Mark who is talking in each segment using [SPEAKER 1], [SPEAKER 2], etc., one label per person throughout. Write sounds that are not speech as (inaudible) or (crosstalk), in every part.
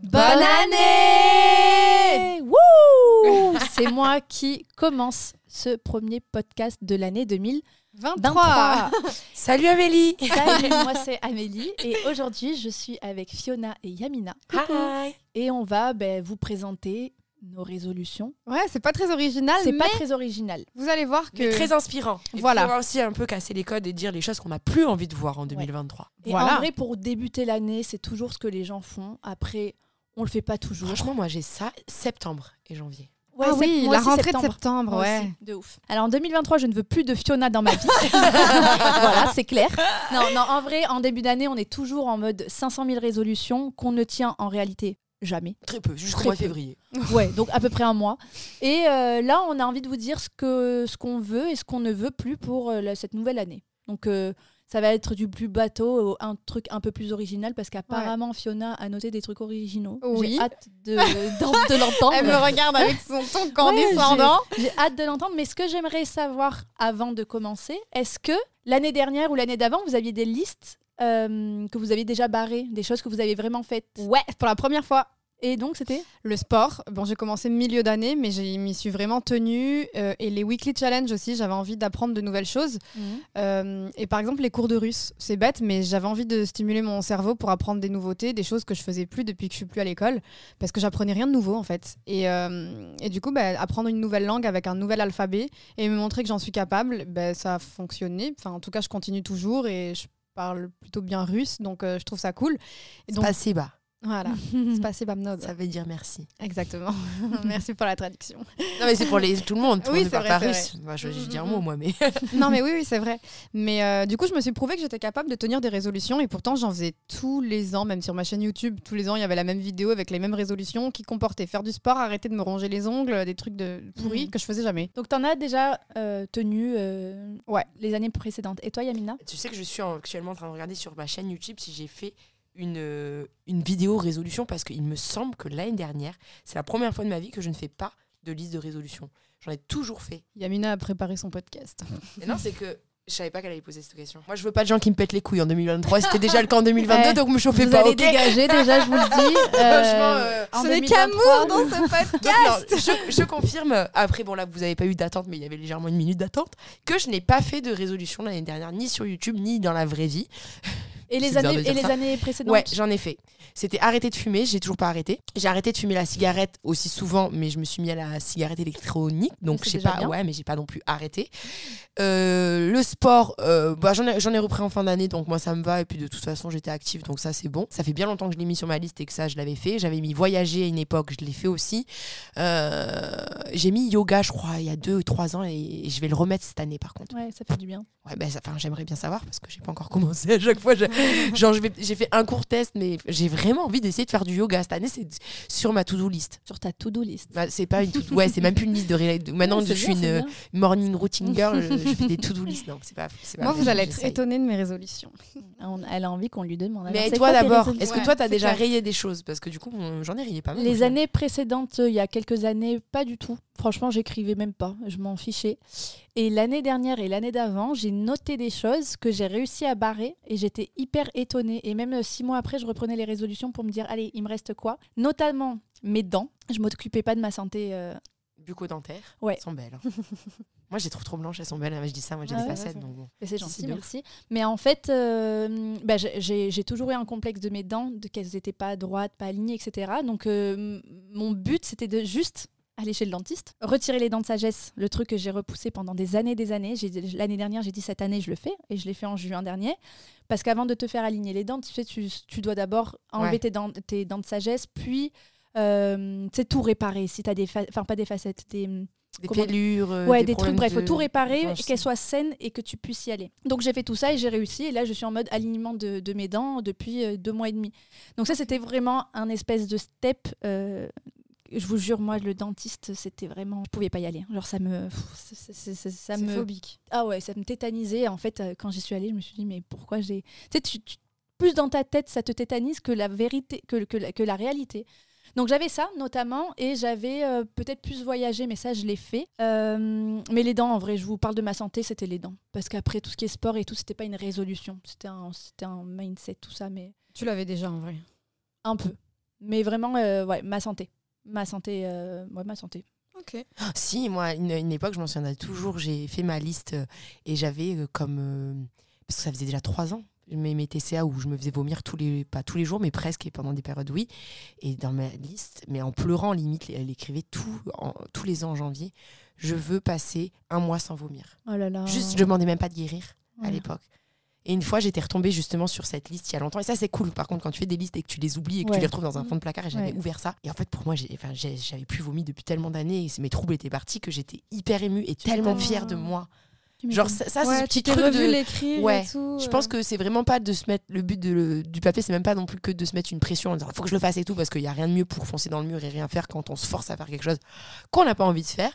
[SPEAKER 1] Bonne année
[SPEAKER 2] Wouh (laughs) C'est moi qui commence ce premier podcast de l'année
[SPEAKER 1] 23
[SPEAKER 2] 2023.
[SPEAKER 1] (laughs)
[SPEAKER 3] Salut Amélie
[SPEAKER 2] Salut, moi c'est Amélie et aujourd'hui je suis avec Fiona et Yamina
[SPEAKER 3] Hi
[SPEAKER 2] et on va ben, vous présenter nos résolutions.
[SPEAKER 1] Ouais, c'est pas très original,
[SPEAKER 2] C'est
[SPEAKER 1] Ah, mais
[SPEAKER 2] pas très original.
[SPEAKER 1] vous allez voir que...
[SPEAKER 3] Mais très inspirant. Et
[SPEAKER 1] Voilà.
[SPEAKER 3] puis on va aussi un peu casser les codes et dire les choses qu'on n'a plus envie de voir en 2023.
[SPEAKER 2] Et
[SPEAKER 1] Voilà.
[SPEAKER 2] en vrai, pour débuter l'année, c'est toujours ce que les gens font. Après, on le fait pas toujours.
[SPEAKER 3] Franchement, moi j'ai ça septembre et janvier.
[SPEAKER 2] Ouais,
[SPEAKER 1] ah
[SPEAKER 2] sept-
[SPEAKER 1] oui,
[SPEAKER 2] moi
[SPEAKER 1] la
[SPEAKER 2] aussi,
[SPEAKER 1] rentrée
[SPEAKER 2] septembre.
[SPEAKER 1] de septembre,
[SPEAKER 2] Moi
[SPEAKER 1] ouais.
[SPEAKER 2] aussi, de ouf. Alors en 2023, je ne veux plus de Fiona dans (laughs) ma vie. voilà, c'est (laughs) clair. Non, non, en vrai, en début d'année, on est toujours en mode 500 000 résolutions qu'on ne tient en réalité jamais.
[SPEAKER 3] Très peu, jusqu'au
[SPEAKER 2] Très
[SPEAKER 3] mois de
[SPEAKER 2] peu.
[SPEAKER 3] février.
[SPEAKER 2] Ouais, donc à peu près un mois. Et euh, là, on a envie de vous dire ce que ce qu'on veut et ce qu'on ne veut plus pour euh, la- cette nouvelle année. Donc euh, ça va être du plus bateau au un truc un peu plus original parce qu'apparemment Fiona a noté des trucs originaux.
[SPEAKER 1] Oui.
[SPEAKER 2] J'ai hâte de, (laughs) d'en- de l'entendre.
[SPEAKER 1] Elle me regarde avec son ton
[SPEAKER 2] Ouais,
[SPEAKER 1] condescendant.
[SPEAKER 2] J'ai hâte de l'entendre, mais ce que j'aimerais savoir avant de commencer, est-ce que l'année dernière ou l'année d'avant, vous aviez des listes euh, que vous aviez déjà barrées, des choses que vous avez vraiment faites
[SPEAKER 1] Ouais, pour la première fois.
[SPEAKER 2] Et donc, c'était
[SPEAKER 1] Le sport, bon, j'ai commencé milieu d'année, mais je m'y suis vraiment tenue. euh, et les weekly challenge aussi, j'avais envie d'apprendre de nouvelles choses.
[SPEAKER 3] Mm.
[SPEAKER 2] (laughs)
[SPEAKER 1] Euh, et par exemple, les cours de russe, c'est bête, mais j'avais envie de stimuler mon cerveau pour apprendre des nouveautés, des choses que je faisais plus depuis que je suis plus à l'école, parce que j'apprenais rien de nouveau en fait. Et, euh, et du coup, bah, apprendre une nouvelle langue avec un nouvel alphabet et me montrer que j'en suis capable, bah, ça a fonctionné. Enfin, en tout cas, je continue toujours et je parle plutôt bien russe, donc euh, je trouve ça cool. Et donc,
[SPEAKER 3] Passé bas,
[SPEAKER 1] voilà, c'est passé Bamnod.
[SPEAKER 3] ça veut dire merci.
[SPEAKER 1] Exactement. (laughs) Merci pour la traduction.
[SPEAKER 3] Non mais c'est pour les, tout le monde, tout
[SPEAKER 1] Oui,
[SPEAKER 3] le monde ne
[SPEAKER 1] c'est
[SPEAKER 3] parle
[SPEAKER 1] vrai,
[SPEAKER 3] pas
[SPEAKER 1] c'est
[SPEAKER 3] russe. Moi, je vais juste dire un mot moi, mais
[SPEAKER 1] non, mais oui, oui, c'est vrai. Mais euh, du coup, je me suis prouvé que j'étais capable de tenir des résolutions et pourtant, j'en faisais tous les ans, même sur ma chaîne YouTube. Tous les ans, il y avait la même vidéo avec les mêmes résolutions qui comportaient faire du sport, arrêter de me ronger les ongles, des trucs de pourris
[SPEAKER 2] Mhm.
[SPEAKER 1] que je faisais jamais.
[SPEAKER 2] Donc, t'en as déjà euh, tenu euh,
[SPEAKER 1] Ouais.
[SPEAKER 2] les années précédentes. Et toi, Yamina
[SPEAKER 3] tu sais que je suis en- actuellement en train de regarder sur ma chaîne YouTube si j'ai fait une, euh, une vidéo résolution parce qu'il me semble que l'année dernière, c'est la première fois de ma vie que je ne fais pas de liste de résolution. J'en ai toujours fait.
[SPEAKER 1] Yamina a préparé son podcast.
[SPEAKER 3] Mais non, c'est que je savais pas qu'elle allait poser cette question. Moi, je veux pas de gens qui me pètent les couilles en 2023. C'était (laughs) déjà le cas en 2022,
[SPEAKER 2] Ouais.
[SPEAKER 3] donc me chauffez
[SPEAKER 2] Vous
[SPEAKER 3] pas.
[SPEAKER 2] allez
[SPEAKER 3] ok (laughs)
[SPEAKER 2] dégager déjà, je vous le dis.
[SPEAKER 3] Franchement, euh,
[SPEAKER 2] en
[SPEAKER 1] ce n'est
[SPEAKER 2] 2023.
[SPEAKER 1] qu'amour dans ce podcast.
[SPEAKER 3] donc non, je, je confirme. Après, bon là, vous avez pas eu d'attente, mais il y avait légèrement une minute d'attente que je n'ai pas fait de résolution l'année dernière, ni sur YouTube, ni dans la vraie vie.
[SPEAKER 2] Et
[SPEAKER 3] C'est
[SPEAKER 2] les
[SPEAKER 3] bizarre
[SPEAKER 2] années,
[SPEAKER 3] de dire
[SPEAKER 2] et les
[SPEAKER 3] ça.
[SPEAKER 2] années précédentes
[SPEAKER 3] Ouais, j'en ai fait. C'était arrêter de fumer, j'ai toujours pas arrêté. J'ai arrêté de fumer la cigarette aussi souvent, mais je me suis mis à la cigarette électronique, donc
[SPEAKER 2] C'est
[SPEAKER 3] j'ai
[SPEAKER 2] déjà
[SPEAKER 3] pas,
[SPEAKER 2] bien.
[SPEAKER 3] ouais, mais j'ai pas non plus arrêté. Euh, le sport, euh, bah, j'en ai, j'en ai repris en fin d'année, donc moi ça me va. Et puis de toute façon, j'étais active, donc ça c'est bon. Ça fait bien longtemps que je l'ai mis sur ma liste et que ça je l'avais fait. J'avais mis voyager à une époque, je l'ai fait aussi. Euh, j'ai mis yoga, je crois, il y a deux ou trois ans, et je vais le remettre cette année par contre.
[SPEAKER 2] Ouais, ça fait du bien.
[SPEAKER 3] Ouais, ben, ça- enfin, j'aimerais bien savoir parce que j'ai pas encore commencé à chaque
[SPEAKER 2] (laughs)
[SPEAKER 3] fois. je- genre, je vais- j'ai fait un court test, mais j'ai vraiment envie d'essayer de faire du yoga cette année. C'est sur ma to-do list.
[SPEAKER 2] Sur ta to-do list.
[SPEAKER 3] Bah, c'est pas une to-do- ouais, c'est même plus une liste de ré- de- Maintenant,
[SPEAKER 2] Ouais,
[SPEAKER 3] je
[SPEAKER 2] c'est
[SPEAKER 3] suis
[SPEAKER 2] bien, c'est
[SPEAKER 3] une euh,
[SPEAKER 2] bien.
[SPEAKER 3] morning routine girl, je, je fais des to-do list. Non, c'est pas, c'est pas
[SPEAKER 1] Moi,
[SPEAKER 3] vrai,
[SPEAKER 1] vous allez être
[SPEAKER 3] j'essaye.
[SPEAKER 1] étonnés de mes résolutions.
[SPEAKER 2] On- Elle a envie qu'on lui demande. Alors,
[SPEAKER 3] Mais
[SPEAKER 2] c'est
[SPEAKER 3] toi
[SPEAKER 2] quoi tes
[SPEAKER 3] d'abord,
[SPEAKER 2] résolutions
[SPEAKER 3] est-ce que
[SPEAKER 1] Ouais,
[SPEAKER 3] toi t'as
[SPEAKER 1] c'est
[SPEAKER 3] déjà
[SPEAKER 1] clair.
[SPEAKER 3] rayé des choses Parce que du coup, on- j'en ai rayé pas mal. au
[SPEAKER 2] Les
[SPEAKER 3] final.
[SPEAKER 2] années précédentes, euh, il y a quelques années, pas du tout. Franchement, j'écrivais même pas, je m'en fichais. Et l'année dernière et l'année d'avant, j'ai noté des choses que j'ai réussi à barrer et j'étais hyper étonnée. Et même euh, six mois après, je reprenais les résolutions pour me dire, allez, il me reste quoi Notamment mes dents. Je m'occupais pas de ma santé. euh,
[SPEAKER 3] Bucco-dentaires,
[SPEAKER 2] Ouais.
[SPEAKER 3] elles sont belles. hein. moi, je les trouve trop blanches, elles sont belles. hein, Je dis ça, moi j'ai
[SPEAKER 2] Ah
[SPEAKER 3] des
[SPEAKER 2] ouais,
[SPEAKER 3] facettes.
[SPEAKER 1] ouais,
[SPEAKER 3] donc bon.
[SPEAKER 2] Mais c'est
[SPEAKER 3] Si,
[SPEAKER 2] gentil,
[SPEAKER 3] c'est de ouf.
[SPEAKER 2] merci. Mais en fait, euh, bah, j'ai- j'ai j'ai toujours eu un complexe de mes dents, de qu'elles n'étaient pas droites, pas alignées, etc. Donc euh, m- mon but, c'était de juste aller chez le dentiste, retirer les dents de sagesse, le truc que j'ai repoussé pendant des années, des années. J'ai- L'année dernière, j'ai dit cette année, je le fais, et je l'ai fait en juin dernier. Parce qu'avant de te faire aligner les dents, tu sais, tu, tu dois d'abord enlever
[SPEAKER 3] Ouais.
[SPEAKER 2] tes, dents, tes dents de sagesse, puis euh, tu sais, tout réparer. Si tu as des, fa- enfin pas des facettes, des
[SPEAKER 3] Des
[SPEAKER 2] Comment-
[SPEAKER 3] pelures, euh,
[SPEAKER 2] ouais, des, trucs,
[SPEAKER 3] problèmes
[SPEAKER 2] bref, faut
[SPEAKER 3] de-
[SPEAKER 2] tout réparer,
[SPEAKER 3] Ouais, je sais.
[SPEAKER 2] qu'elle soit saine et que tu puisses y aller. Donc j'ai fait tout ça et j'ai réussi. Et là, je suis en mode alignement de, de mes dents depuis euh, deux mois et demi. Donc ça, c'était vraiment un espèce de step. euh, je vous jure, moi, le dentiste, c'était vraiment, je pouvais pas y aller. Genre ça me, pff, c'est- c'est- c'est- c'est- ça
[SPEAKER 1] C'est
[SPEAKER 2] me,
[SPEAKER 1] phobique.
[SPEAKER 2] ah ouais, ça me tétanisait. En fait, euh, quand j'y suis allée, je me suis dit, mais pourquoi j'ai. Tu sais, tu- tu- plus dans ta tête, ça te tétanise que la vérité, que, que, la- que la réalité. Donc j'avais ça notamment et j'avais euh, peut-être plus voyagé, mais ça je l'ai fait. Euh, mais les dents, en vrai, je vous parle de ma santé, c'était les dents. Parce qu'après tout ce qui est sport et tout, c'était pas une résolution, c'était un, c'était un mindset, tout ça, mais
[SPEAKER 1] Tu l'avais déjà en vrai.
[SPEAKER 2] un peu. Mais vraiment, euh, ouais, ma santé. Ma santé, euh, ouais, ma santé.
[SPEAKER 1] Ok.
[SPEAKER 3] Si, moi, une, une époque, je m'en souviendrai toujours, j'ai fait ma liste euh, et j'avais euh, comme. euh, parce que ça faisait déjà trois ans, mes, mes TCA où je me faisais vomir tous les. pas tous les jours, mais presque, et pendant des périodes, oui. Et dans ma liste, mais en pleurant, limite, elle écrivait tout, en- tous les ans en janvier je veux passer un mois sans vomir.
[SPEAKER 2] Oh là là.
[SPEAKER 3] Juste, je demandais même pas de guérir à
[SPEAKER 2] Ouais.
[SPEAKER 3] l'époque. Et une fois, j'étais retombée justement sur cette liste il y a longtemps. Et ça, c'est cool. Par contre, quand tu fais des listes et que tu les oublies et que
[SPEAKER 2] Ouais. Mmh.
[SPEAKER 3] tu les retrouves dans un fond de placard, et j'avais
[SPEAKER 2] Ouais.
[SPEAKER 3] ouvert ça. Et en fait, pour moi, j'ai- enfin, j'ai- j'avais plus vomi depuis tellement d'années. Et c- mes troubles étaient partis que j'étais hyper émue et tellement
[SPEAKER 1] m'étonnes.
[SPEAKER 3] fière de moi.
[SPEAKER 2] Tu m'étonnes.
[SPEAKER 3] Genre, ça,
[SPEAKER 1] Ah,
[SPEAKER 3] ça, c'est ce petit truc
[SPEAKER 4] revu
[SPEAKER 3] de.
[SPEAKER 4] l'écrire
[SPEAKER 3] Ouais.
[SPEAKER 4] et tout.
[SPEAKER 3] Je pense que c'est vraiment pas de se mettre. Le but de le- du papier, c'est même pas non plus que de se mettre une pression en disant faut que je le fasse et tout, parce qu'il y a rien de mieux pour foncer dans le mur et rien faire quand on se force à faire quelque chose qu'on n'a pas envie de faire.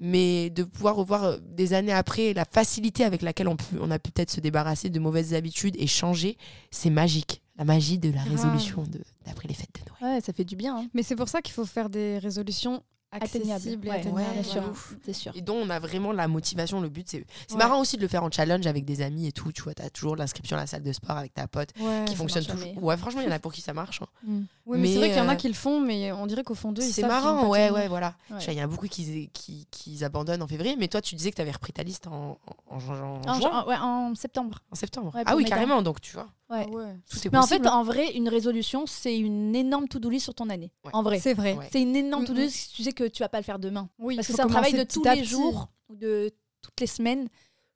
[SPEAKER 3] Mais de pouvoir revoir euh, des années après la facilité avec laquelle on, pu- on a pu peut-être se débarrasser de mauvaises habitudes et changer, c'est magique. La magie de la
[SPEAKER 1] Grave.
[SPEAKER 3] résolution de- d'après les fêtes de Noël.
[SPEAKER 2] Ouais, ça fait du bien. hein.
[SPEAKER 1] Mais c'est pour ça qu'il faut faire des résolutions accessibles
[SPEAKER 2] Atteignable.
[SPEAKER 1] et
[SPEAKER 2] Ouais,
[SPEAKER 1] atteignables.
[SPEAKER 3] ouais,
[SPEAKER 2] bien sûr.
[SPEAKER 1] voilà.
[SPEAKER 2] C'est sûr.
[SPEAKER 3] Et dont on a vraiment la motivation, le but. C'est c'est
[SPEAKER 1] Ouais.
[SPEAKER 3] marrant aussi de le faire en challenge avec des amis et tout. Tu vois, t'as toujours l'inscription à la salle de sport avec ta pote
[SPEAKER 1] Ouais.
[SPEAKER 3] qui fonctionne
[SPEAKER 2] marche
[SPEAKER 3] toujours.
[SPEAKER 2] jamais.
[SPEAKER 3] Ouais, franchement, il y en a pour qui ça marche. hein.
[SPEAKER 1] Oui, mais, c'est
[SPEAKER 3] Mais,
[SPEAKER 1] vrai qu'il y en a
[SPEAKER 3] euh,
[SPEAKER 1] qui le font, mais on dirait qu'au fond d'eux, ils
[SPEAKER 3] C'est
[SPEAKER 1] savent qu'ils
[SPEAKER 3] marrant,
[SPEAKER 1] vont pas
[SPEAKER 3] ouais,
[SPEAKER 1] tenir.
[SPEAKER 3] ouais, voilà.
[SPEAKER 2] Ouais.
[SPEAKER 3] Tu vois, Il y en a beaucoup qui, qui, qui abandonnent en février, mais toi, tu disais que tu avais repris ta liste en, en, en- en
[SPEAKER 2] En,
[SPEAKER 3] juin,
[SPEAKER 2] en- ouais, en septembre.
[SPEAKER 3] en septembre.
[SPEAKER 2] Ouais,
[SPEAKER 3] ah
[SPEAKER 2] pour
[SPEAKER 3] oui,
[SPEAKER 2] mes dents.
[SPEAKER 3] carrément, donc tu vois,
[SPEAKER 2] Ouais.
[SPEAKER 1] Ah ouais.
[SPEAKER 3] tout est
[SPEAKER 2] Mais en fait,
[SPEAKER 3] possible.
[SPEAKER 2] en vrai, une résolution, c'est une énorme to-do list sur ton année.
[SPEAKER 3] Ouais.
[SPEAKER 2] En vrai.
[SPEAKER 1] C'est vrai.
[SPEAKER 3] Ouais.
[SPEAKER 2] C'est une énorme to-do
[SPEAKER 1] Mhm.
[SPEAKER 2] list. si Tu sais que tu vas pas le faire demain.
[SPEAKER 1] Oui,
[SPEAKER 2] Parce que
[SPEAKER 1] il faut
[SPEAKER 2] c'est un travail de
[SPEAKER 1] commencer
[SPEAKER 2] tous
[SPEAKER 1] petit à
[SPEAKER 2] les
[SPEAKER 1] petit.
[SPEAKER 2] jours ou de toutes les semaines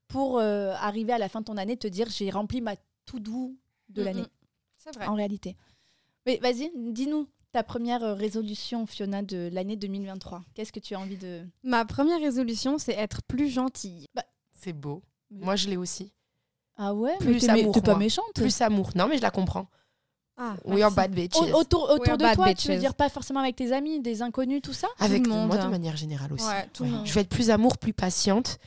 [SPEAKER 2] pour euh, arriver à la fin de ton année, te dire j'ai rempli ma to-do de
[SPEAKER 1] Mm,
[SPEAKER 2] l'année,
[SPEAKER 1] mm. C'est vrai.
[SPEAKER 2] en réalité. Mais vas-y, dis-nous ta première euh, résolution, Fiona, de l'année 2023. Qu'est-ce que tu as envie de.
[SPEAKER 1] Ma première résolution, c'est être plus gentille.
[SPEAKER 3] C'est beau.
[SPEAKER 2] Mais-
[SPEAKER 3] Moi, je l'ai aussi.
[SPEAKER 2] Ah ouais,
[SPEAKER 3] mais Plus t'es mé- amour, t'es pas
[SPEAKER 2] pas
[SPEAKER 3] moi.
[SPEAKER 2] méchante.
[SPEAKER 3] Plus amour. Non, mais je la comprends.
[SPEAKER 1] Ah,
[SPEAKER 3] We are bad bitches.
[SPEAKER 2] autour autour
[SPEAKER 1] are
[SPEAKER 2] de
[SPEAKER 1] bad
[SPEAKER 2] toi, tu veux
[SPEAKER 1] bitches.
[SPEAKER 2] dire pas forcément avec tes amis, des inconnus, tout ça
[SPEAKER 3] Avec
[SPEAKER 1] tout le
[SPEAKER 3] moi,
[SPEAKER 1] monde.
[SPEAKER 3] de manière générale aussi.
[SPEAKER 1] ouais, tout
[SPEAKER 3] Ouais.
[SPEAKER 1] le monde.
[SPEAKER 3] Je vais être plus amour, plus patiente.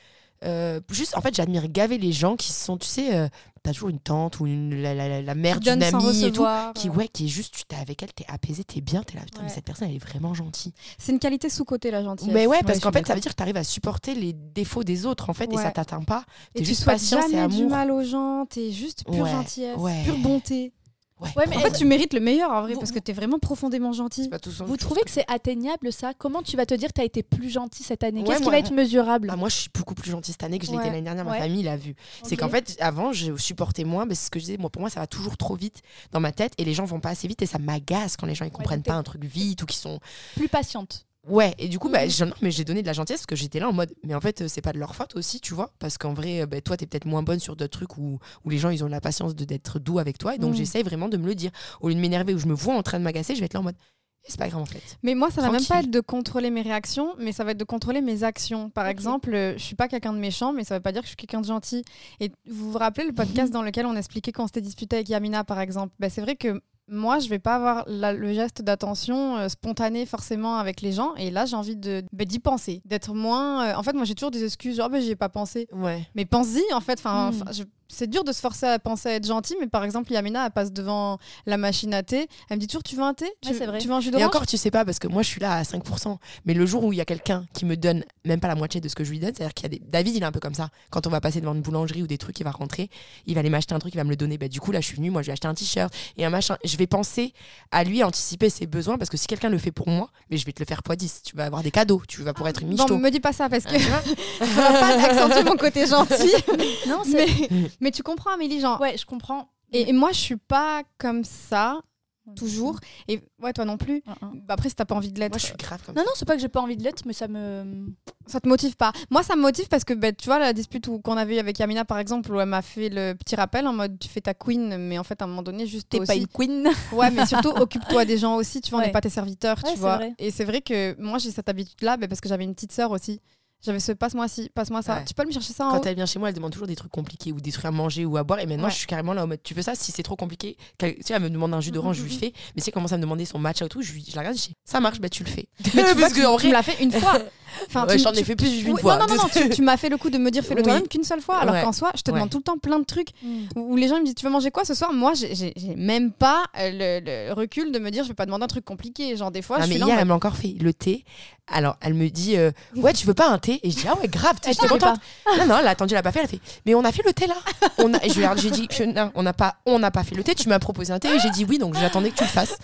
[SPEAKER 3] Euh, juste, en fait, j'admire gaver les gens qui sont, tu sais, euh, t'as toujours une tante ou une, la, la- la- la mère
[SPEAKER 1] Qui donne
[SPEAKER 3] d'une
[SPEAKER 1] sans
[SPEAKER 3] amie et tout.
[SPEAKER 1] recevoir,
[SPEAKER 3] Qui,
[SPEAKER 1] euh.
[SPEAKER 3] ouais, qui est juste, tu t'es avec elle, t'es apaisée, t'es bien, t'es là, putain, mais
[SPEAKER 1] Ouais.
[SPEAKER 3] cette personne, elle est vraiment gentille.
[SPEAKER 1] C'est une qualité sous-cotée, la gentillesse.
[SPEAKER 3] Mais ouais, parce
[SPEAKER 1] je
[SPEAKER 3] qu'en
[SPEAKER 1] suis
[SPEAKER 3] fait, ça veut dire que tu arrives à supporter les défauts des autres, en fait, et
[SPEAKER 1] Ouais.
[SPEAKER 3] ça t'atteint pas.
[SPEAKER 1] Et
[SPEAKER 3] T'es
[SPEAKER 1] tu
[SPEAKER 3] juste
[SPEAKER 1] souhaites
[SPEAKER 3] patience et
[SPEAKER 1] jamais du
[SPEAKER 3] amour.
[SPEAKER 1] mal aux gens, t'es juste pure
[SPEAKER 3] Ouais,
[SPEAKER 1] gentillesse,
[SPEAKER 3] ouais.
[SPEAKER 1] pure bonté.
[SPEAKER 3] Ouais.
[SPEAKER 2] Ouais, mais
[SPEAKER 1] En fait, tu mérites le meilleur en vrai,
[SPEAKER 2] Vous-
[SPEAKER 1] parce que t'es vraiment profondément gentil.
[SPEAKER 3] pas Bah, tout ça.
[SPEAKER 2] Vous trouvez que c'est atteignable ça Comment tu vas te dire t'as été plus gentil cette année
[SPEAKER 3] Ouais,
[SPEAKER 2] Qu'est-ce qui
[SPEAKER 3] moi-
[SPEAKER 2] va être mesurable
[SPEAKER 3] Ah, Moi, je suis beaucoup plus gentille cette année que je
[SPEAKER 1] Ouais.
[SPEAKER 3] l'étais l'année dernière. Ma
[SPEAKER 2] Ouais.
[SPEAKER 3] famille l'a vu. C'est
[SPEAKER 2] Ok.
[SPEAKER 3] qu'en fait, avant, je supportais moins, mais c'est ce que je disais, moi, pour moi, ça va toujours trop vite dans ma tête et les gens vont pas assez vite et ça m'agace quand les gens ils comprennent
[SPEAKER 2] t'es-
[SPEAKER 3] pas un truc vite ou qu'ils sont.
[SPEAKER 2] plus patiente.
[SPEAKER 3] Ouais, et du coup, bah,
[SPEAKER 1] Mhm.
[SPEAKER 3] j'en- non, mais j'ai donné de la gentillesse parce que j'étais là en mode, mais en fait, euh, c'est pas de leur faute aussi, tu vois, parce qu'en vrai, euh, bah, toi, t'es peut-être moins bonne sur d'autres trucs où, où les gens, ils ont la patience de d'être doux avec toi, et donc
[SPEAKER 2] Mhm.
[SPEAKER 3] j'essaye vraiment de me le dire. Au lieu de m'énerver ou je me vois en train de m'agacer, je vais être là en mode, Eh, c'est pas grave en fait.
[SPEAKER 1] Mais moi, ça va même pas
[SPEAKER 3] Tranquille.
[SPEAKER 1] être de contrôler mes réactions, mais ça va être de contrôler mes actions. Par
[SPEAKER 2] Ok.
[SPEAKER 1] exemple, euh, je suis pas quelqu'un de méchant, mais ça veut pas dire que je suis quelqu'un de gentil. Et vous vous rappelez le
[SPEAKER 2] Mhm.
[SPEAKER 1] podcast dans lequel on expliquait qu'on s'était disputé avec Yamina, par exemple Bah, C'est vrai que moi, je vais pas avoir la- le geste d'attention euh, spontané forcément avec les gens. Et là, j'ai envie de bah, d'y penser, d'être moins. euh, En fait, moi, j'ai toujours des excuses, genre, bah, j'y ai pas pensé.
[SPEAKER 3] Ouais.
[SPEAKER 1] Mais pense-y, en fait. Enfin,
[SPEAKER 2] Mm.
[SPEAKER 1] enfin, je- C'est dur de se forcer à penser à être gentil, mais par exemple, Yamina, elle passe devant la machine à thé. Elle me dit toujours Tu veux un thé tu,
[SPEAKER 2] Ouais, c'est vrai.
[SPEAKER 1] tu veux un jus
[SPEAKER 3] Et
[SPEAKER 1] d'orange
[SPEAKER 3] encore, tu sais pas, parce que moi, je suis là à 5%, mais le jour où il y a quelqu'un qui me donne même pas la moitié de ce que je lui donne, c'est-à-dire qu'il y a des. David, il est un peu comme ça. Quand on va passer devant une boulangerie ou des trucs, il va rentrer, il va aller m'acheter un truc, il va me le donner. Bah, du coup, là, je suis venue, moi, je lui ai acheté un t-shirt et un machin. Je vais penser à lui, à anticiper ses besoins, parce que si quelqu'un le fait pour moi, mais je vais te le faire x 10. Tu vas avoir des cadeaux, tu vas pour être une
[SPEAKER 1] Non,
[SPEAKER 3] michto.
[SPEAKER 1] me dis pas ça parce que
[SPEAKER 3] Ah,
[SPEAKER 1] (laughs)
[SPEAKER 3] tu vois
[SPEAKER 1] ça va pas accentuer mon côté gentil.
[SPEAKER 2] (laughs) Non, c'est
[SPEAKER 1] mais, mais tu comprends, Amélie,
[SPEAKER 2] (laughs)
[SPEAKER 1] genre.
[SPEAKER 2] ouais, je comprends.
[SPEAKER 1] Et, et moi, je suis pas comme ça, toujours. Et ouais, toi non plus. Bah, Après, si t'as pas envie de l'être,
[SPEAKER 3] moi, je suis grave comme
[SPEAKER 2] Non, non, c'est pas que j'ai pas envie de l'être, mais ça me.
[SPEAKER 1] ça te motive pas. Moi, ça me motive parce que bah, tu vois, la dispute où- qu'on avait eu avec Yamina, par exemple, où elle m'a fait le petit rappel en mode Tu fais ta queen, mais en fait, à un moment donné, juste toi
[SPEAKER 2] T'es pas
[SPEAKER 1] aussi,
[SPEAKER 2] une queen.
[SPEAKER 1] Ouais, mais surtout, occupe-toi des gens aussi, tu vois, on
[SPEAKER 2] Ouais.
[SPEAKER 1] n'est pas tes serviteurs,
[SPEAKER 2] Ouais,
[SPEAKER 1] tu
[SPEAKER 2] c'est
[SPEAKER 1] vois.
[SPEAKER 2] vrai.
[SPEAKER 1] Et c'est vrai que moi, j'ai cette habitude-là bah, parce que j'avais une petite sœur aussi. J'avais ce passe-moi ci, passe-moi ça.
[SPEAKER 3] Ouais.
[SPEAKER 1] Tu peux aller me chercher ça en
[SPEAKER 3] Quand
[SPEAKER 1] haut
[SPEAKER 3] elle vient chez moi, elle demande toujours des trucs compliqués ou des trucs à manger ou à boire. Et maintenant,
[SPEAKER 1] Ouais.
[SPEAKER 3] je suis carrément là en mode tu veux ça Si c'est trop compliqué, quel- tu sais, elle me demande un jus d'orange, je lui fais. Mais tu sais, elle commence à me demander son matcha et tout. Je, lui- je la regarde, je dis ça marche, bah tu le (laughs) fais.
[SPEAKER 1] Mais tu, vois,
[SPEAKER 3] Parce
[SPEAKER 1] tu,
[SPEAKER 3] que en
[SPEAKER 1] tu me
[SPEAKER 3] vrai-
[SPEAKER 1] l'as fait une fois. (laughs) Enfin,
[SPEAKER 3] Ouais,
[SPEAKER 1] tu-
[SPEAKER 3] j'en ai
[SPEAKER 1] tu-
[SPEAKER 3] fait plus d'une
[SPEAKER 1] Oui,
[SPEAKER 3] fois.
[SPEAKER 1] Non, non, non, non, tu, tu m'as fait le coup de me dire fais-le
[SPEAKER 3] Oui.
[SPEAKER 1] toi-même qu'une seule fois, alors
[SPEAKER 3] Ouais.
[SPEAKER 1] qu'en soi, je te demande
[SPEAKER 3] Ouais.
[SPEAKER 1] tout le temps plein de trucs
[SPEAKER 2] Mm.
[SPEAKER 1] où où les gens ils me disent tu veux manger quoi ce soir Moi, j'ai- j'ai j'ai même pas euh, le, le recul de me dire je vais pas
[SPEAKER 2] Ah,
[SPEAKER 1] demander un truc compliqué. Genre, des fois,
[SPEAKER 3] Non,
[SPEAKER 1] je
[SPEAKER 3] Ah, mais
[SPEAKER 1] suis
[SPEAKER 3] hier,
[SPEAKER 1] là. en
[SPEAKER 3] elle
[SPEAKER 1] mode-
[SPEAKER 3] me l'a encore fait, le thé. Alors, elle me dit euh, Ouais, tu veux pas un thé fait. Et je dis, ah ouais, grave, tu sais, j'étais
[SPEAKER 2] Elle
[SPEAKER 3] contente.
[SPEAKER 2] fait
[SPEAKER 3] Non, non, elle a attendu, elle a pas fait. Elle a fait, mais on a fait le thé là. On a- et je lui ai j'ai dit, Je- non, on n'a pas, on n'a pas fait le thé. Tu m'as proposé un thé et j'ai dit oui, donc j'attendais que tu le
[SPEAKER 2] (laughs)
[SPEAKER 3] fasses.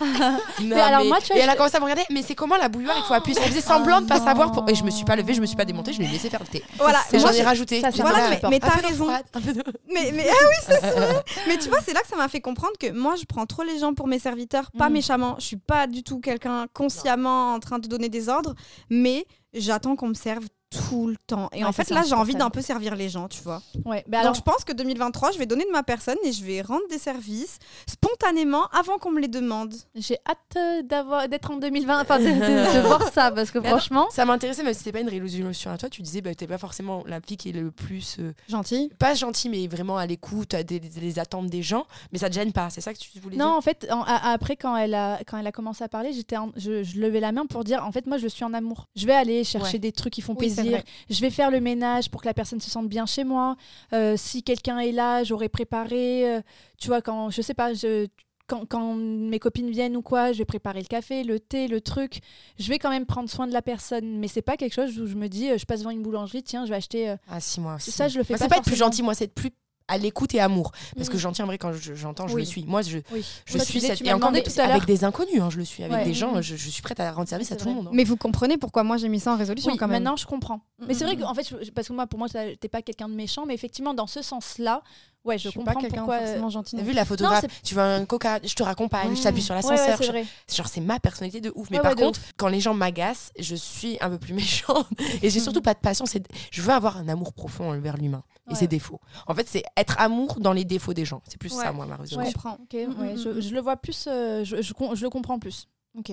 [SPEAKER 3] Non,
[SPEAKER 2] alors moi, tu vois,
[SPEAKER 3] et elle a
[SPEAKER 2] je-
[SPEAKER 3] commencé à me regarder, mais c'est comment la bouilloire Il faut appuyer. Elle faisait semblant de pas
[SPEAKER 2] Oh
[SPEAKER 3] savoir. Pour... Et je me
[SPEAKER 2] non.
[SPEAKER 3] suis pas levée, je me suis pas démontée, je l'ai laissé faire le thé.
[SPEAKER 4] Voilà,
[SPEAKER 3] Et
[SPEAKER 4] moi,
[SPEAKER 3] j'en
[SPEAKER 4] je-
[SPEAKER 3] ai rajouté.
[SPEAKER 2] ça, c'est
[SPEAKER 3] J'étais
[SPEAKER 2] un
[SPEAKER 4] voilà,
[SPEAKER 3] là,
[SPEAKER 4] mais,
[SPEAKER 2] rapport.
[SPEAKER 4] mais
[SPEAKER 3] un
[SPEAKER 4] t'as
[SPEAKER 3] peu d'eau
[SPEAKER 4] raison.
[SPEAKER 3] froide, un peu d'eau.
[SPEAKER 4] Mais, mais- ah oui, ça c'est vrai. Mais tu vois, c'est là que ça m'a fait comprendre que moi, je prends trop les gens pour mes serviteurs, pas
[SPEAKER 2] Mm.
[SPEAKER 4] méchamment. Je suis pas du tout quelqu'un consciemment en train de donner des ordres, mais j'attends qu'on me serve tout le temps. Et
[SPEAKER 2] Ouais,
[SPEAKER 4] en
[SPEAKER 2] ça,
[SPEAKER 4] fait,
[SPEAKER 2] c'est
[SPEAKER 4] là, j'ai envie
[SPEAKER 2] insupportable.
[SPEAKER 4] d'un peu servir les gens, tu vois.
[SPEAKER 2] (laughs) Ouais, bah alors,
[SPEAKER 4] Donc, je pense que 2023, je vais donner de ma personne et je vais rendre des services spontanément avant qu'on me les demande.
[SPEAKER 2] j'ai hâte euh, d'avoir d'être en 2020, enfin de, de- (laughs) de voir ça, parce que
[SPEAKER 3] Mais
[SPEAKER 2] franchement,
[SPEAKER 3] (laughs) Ça m'intéressait, même si c'était pas une résolution à toi. Tu disais, bah, t'es pas forcément la fille qui est le plus. euh,
[SPEAKER 1] Gentil.
[SPEAKER 3] pas gentil, mais vraiment à l'écoute, à des, des- des attentes des gens. Mais ça te gêne pas, c'est ça que tu voulais
[SPEAKER 2] non, en fait, en- a- après quand elle a quand elle a commencé à parler, j'étais, en- je, je levais la main pour dire, en fait, moi, je suis en amour. Je vais aller chercher
[SPEAKER 3] Ouais.
[SPEAKER 2] des trucs qui font
[SPEAKER 1] Oui, c'est
[SPEAKER 2] plaisir.
[SPEAKER 1] vrai.
[SPEAKER 2] Je vais faire le ménage pour que la personne se sente bien chez moi. Euh, si quelqu'un est là, j'aurais préparé. euh, tu vois, quand je sais pas, je quand, quand mes copines viennent ou quoi, je vais préparer le café, le thé, le truc. Je vais quand même prendre soin de la personne, mais c'est pas quelque chose où je me dis, euh, je passe devant une boulangerie, tiens, je vais acheter. euh,
[SPEAKER 3] Ah si, moi aussi.
[SPEAKER 2] Ça, je le fais
[SPEAKER 3] Moi,
[SPEAKER 2] pas
[SPEAKER 3] c'est pas être plus
[SPEAKER 2] forcément.
[SPEAKER 3] gentil, moi, c'est être plus à l'écoute et amour. Parce
[SPEAKER 2] Mm.
[SPEAKER 3] que gentil, en vrai, quand je- j'entends, je
[SPEAKER 2] Oui.
[SPEAKER 3] le suis. Moi, je,
[SPEAKER 2] Oui.
[SPEAKER 3] je
[SPEAKER 2] Toi, tu
[SPEAKER 3] suis
[SPEAKER 2] disais,
[SPEAKER 3] cette...
[SPEAKER 2] tu
[SPEAKER 3] Et
[SPEAKER 2] m'as
[SPEAKER 3] encore
[SPEAKER 2] demandé
[SPEAKER 3] des-
[SPEAKER 2] tout à l'heure.
[SPEAKER 3] avec des inconnus, hein, je le suis. Avec
[SPEAKER 2] Ouais.
[SPEAKER 3] des gens,
[SPEAKER 2] Mm.
[SPEAKER 3] je, je suis prête à rendre service
[SPEAKER 2] Oui,
[SPEAKER 3] à
[SPEAKER 2] c'est
[SPEAKER 3] tout le
[SPEAKER 2] vrai.
[SPEAKER 3] monde. hein.
[SPEAKER 1] Mais vous comprenez pourquoi moi j'ai mis ça en résolution
[SPEAKER 2] Oui,
[SPEAKER 1] quand même.
[SPEAKER 2] maintenant je comprends. Mais c'est vrai que
[SPEAKER 4] Mhm.
[SPEAKER 2] en fait, je- parce que moi, pour moi, t'as- t'es pas quelqu'un de méchant, mais effectivement, dans ce sens-là, ouais, je,
[SPEAKER 1] je suis pas
[SPEAKER 2] comprends
[SPEAKER 1] quelqu'un
[SPEAKER 2] pourquoi. euh,
[SPEAKER 1] forcément gentil.
[SPEAKER 3] T'as
[SPEAKER 1] non
[SPEAKER 3] vu la photographe
[SPEAKER 2] Mm. Non,
[SPEAKER 3] Tu veux un coca Je te raccompagne,
[SPEAKER 1] Ouais.
[SPEAKER 3] je t'appuie sur
[SPEAKER 2] Ouais, euh, ouais,
[SPEAKER 3] l'ascenseur.
[SPEAKER 2] c'est
[SPEAKER 3] je-
[SPEAKER 2] vrai.
[SPEAKER 3] Genre, c'est ma personnalité de ouf. Mais
[SPEAKER 2] Ouais,
[SPEAKER 3] par
[SPEAKER 2] ouais, de
[SPEAKER 3] contre, quand les gens m'agacent, je suis un peu plus (laughs) méchante. Et
[SPEAKER 2] Mm.
[SPEAKER 3] j'ai surtout pas de patience. et Je veux avoir un amour profond envers l'humain et
[SPEAKER 2] Ouais.
[SPEAKER 3] ses défauts. En fait, c'est être amour dans les défauts des gens. C'est plus ça,
[SPEAKER 4] Ouais.
[SPEAKER 3] moi, ma résolution.
[SPEAKER 4] Je
[SPEAKER 2] Ouais.
[SPEAKER 4] comprends.
[SPEAKER 2] Ok, ouais,
[SPEAKER 4] Mhm,
[SPEAKER 2] je,
[SPEAKER 4] mhm.
[SPEAKER 2] je le vois plus, euh, je, je, con- je le comprends plus.
[SPEAKER 4] Ok.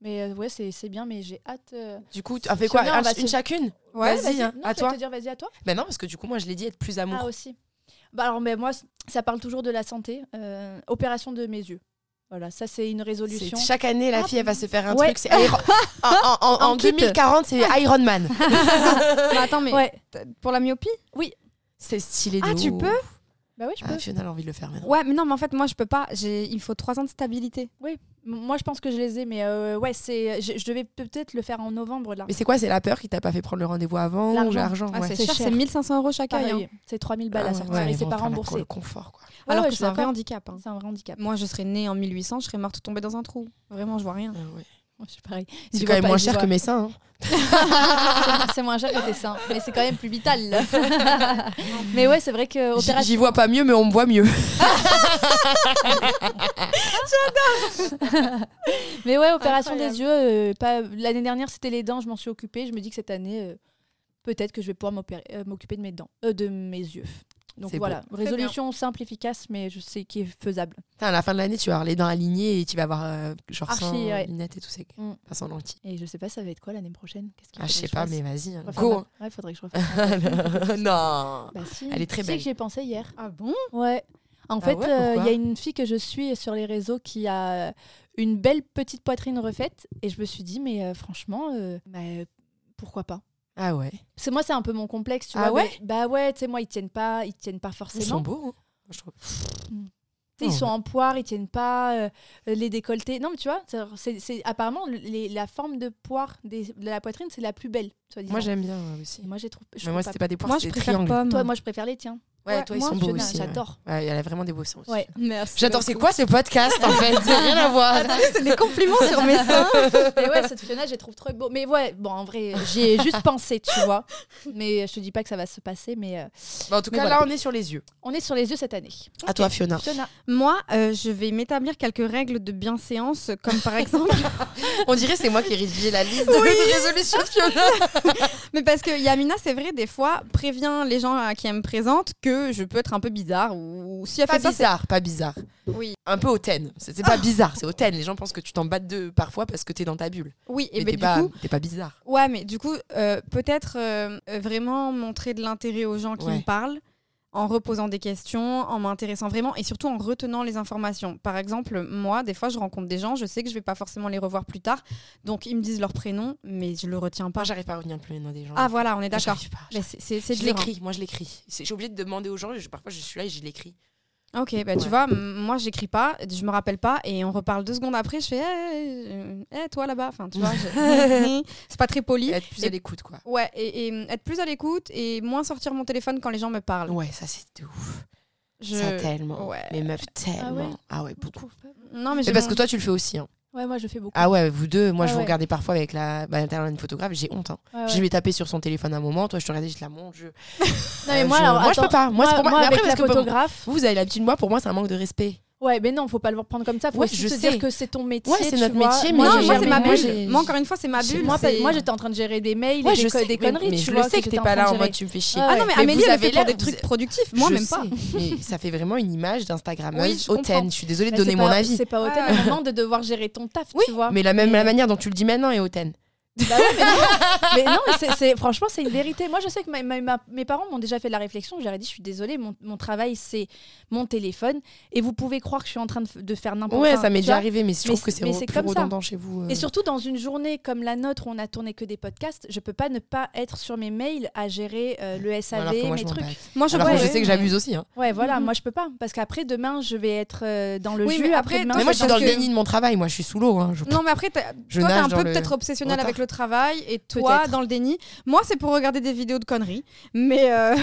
[SPEAKER 2] Mais euh, ouais, c'est c'est bien, mais j'ai hâte. euh,
[SPEAKER 3] Du coup, tu as fait quoi
[SPEAKER 2] Chemin, on
[SPEAKER 3] Un-
[SPEAKER 2] va
[SPEAKER 3] Une
[SPEAKER 2] se-
[SPEAKER 3] chacune
[SPEAKER 4] Ouais,
[SPEAKER 3] Vas-y, hein,
[SPEAKER 2] non,
[SPEAKER 3] à
[SPEAKER 2] j'allais
[SPEAKER 3] toi.
[SPEAKER 2] te dire, vas-y à toi.
[SPEAKER 3] Ben non, parce que du coup, moi, je l'ai dit, être plus amour.
[SPEAKER 2] Ah aussi. Bah alors, mais moi, c- ça parle toujours de la santé. euh, opération de mes yeux. Voilà, ça c'est une
[SPEAKER 3] C'est-
[SPEAKER 2] résolution.
[SPEAKER 3] Chaque année, la
[SPEAKER 2] Ah,
[SPEAKER 3] fille, elle va se faire un
[SPEAKER 2] ouais. Ah.
[SPEAKER 3] truc. c'est
[SPEAKER 2] (laughs)
[SPEAKER 3] Iron- en en- en-
[SPEAKER 1] En
[SPEAKER 3] en
[SPEAKER 1] kit.
[SPEAKER 3] 2040, c'est Iron Man.
[SPEAKER 4] Bah,
[SPEAKER 1] Mais attends, mais
[SPEAKER 2] Ouais.
[SPEAKER 1] t- pour la myopie
[SPEAKER 3] C'est stylé de
[SPEAKER 1] Ah, tu
[SPEAKER 3] ouf.
[SPEAKER 1] peux
[SPEAKER 2] Bah oui, je peux.
[SPEAKER 3] Ah, Fiona, elle a envie de le faire maintenant.
[SPEAKER 1] Ouais, mais non, mais en fait, moi je peux pas. J'ai... Il faut trois ans de stabilité.
[SPEAKER 2] M- Moi, je pense que je les ai, mais euh, ouais, c'est. Je, je devais peut-être le faire en novembre là.
[SPEAKER 3] Mais c'est quoi C'est la peur qui t'a pas fait prendre le rendez-vous avant ou
[SPEAKER 2] L'argent.
[SPEAKER 3] l'argent
[SPEAKER 1] Ah,
[SPEAKER 3] ouais.
[SPEAKER 1] c'est,
[SPEAKER 2] C'est bah,
[SPEAKER 1] cher,
[SPEAKER 2] cher.
[SPEAKER 1] c'est 1500 euros chaque œil.
[SPEAKER 2] Pareil,
[SPEAKER 1] hein.
[SPEAKER 2] c'est 3000
[SPEAKER 3] Ah
[SPEAKER 2] balles à
[SPEAKER 3] ouais,
[SPEAKER 2] sortir
[SPEAKER 3] ouais,
[SPEAKER 2] et
[SPEAKER 3] mais
[SPEAKER 2] c'est
[SPEAKER 3] bon,
[SPEAKER 2] pas
[SPEAKER 3] enfin, la-
[SPEAKER 2] remboursé.
[SPEAKER 3] Le confort, quoi.
[SPEAKER 2] Ouais,
[SPEAKER 1] Alors
[SPEAKER 2] ouais,
[SPEAKER 1] que
[SPEAKER 2] je
[SPEAKER 1] c'est
[SPEAKER 2] suis
[SPEAKER 1] un vrai
[SPEAKER 2] d'accord.
[SPEAKER 1] handicap. hein.
[SPEAKER 2] C'est un vrai handicap.
[SPEAKER 1] Moi je serais née en 1800, je serais morte tombée dans un trou. Vraiment, je vois rien.
[SPEAKER 3] Ah ouais.
[SPEAKER 2] Moi, je suis pareil.
[SPEAKER 3] C'est
[SPEAKER 2] J'y
[SPEAKER 3] quand
[SPEAKER 2] vois
[SPEAKER 3] même
[SPEAKER 2] pas,
[SPEAKER 3] moins
[SPEAKER 2] j'y
[SPEAKER 3] cher
[SPEAKER 2] vois.
[SPEAKER 3] que mes seins. hein.
[SPEAKER 2] C'est- C'est moins cher que tes seins, mais c'est quand même plus
[SPEAKER 3] (laughs)
[SPEAKER 2] vital. (laughs) mais ouais, c'est vrai que
[SPEAKER 3] J'y-
[SPEAKER 2] opération.
[SPEAKER 3] J'y vois pas mieux, mais on me voit mieux.
[SPEAKER 2] Mais ouais, opération
[SPEAKER 4] Incroyable.
[SPEAKER 2] des yeux. euh, pas l'année dernière, c'était les dents. Je m'en suis occupée. Je me dis que cette année, euh, peut-être que je vais pouvoir m'opérer- euh, m'occuper de mes dents, euh, de mes yeux. Donc
[SPEAKER 3] C'est beau.
[SPEAKER 2] voilà, résolution simple, efficace, mais je sais qui est faisable.
[SPEAKER 3] (laughs) Putain, À la fin de l'année, tu vas avoir les dents alignées et tu vas avoir euh, genre
[SPEAKER 2] Archi,
[SPEAKER 3] sans
[SPEAKER 2] ouais.
[SPEAKER 3] lunettes et tout sec.
[SPEAKER 2] Mm.
[SPEAKER 3] Enfin, sans lentilles.
[SPEAKER 2] Et je sais pas, ça va être quoi l'année prochaine Qu'est-ce qu'il
[SPEAKER 3] Ah, je
[SPEAKER 2] faudrait
[SPEAKER 3] sais
[SPEAKER 2] que
[SPEAKER 3] pas,
[SPEAKER 2] fasse
[SPEAKER 3] mais vas-y. hein.
[SPEAKER 2] Refaire
[SPEAKER 3] Go.
[SPEAKER 2] ma- Ouais, faudrait que je refasse. ma-
[SPEAKER 3] (laughs) Non.
[SPEAKER 2] Bah si.
[SPEAKER 3] Elle est très
[SPEAKER 2] Tu sais
[SPEAKER 3] belle.
[SPEAKER 2] que j'ai pensé hier.
[SPEAKER 4] Ah bon
[SPEAKER 2] Ouais. En
[SPEAKER 3] Ah
[SPEAKER 2] fait, euh,
[SPEAKER 3] ouais,
[SPEAKER 2] il y
[SPEAKER 3] pourquoi
[SPEAKER 2] a une fille que je suis sur les réseaux qui a euh, une belle petite poitrine refaite et je me suis dit mais euh, franchement euh, bah, pourquoi pas
[SPEAKER 3] Ah ouais.
[SPEAKER 2] Parce que moi c'est un peu mon complexe, tu
[SPEAKER 3] Ah
[SPEAKER 2] vois.
[SPEAKER 3] ouais
[SPEAKER 2] mais- bah ouais, tu sais moi ils tiennent pas, ils tiennent pas
[SPEAKER 3] Ils sont
[SPEAKER 2] forcément.
[SPEAKER 3] beaux. hein. Je trouve.
[SPEAKER 2] Tu sais, Ils sont en poire, ils tiennent pas euh, les décolletés. Non mais tu vois, c'est- c'est c'est- apparemment le- les- la forme de poire des- de la poitrine c'est la plus belle. soi-disant.
[SPEAKER 3] Moi, j'aime bien ouais, aussi.
[SPEAKER 2] Et moi j'ai trouvé. je
[SPEAKER 3] Mais moi,
[SPEAKER 2] trouve
[SPEAKER 3] c'était
[SPEAKER 2] pas-
[SPEAKER 3] pas des poires,
[SPEAKER 1] Moi je
[SPEAKER 3] c'était des
[SPEAKER 1] préfère
[SPEAKER 3] triangles.
[SPEAKER 1] pomme.
[SPEAKER 2] Toi moi je préfère les tiens.
[SPEAKER 3] Ouais,
[SPEAKER 1] Ouais,
[SPEAKER 3] toi, ils
[SPEAKER 1] moi,
[SPEAKER 3] sont beaux
[SPEAKER 2] Fiona,
[SPEAKER 3] aussi. ouais.
[SPEAKER 2] J'adore.
[SPEAKER 3] Ouais, elle a vraiment des beaux seins aussi.
[SPEAKER 2] Ouais.
[SPEAKER 4] Merci.
[SPEAKER 3] J'adore, c'est quoi ce podcast en
[SPEAKER 2] (laughs)
[SPEAKER 3] fait C'est Rien à voir.
[SPEAKER 4] C'est
[SPEAKER 3] (laughs)
[SPEAKER 4] des compliments sur mes seins.
[SPEAKER 2] Mais ouais, cette Fiona, je la trouve trop beau. Mais ouais, bon, en vrai, j'y ai
[SPEAKER 3] (laughs)
[SPEAKER 2] juste pensé, tu vois. Mais je te dis pas que ça va se passer, mais euh,
[SPEAKER 3] Bah, en tout
[SPEAKER 2] Mais
[SPEAKER 3] cas,
[SPEAKER 2] voilà.
[SPEAKER 3] là, on est sur les yeux.
[SPEAKER 2] on est sur les yeux cette année.
[SPEAKER 3] À
[SPEAKER 2] (laughs)
[SPEAKER 3] toi, Fiona.
[SPEAKER 2] Fiona,
[SPEAKER 4] Moi, euh, je vais m'établir quelques règles de bienséance, comme par
[SPEAKER 2] (laughs)
[SPEAKER 4] exemple.
[SPEAKER 3] On dirait c'est moi qui ai rédigé la liste de, de résolutions de Fiona.
[SPEAKER 4] Mais parce que Yamina, c'est vrai, des fois, prévient les gens à qui elle me présente que je peux être un peu bizarre ou, ou si elle
[SPEAKER 3] Pas
[SPEAKER 4] fait ça, c'est-
[SPEAKER 3] bizarre, pas bizarre.
[SPEAKER 4] Oui,
[SPEAKER 3] Un peu hautaine. C'est c'est pas bizarre, c'est hautaine. Les gens pensent que tu t'en battes de parfois parce que t'es dans ta bulle.
[SPEAKER 4] oui.
[SPEAKER 3] Et
[SPEAKER 4] Et
[SPEAKER 3] mais
[SPEAKER 4] ben,
[SPEAKER 3] t'es
[SPEAKER 4] du
[SPEAKER 3] pas,
[SPEAKER 4] coup,
[SPEAKER 3] t'es pas bizarre.
[SPEAKER 4] ouais, mais du coup, euh, peut-être euh, euh, vraiment montrer de l'intérêt aux gens qui
[SPEAKER 3] Ouais.
[SPEAKER 4] me parlent en reposant des questions, en m'intéressant vraiment et surtout en retenant les informations. Par exemple, moi, des fois, je rencontre des gens, je sais que je vais pas forcément les revoir plus tard, donc ils me disent leur prénom, mais je le retiens
[SPEAKER 3] Moi,
[SPEAKER 4] pas.
[SPEAKER 3] j'arrive pas à revenir le prénom des gens.
[SPEAKER 4] Ah voilà, on est
[SPEAKER 3] Moi,
[SPEAKER 4] d'accord.
[SPEAKER 3] j'arrive pas.
[SPEAKER 4] Mais c'est- C'est c'est
[SPEAKER 3] Je
[SPEAKER 4] dur, hein.
[SPEAKER 3] l'écris, moi je l'écris. C'est- J'ai obligé de demander aux gens, je- parfois je suis là et je l'écris.
[SPEAKER 4] Ok, bah,
[SPEAKER 3] Ouais.
[SPEAKER 4] tu vois, m- moi j'écris pas, je me rappelle pas, et on reparle deux secondes après, je fais Eh, euh, eh,
[SPEAKER 1] Eh, toi là-bas. Enfin, tu vois,
[SPEAKER 3] (laughs)
[SPEAKER 1] je- c'est pas très poli.
[SPEAKER 3] Être plus
[SPEAKER 1] Et-
[SPEAKER 3] à l'écoute, quoi.
[SPEAKER 1] Ouais, et, et être plus à l'écoute et moins sortir mon téléphone quand les gens me parlent.
[SPEAKER 3] Ouais, ça c'est de ouf.
[SPEAKER 1] Je-
[SPEAKER 3] Ça tellement.
[SPEAKER 1] ouais.
[SPEAKER 3] Mais meuf, tellement. Ah ouais, beaucoup.
[SPEAKER 1] Non, mais
[SPEAKER 3] Et
[SPEAKER 1] j'ai
[SPEAKER 3] parce
[SPEAKER 1] mon-
[SPEAKER 3] que toi, tu le fais aussi. hein.
[SPEAKER 2] Ouais, moi je fais beaucoup.
[SPEAKER 3] Ah ouais, vous deux, moi
[SPEAKER 2] Ah
[SPEAKER 3] je vous
[SPEAKER 2] ouais.
[SPEAKER 3] regardais parfois avec la bah, Nathalie, une photographe, j'ai honte. Hein.
[SPEAKER 2] Ouais, ouais.
[SPEAKER 3] Je lui ai tapé sur son téléphone un moment, toi je te regardais, je te la montre. Je...
[SPEAKER 2] Non, mais
[SPEAKER 3] Euh,
[SPEAKER 2] moi,
[SPEAKER 3] je...
[SPEAKER 2] alors,
[SPEAKER 3] moi je peux
[SPEAKER 2] attends,
[SPEAKER 3] pas. Moi, c'est pour moi. Mais
[SPEAKER 2] avec la
[SPEAKER 3] après, parce que pour-
[SPEAKER 2] photographe.
[SPEAKER 3] vous, vous avez l'habitude, moi pour moi c'est un manque de respect.
[SPEAKER 2] Ouais, mais non, faut pas le prendre comme ça. Faut
[SPEAKER 3] Ouais,
[SPEAKER 2] aussi
[SPEAKER 3] je
[SPEAKER 2] se
[SPEAKER 3] sais.
[SPEAKER 2] dire que c'est ton métier.
[SPEAKER 3] Ouais, c'est
[SPEAKER 2] tu
[SPEAKER 3] notre
[SPEAKER 2] vois.
[SPEAKER 3] métier, mais
[SPEAKER 1] Moi,
[SPEAKER 3] j'ai
[SPEAKER 1] moi, c'est ma
[SPEAKER 3] jamais-
[SPEAKER 1] bulle.
[SPEAKER 3] moi, j'ai-
[SPEAKER 1] moi, encore une fois, c'est ma
[SPEAKER 3] j'ai-
[SPEAKER 1] bulle.
[SPEAKER 2] Moi, pas-
[SPEAKER 1] c'est-
[SPEAKER 2] moi, j'étais en train de gérer des mails,
[SPEAKER 3] Ouais,
[SPEAKER 2] et
[SPEAKER 3] je
[SPEAKER 2] des, co-
[SPEAKER 3] sais,
[SPEAKER 2] des
[SPEAKER 3] mais-
[SPEAKER 2] conneries.
[SPEAKER 3] mais
[SPEAKER 2] tu
[SPEAKER 3] je
[SPEAKER 2] vois,
[SPEAKER 3] le sais que
[SPEAKER 2] j'étais
[SPEAKER 3] t'es
[SPEAKER 2] en
[SPEAKER 3] pas
[SPEAKER 2] train de
[SPEAKER 3] là en mode
[SPEAKER 2] gérer.
[SPEAKER 3] tu me fais chier.
[SPEAKER 2] Ouais.
[SPEAKER 1] Ah non, mais
[SPEAKER 3] Mais
[SPEAKER 1] Amélie,
[SPEAKER 3] vous
[SPEAKER 1] elle le fait
[SPEAKER 3] avez
[SPEAKER 1] pour
[SPEAKER 3] l'air-
[SPEAKER 1] des
[SPEAKER 3] vous-
[SPEAKER 1] trucs productifs. Moi,
[SPEAKER 3] Je
[SPEAKER 1] même pas.
[SPEAKER 3] sais, Mais ça fait vraiment une image d'Instagrammeuse
[SPEAKER 1] Oui, je
[SPEAKER 3] hautaine.
[SPEAKER 1] comprends.
[SPEAKER 3] Je suis désolée de
[SPEAKER 2] Mais
[SPEAKER 3] donner
[SPEAKER 2] c'est
[SPEAKER 3] mon
[SPEAKER 2] pas-
[SPEAKER 3] avis.
[SPEAKER 2] C'est pas autant
[SPEAKER 1] Ah.
[SPEAKER 2] moment de devoir gérer ton taf,
[SPEAKER 3] Oui,
[SPEAKER 2] tu vois.
[SPEAKER 3] mais la même
[SPEAKER 2] Mais-
[SPEAKER 3] la manière dont tu le dis maintenant est hautaine.
[SPEAKER 2] Bah ouais, mais non, mais non, mais c'est- c'est- franchement, c'est une vérité. Moi, je sais que ma- ma- ma- mes parents m'ont déjà fait la réflexion. J'aurais dit, je suis désolée, mon, mon travail, c'est mon téléphone. Et vous pouvez croire que je suis en train de, f- de faire n'importe quoi.
[SPEAKER 3] Ouais, ça m'est
[SPEAKER 2] tu
[SPEAKER 3] déjà
[SPEAKER 2] vois.
[SPEAKER 3] arrivé, mais je
[SPEAKER 2] Mais
[SPEAKER 3] trouve que
[SPEAKER 2] c'est-
[SPEAKER 3] c'est
[SPEAKER 2] mais
[SPEAKER 3] re-
[SPEAKER 2] c'est
[SPEAKER 3] plus
[SPEAKER 2] comme ça.
[SPEAKER 3] redondant chez vous. euh.
[SPEAKER 2] Et surtout, dans une journée comme la nôtre, où on a tourné que des podcasts, je peux pas ne pas être sur mes mails à gérer euh, le
[SPEAKER 3] Alors que
[SPEAKER 2] SAV,
[SPEAKER 3] moi, je
[SPEAKER 2] mes
[SPEAKER 3] m'en
[SPEAKER 2] trucs.
[SPEAKER 3] bats.
[SPEAKER 1] Moi, je
[SPEAKER 3] Alors que
[SPEAKER 1] pourrais.
[SPEAKER 3] je sais que j'abuse aussi. hein.
[SPEAKER 2] Ouais, voilà,
[SPEAKER 1] Mhm.
[SPEAKER 2] moi, je peux pas. Parce qu'après, demain, je vais être euh, dans le
[SPEAKER 1] Oui,
[SPEAKER 2] jus.
[SPEAKER 1] mais après,
[SPEAKER 2] après-demain,
[SPEAKER 1] toi,
[SPEAKER 3] Mais moi,
[SPEAKER 1] c'est
[SPEAKER 3] je suis dans
[SPEAKER 1] parce
[SPEAKER 3] le
[SPEAKER 1] que-
[SPEAKER 3] déni de mon travail. Moi, je suis sous l'eau. hein. Je-
[SPEAKER 1] Non, mais après, t'as-
[SPEAKER 3] Je
[SPEAKER 1] toi, t'es
[SPEAKER 3] nage
[SPEAKER 1] un
[SPEAKER 3] dans
[SPEAKER 1] peu
[SPEAKER 3] le
[SPEAKER 1] peut-être obsessionnel
[SPEAKER 3] retard.
[SPEAKER 1] avec le travail et toi,
[SPEAKER 2] Peut-être.
[SPEAKER 1] dans le déni. Moi, c'est pour regarder des vidéos de conneries. Mais, euh,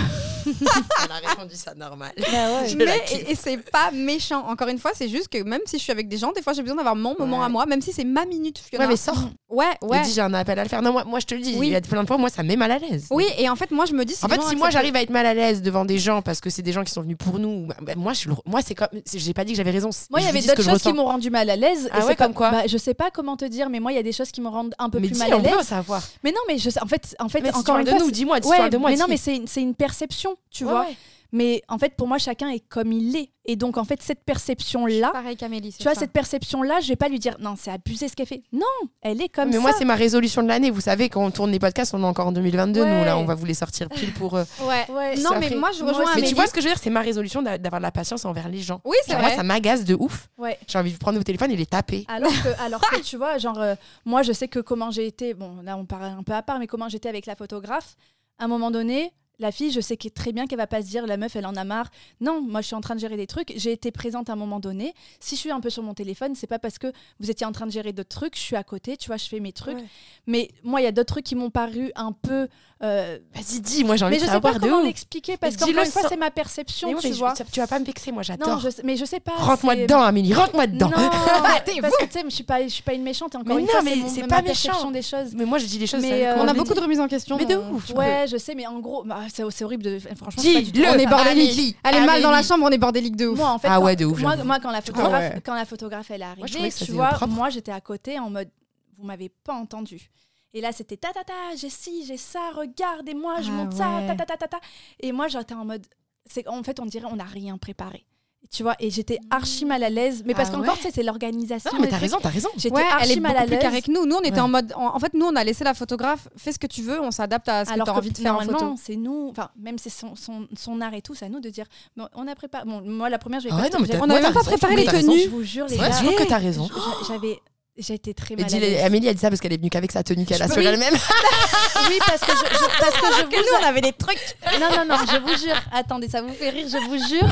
[SPEAKER 3] Elle a répondu ça normal.
[SPEAKER 2] Bah ouais.
[SPEAKER 3] (laughs) Je la
[SPEAKER 1] mais
[SPEAKER 3] kiffe.
[SPEAKER 1] et, et c'est pas méchant. Encore une fois, c'est juste que même si je suis avec des gens, des fois, j'ai besoin d'avoir mon moment
[SPEAKER 3] Ouais.
[SPEAKER 1] à moi, même si c'est ma minute, Fiona.
[SPEAKER 3] Ouais, mais sors.
[SPEAKER 1] ouais,
[SPEAKER 3] Ouais.
[SPEAKER 1] ouais.
[SPEAKER 3] Dis, j'ai un appel à le faire. Non, moi, moi, je te le dis.
[SPEAKER 1] Oui.
[SPEAKER 3] Il y a plein de fois, moi, ça me met mal à l'aise.
[SPEAKER 1] Oui, et en fait, moi, je me dis.
[SPEAKER 3] En
[SPEAKER 1] les
[SPEAKER 3] fait,
[SPEAKER 1] gens
[SPEAKER 3] si moi
[SPEAKER 1] acceptent-
[SPEAKER 3] j'arrive à être mal à l'aise devant des gens parce que c'est des gens qui sont venus pour nous, bah, bah, moi, je, le- moi c'est comme, c'est- j'ai pas dit que j'avais raison. c'est-
[SPEAKER 2] Moi, il y
[SPEAKER 3] je vous
[SPEAKER 2] avait
[SPEAKER 3] dis ce
[SPEAKER 2] d'autres
[SPEAKER 3] que je
[SPEAKER 2] choses qui
[SPEAKER 3] ressens.
[SPEAKER 2] m'ont rendu mal à l'aise. et
[SPEAKER 3] Ah
[SPEAKER 2] c'est
[SPEAKER 3] ouais,
[SPEAKER 2] pas-
[SPEAKER 3] comme quoi
[SPEAKER 2] bah, Je sais pas comment te dire, mais moi, il y a des choses qui me rendent un peu
[SPEAKER 3] Mais
[SPEAKER 2] plus
[SPEAKER 3] dis,
[SPEAKER 2] mal à
[SPEAKER 3] on
[SPEAKER 2] l'aise.
[SPEAKER 3] veut savoir.
[SPEAKER 2] Mais non, mais je sais- en fait, en fait
[SPEAKER 3] Mais si tu
[SPEAKER 2] encore
[SPEAKER 3] parles
[SPEAKER 2] une
[SPEAKER 3] de
[SPEAKER 2] fois,
[SPEAKER 3] nous,
[SPEAKER 2] c'est-
[SPEAKER 3] dis-moi, dis
[SPEAKER 2] Ouais,
[SPEAKER 3] parles de moi.
[SPEAKER 2] mais non,
[SPEAKER 3] dis.
[SPEAKER 2] mais c'est une, c'est une perception, tu
[SPEAKER 3] Ouais,
[SPEAKER 2] vois.
[SPEAKER 3] ouais.
[SPEAKER 2] Mais en fait, pour moi, chacun est comme il est. Et donc, en fait, cette perception-là,
[SPEAKER 1] Pareil qu'Amélie. c'est
[SPEAKER 2] tu vois,
[SPEAKER 1] ça.
[SPEAKER 2] cette perception-là, je vais pas lui dire non, c'est abusé ce qu'elle fait. Non, elle est comme
[SPEAKER 3] mais
[SPEAKER 2] ça.
[SPEAKER 3] moi, c'est ma résolution de l'année. Vous savez, quand on tourne les podcasts, on est encore en 2022. Nous, là,
[SPEAKER 2] Ouais.
[SPEAKER 3] on va vous les sortir pile pour. euh,
[SPEAKER 1] Ouais.
[SPEAKER 2] Ouais.
[SPEAKER 1] Non,
[SPEAKER 3] Ça
[SPEAKER 1] mais
[SPEAKER 3] fait-
[SPEAKER 1] moi, je
[SPEAKER 2] Moi
[SPEAKER 1] rejoins
[SPEAKER 2] aussi.
[SPEAKER 3] Mais
[SPEAKER 1] Amélie.
[SPEAKER 3] tu vois ce que je veux dire C'est ma résolution d'a- d'avoir de la patience envers les gens.
[SPEAKER 1] Oui, c'est
[SPEAKER 3] Genre, moi,
[SPEAKER 1] vrai.
[SPEAKER 3] ça m'agace de ouf.
[SPEAKER 2] Ouais.
[SPEAKER 3] J'ai envie de prendre au téléphone et les taper.
[SPEAKER 2] Alors que,
[SPEAKER 3] (laughs)
[SPEAKER 2] alors que tu vois, genre, euh, moi, je sais que comment j'ai été, bon, là, on parle un peu à part, mais comment j'étais avec la photographe, à un moment donné, la fille, je sais que très bien qu'elle va pas se dire, la meuf, elle en a marre. Non, moi, je suis en train de gérer des trucs. J'ai été présente à un moment donné. Si je suis un peu sur mon téléphone, c'est pas parce que vous étiez en train de gérer d'autres trucs. Je suis à côté, tu vois, je fais mes trucs.
[SPEAKER 3] Ouais.
[SPEAKER 2] Mais moi, il y a d'autres trucs qui m'ont paru un peu. euh,
[SPEAKER 3] Vas-y, dis, moi, j'ai envie
[SPEAKER 2] mais
[SPEAKER 3] de
[SPEAKER 2] je sais
[SPEAKER 3] savoir
[SPEAKER 2] pas
[SPEAKER 3] de
[SPEAKER 2] comment
[SPEAKER 3] ouf.
[SPEAKER 2] l'expliquer parce
[SPEAKER 3] Mais
[SPEAKER 2] qu'encore
[SPEAKER 3] dis-le
[SPEAKER 2] une fois,
[SPEAKER 3] sans-
[SPEAKER 2] c'est ma
[SPEAKER 3] Mais
[SPEAKER 2] perception,
[SPEAKER 3] ouais,
[SPEAKER 2] tu
[SPEAKER 3] mais je-
[SPEAKER 2] vois.
[SPEAKER 3] tu vas pas me vexer, moi,
[SPEAKER 2] Non,
[SPEAKER 3] j'adore.
[SPEAKER 2] je sais- mais je sais pas.
[SPEAKER 3] Rentre-moi
[SPEAKER 2] c'est-
[SPEAKER 3] dedans, Amélie, rentre-moi dedans.
[SPEAKER 2] non,
[SPEAKER 3] (laughs)
[SPEAKER 2] parce que tu sais, je suis pas, je suis pas une méchante. Encore
[SPEAKER 3] Bah, Mais
[SPEAKER 2] une
[SPEAKER 3] non,
[SPEAKER 2] fois,
[SPEAKER 3] mais
[SPEAKER 2] c'est mon-
[SPEAKER 3] c'est
[SPEAKER 2] ma
[SPEAKER 3] pas méchant.
[SPEAKER 2] perception des choses.
[SPEAKER 3] Mais moi, je dis les choses.
[SPEAKER 2] Mais,
[SPEAKER 3] ça,
[SPEAKER 2] euh,
[SPEAKER 3] comment
[SPEAKER 1] On
[SPEAKER 2] je
[SPEAKER 1] a
[SPEAKER 2] le
[SPEAKER 1] beaucoup
[SPEAKER 2] dis.
[SPEAKER 1] de remises en question. Euh,
[SPEAKER 3] Mais de
[SPEAKER 1] on-
[SPEAKER 3] ouf.
[SPEAKER 2] Ouais, je sais, mais en gros, bah, c'est c'est horrible. De... Franchement, c'est pas du tout-
[SPEAKER 3] Dis-le.
[SPEAKER 1] On est bordélique.
[SPEAKER 3] Amélie.
[SPEAKER 1] Elle est mal dans la
[SPEAKER 3] Amélie.
[SPEAKER 1] chambre, on est bordélique de ouf.
[SPEAKER 2] Ah, Moi, en fait,
[SPEAKER 3] Ah
[SPEAKER 2] quand-
[SPEAKER 3] ouais, de ouf,
[SPEAKER 2] moi,
[SPEAKER 3] j'avoue. Ah
[SPEAKER 2] moi, quand la photographe,
[SPEAKER 3] ouais.
[SPEAKER 2] quand la photographe elle est
[SPEAKER 3] je
[SPEAKER 2] arrivée,
[SPEAKER 3] trouvais que ça
[SPEAKER 2] tu
[SPEAKER 3] faisait
[SPEAKER 2] vois,
[SPEAKER 3] propre.
[SPEAKER 2] moi j'étais à côté en mode, vous m'avez pas entendu. Et là, c'était ta ta ta, j'ai ci, j'ai ça, regardez-moi, je
[SPEAKER 1] Ah
[SPEAKER 2] monte ça,
[SPEAKER 1] ouais.
[SPEAKER 2] ta ta ta ta ta. Et moi, j'étais en mode, c'est en fait, on dirait, on n'a rien préparé. Tu vois, et j'étais archi mal à l'aise, mais parce
[SPEAKER 3] Ah
[SPEAKER 2] qu'encore,
[SPEAKER 3] ouais.
[SPEAKER 2] tu sais, c'est l'organisation.
[SPEAKER 3] Non, mais
[SPEAKER 2] des
[SPEAKER 3] t'as
[SPEAKER 2] trucs.
[SPEAKER 3] raison, t'as raison.
[SPEAKER 2] J'étais
[SPEAKER 1] Ouais, elle
[SPEAKER 2] archi
[SPEAKER 1] est
[SPEAKER 2] mal à
[SPEAKER 1] beaucoup plus carrée
[SPEAKER 2] l'aise.
[SPEAKER 1] que nous. Nous, on était
[SPEAKER 3] Ouais.
[SPEAKER 1] en mode. En, en fait, nous, on a laissé la photographe. Fais ce que tu veux, on s'adapte à ce que
[SPEAKER 2] Alors
[SPEAKER 1] tu as envie de faire en photo.
[SPEAKER 2] normalement, c'est nous, enfin, même c'est son, son, son art et tout, c'est à nous de dire, bon, on a préparé. Bon, moi, la première, je vais
[SPEAKER 3] Ah ouais,
[SPEAKER 2] pas
[SPEAKER 3] non, mais
[SPEAKER 2] j'avais-
[SPEAKER 3] t'as-
[SPEAKER 1] On
[SPEAKER 3] moi,
[SPEAKER 1] n'avait même
[SPEAKER 3] t'as
[SPEAKER 1] pas
[SPEAKER 3] raison,
[SPEAKER 1] préparé
[SPEAKER 3] je
[SPEAKER 1] les
[SPEAKER 3] trouve que t'as
[SPEAKER 2] Je
[SPEAKER 1] tenues.
[SPEAKER 2] vous jure, les
[SPEAKER 3] C'est vrai,
[SPEAKER 2] gars.
[SPEAKER 3] je trouve que t'as raison.
[SPEAKER 2] je- J'avais. J'ai été très
[SPEAKER 3] Mais
[SPEAKER 2] mal
[SPEAKER 3] dis,
[SPEAKER 2] à l'aise.
[SPEAKER 3] Amélie, elle dit ça parce qu'elle est venue qu'avec sa tenue qu'elle a
[SPEAKER 2] Je
[SPEAKER 3] sur
[SPEAKER 2] peux-
[SPEAKER 3] elle-même.
[SPEAKER 2] Oui, parce que je, je- parce que je vous.
[SPEAKER 1] nous, on avait des trucs.
[SPEAKER 2] Non, non, non, je vous jure. Attendez, ça vous fait rire, je vous jure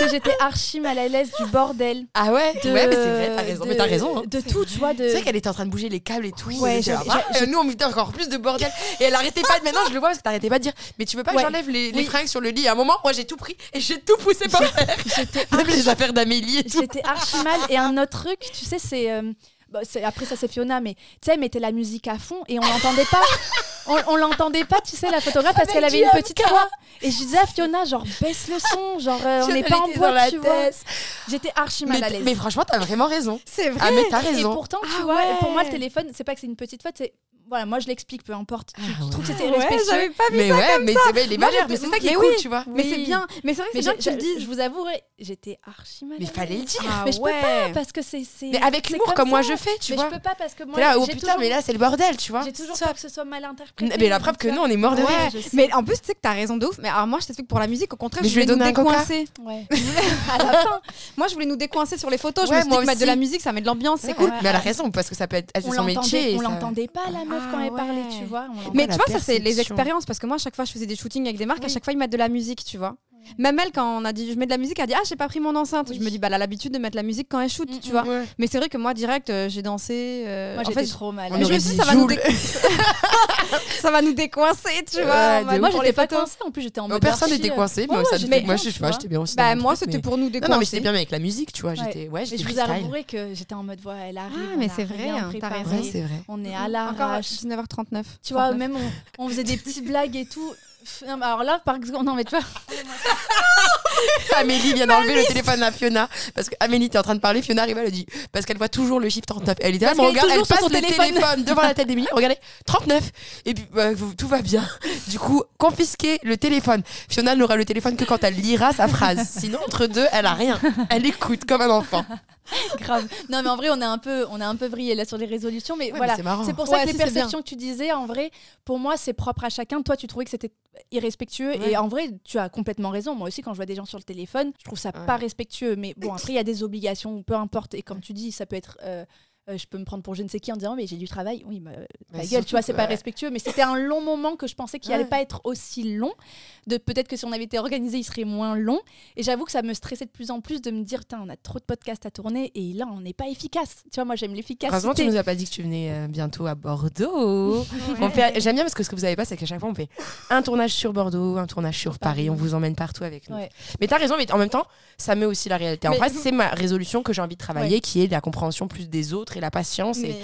[SPEAKER 2] que j'étais archi mal à l'aise du bordel.
[SPEAKER 3] Ah ouais
[SPEAKER 2] de-
[SPEAKER 3] Ouais, mais c'est vrai, t'as raison.
[SPEAKER 2] de-
[SPEAKER 3] Mais t'as raison. hein.
[SPEAKER 2] De tout, tu vois. De...
[SPEAKER 3] Tu sais qu'elle était en train de bouger les câbles et tout.
[SPEAKER 2] Ouais,
[SPEAKER 3] et j'étais là,
[SPEAKER 2] j'avais-
[SPEAKER 3] Ah, Nous, on mettait encore plus de bordel. Et elle arrêtait pas de. Maintenant, je le vois parce que t'arrêtais pas de dire. Mais tu veux pas que
[SPEAKER 2] Ouais.
[SPEAKER 3] j'enlève les, les
[SPEAKER 2] Oui.
[SPEAKER 3] fringues sur le lit À un moment, moi, j'ai tout pris et j'ai tout poussé par terre. (laughs) Même les affaires d'Amélie et tout.
[SPEAKER 2] J'étais archi mal. Et un autre truc, tu sais, c'est. euh, bah, c'est- après, ça, c'est Fiona, mais tu sais, elle mettait la musique à fond et on l'entendait pas. On, on l'entendait pas, tu sais, la photographe,
[SPEAKER 1] Ah,
[SPEAKER 2] parce qu'elle avait une petite voix. Et je disais à Fiona, genre, baisse le son, genre, euh, on n'est pas en
[SPEAKER 3] était dans
[SPEAKER 2] boîte,
[SPEAKER 3] la
[SPEAKER 2] tu vois.
[SPEAKER 3] tête.
[SPEAKER 2] J'étais archi mal à
[SPEAKER 3] Mais,
[SPEAKER 2] l'aise.
[SPEAKER 3] mais franchement, t'as vraiment raison.
[SPEAKER 1] C'est vrai.
[SPEAKER 3] Ah, mais t'as
[SPEAKER 2] Et
[SPEAKER 3] raison.
[SPEAKER 2] pourtant, tu
[SPEAKER 1] Ah
[SPEAKER 2] vois,
[SPEAKER 1] ouais.
[SPEAKER 2] pour moi, le téléphone, c'est pas que c'est une petite faute, c'est. Voilà, moi je l'explique, peu importe. Tu,
[SPEAKER 3] Ah
[SPEAKER 2] tu
[SPEAKER 3] ouais.
[SPEAKER 2] trouves que c'était
[SPEAKER 1] Ouais,
[SPEAKER 2] respectueux
[SPEAKER 1] j'avais pas vu.
[SPEAKER 3] Mais ouais, mais c'est mais il est
[SPEAKER 1] Moi,
[SPEAKER 3] majeur,
[SPEAKER 1] j'étais-
[SPEAKER 3] mais c'est ça qui est
[SPEAKER 1] mais
[SPEAKER 3] cool,
[SPEAKER 1] oui.
[SPEAKER 3] tu vois.
[SPEAKER 1] Mais
[SPEAKER 2] Oui.
[SPEAKER 1] c'est bien. Mais c'est vrai que
[SPEAKER 2] Mais
[SPEAKER 1] c'est bien que tu
[SPEAKER 2] je,
[SPEAKER 1] le
[SPEAKER 2] je- je
[SPEAKER 1] dises.
[SPEAKER 2] vous avouerai, j'étais archi mal.
[SPEAKER 3] Mais
[SPEAKER 2] à
[SPEAKER 3] fallait le
[SPEAKER 2] l'aise.
[SPEAKER 3] dire.
[SPEAKER 1] Ah
[SPEAKER 2] Mais je peux
[SPEAKER 1] ouais.
[SPEAKER 2] pas parce que c'est. c'est-
[SPEAKER 3] Mais avec
[SPEAKER 2] c'est
[SPEAKER 3] l'humour,
[SPEAKER 2] comme
[SPEAKER 3] comme moi
[SPEAKER 2] ça.
[SPEAKER 3] je fais, tu
[SPEAKER 2] mais
[SPEAKER 3] vois.
[SPEAKER 2] je peux pas parce que moi.
[SPEAKER 3] T'es là, oh
[SPEAKER 2] j'ai
[SPEAKER 3] putain,
[SPEAKER 2] toujours-
[SPEAKER 3] mais là, c'est le bordel, tu vois.
[SPEAKER 2] J'ai toujours peur que ce soit mal interprété.
[SPEAKER 3] Hein Mais la preuve
[SPEAKER 2] tu
[SPEAKER 3] que nous,
[SPEAKER 2] vois.
[SPEAKER 3] on est mort de rire.
[SPEAKER 2] Ouais, je sais.
[SPEAKER 1] Mais en plus, tu sais que t'as raison de ouf. Mais alors, moi, je t'explique pour la musique. Au contraire,
[SPEAKER 3] Mais
[SPEAKER 1] je
[SPEAKER 3] je lui ai
[SPEAKER 1] voulais nous
[SPEAKER 3] donné un coca.
[SPEAKER 1] décoincer.
[SPEAKER 2] Ouais. (laughs) à la fin,
[SPEAKER 1] Moi, je voulais nous décoincer sur les photos. Je
[SPEAKER 3] Ouais,
[SPEAKER 1] me suis dit
[SPEAKER 3] moi
[SPEAKER 1] que mettre de
[SPEAKER 3] aussi.
[SPEAKER 1] la musique, ça met de l'ambiance. C'est
[SPEAKER 2] Ouais.
[SPEAKER 1] cool.
[SPEAKER 3] Mais elle a raison, parce que ça peut être. Elle fait
[SPEAKER 2] on
[SPEAKER 3] son métier.
[SPEAKER 2] l'entendait,
[SPEAKER 3] et
[SPEAKER 2] on
[SPEAKER 3] ça-
[SPEAKER 2] l'entendait pas la meuf quand
[SPEAKER 1] Ah
[SPEAKER 2] elle parlait,
[SPEAKER 1] ouais.
[SPEAKER 2] tu vois. on l'entendait
[SPEAKER 1] Mais
[SPEAKER 3] la
[SPEAKER 1] tu vois, ça, c'est les
[SPEAKER 3] perception.
[SPEAKER 1] expériences. Parce que moi, à chaque fois, je faisais des shootings avec des marques. À
[SPEAKER 2] Oui.
[SPEAKER 1] chaque fois, ils mettent de la musique, tu vois.
[SPEAKER 2] pas.
[SPEAKER 1] Même elle, quand on a dit je mets de la musique, elle dit ah j'ai pas pris mon enceinte.
[SPEAKER 2] Oui.
[SPEAKER 1] Je me dis bah elle a l'habitude de mettre la musique quand elle shoot,
[SPEAKER 2] Mm,
[SPEAKER 1] tu
[SPEAKER 2] mm.
[SPEAKER 1] vois.
[SPEAKER 3] Ouais.
[SPEAKER 1] Mais c'est vrai que moi direct euh, j'ai dansé. euh,
[SPEAKER 2] Moi,
[SPEAKER 1] en
[SPEAKER 2] j'étais
[SPEAKER 1] fait,
[SPEAKER 2] trop mal.
[SPEAKER 1] mais je me suis dit, ça va, nous dé- (laughs) ça va nous décoincer, tu
[SPEAKER 3] Ouais,
[SPEAKER 1] vois.
[SPEAKER 3] de
[SPEAKER 1] Bah,
[SPEAKER 2] moi,
[SPEAKER 3] ouf.
[SPEAKER 1] pour
[SPEAKER 2] j'étais
[SPEAKER 1] les
[SPEAKER 2] pas
[SPEAKER 1] photos.
[SPEAKER 2] coincée. En plus, j'étais en
[SPEAKER 3] Oh,
[SPEAKER 2] mode.
[SPEAKER 3] personne
[SPEAKER 2] archi,
[SPEAKER 3] n'était
[SPEAKER 2] euh,
[SPEAKER 3] coincé.
[SPEAKER 2] ouais,
[SPEAKER 3] Moi, ça
[SPEAKER 2] ouais,
[SPEAKER 3] me
[SPEAKER 2] j'étais
[SPEAKER 3] fait- moi,
[SPEAKER 2] bien,
[SPEAKER 3] je-
[SPEAKER 2] tu
[SPEAKER 3] moi,
[SPEAKER 2] vois.
[SPEAKER 3] j'étais bien aussi. dans
[SPEAKER 1] Bah
[SPEAKER 3] mon
[SPEAKER 1] moi
[SPEAKER 3] truc,
[SPEAKER 1] c'était
[SPEAKER 3] mais-
[SPEAKER 1] pour nous
[SPEAKER 3] Non, non, mais j'étais
[SPEAKER 1] décoincer.
[SPEAKER 3] bien avec la musique, tu vois.
[SPEAKER 2] Ouais.
[SPEAKER 3] J'étais, ouais,
[SPEAKER 2] Mais
[SPEAKER 3] j'étais
[SPEAKER 2] je vous
[SPEAKER 3] freestyle.
[SPEAKER 2] avouerai que j'étais en mode, ouais, elle arrive.
[SPEAKER 1] Ah,
[SPEAKER 2] on
[SPEAKER 1] mais
[SPEAKER 2] a
[SPEAKER 1] c'est vrai,
[SPEAKER 2] rien
[SPEAKER 1] hein, t'as
[SPEAKER 2] préparé,
[SPEAKER 1] raison.
[SPEAKER 3] Ouais, c'est vrai. (laughs)
[SPEAKER 2] On est
[SPEAKER 1] Mm,
[SPEAKER 2] à
[SPEAKER 1] Encore à
[SPEAKER 2] l'arrache.
[SPEAKER 1] 19h39.
[SPEAKER 2] Tu vois,
[SPEAKER 1] 39.
[SPEAKER 2] même on, on faisait des petites blagues et tout. Pff, non, mais Alors là, par exemple, non mais tu vois,
[SPEAKER 3] Amélie vient d'enlever le téléphone à Fiona parce que Amélie était en train de parler. Fiona arrive, elle le dit parce qu'elle voit toujours le chiffre 39. Elle est là,
[SPEAKER 2] Parce
[SPEAKER 3] mais
[SPEAKER 2] qu'elle est
[SPEAKER 3] regarde, elle
[SPEAKER 2] toujours sur
[SPEAKER 3] passe
[SPEAKER 2] son
[SPEAKER 3] le téléphone.
[SPEAKER 2] téléphone. (laughs)
[SPEAKER 3] devant la tête d'Amélie. Regardez, 39. Et puis bah, vous- tout va bien. Du coup, confisquez le téléphone. Fiona n'aura le téléphone que quand elle lira sa phrase. Sinon, entre deux, elle a rien. Elle écoute comme un enfant.
[SPEAKER 2] grave. Non mais en vrai, on a un peu, on a un peu vrillé là sur les résolutions, mais
[SPEAKER 3] Ouais, mais
[SPEAKER 2] voilà.
[SPEAKER 3] c'est marrant.
[SPEAKER 2] C'est pour ça
[SPEAKER 5] Ouais,
[SPEAKER 2] que les
[SPEAKER 5] si, c'est
[SPEAKER 2] perceptions que tu disais, en vrai, pour moi, c'est propre à chacun. Toi, tu trouvais que c'était irrespectueux.
[SPEAKER 3] Ouais.
[SPEAKER 2] Et en vrai, tu as complètement raison. Moi aussi, quand je vois des gens sur le téléphone, je trouve ça
[SPEAKER 3] Ouais.
[SPEAKER 2] pas respectueux. Mais bon, après, il y a des obligations, ou peu importe. Et comme tu dis, ça peut être. euh, euh, je peux me prendre pour je ne sais qui en disant mais j'ai du travail oui bah, ta
[SPEAKER 3] Mais
[SPEAKER 2] gueule tu vois c'est
[SPEAKER 3] surtout,
[SPEAKER 2] pas
[SPEAKER 3] ouais.
[SPEAKER 2] respectueux mais c'était un long moment que je pensais qu'il
[SPEAKER 3] Ouais.
[SPEAKER 2] allait pas être aussi long de peut-être que si on avait été organisé il serait moins long et j'avoue que ça me stressait de plus en plus de me dire Tain, on a trop de podcasts à tourner et là on n'est pas efficace tu vois moi j'aime
[SPEAKER 3] Heureusement,
[SPEAKER 2] l'efficacité
[SPEAKER 3] tu nous as pas dit que tu venais euh, bientôt à Bordeaux. On fait- J'aime bien parce que ce que vous savez pas, c'est qu'à chaque fois, on fait un tournage sur Bordeaux, un tournage sur Paris.
[SPEAKER 2] Paris.
[SPEAKER 3] On vous emmène partout avec nous.
[SPEAKER 2] Ouais.
[SPEAKER 3] Mais t'as raison, mais en même temps, ça met aussi la réalité. En
[SPEAKER 2] Mais-
[SPEAKER 3] vrai, c'est ma résolution que j'ai envie de travailler, qui est la compréhension plus des autres et la patience.
[SPEAKER 1] Mais-
[SPEAKER 3] Et,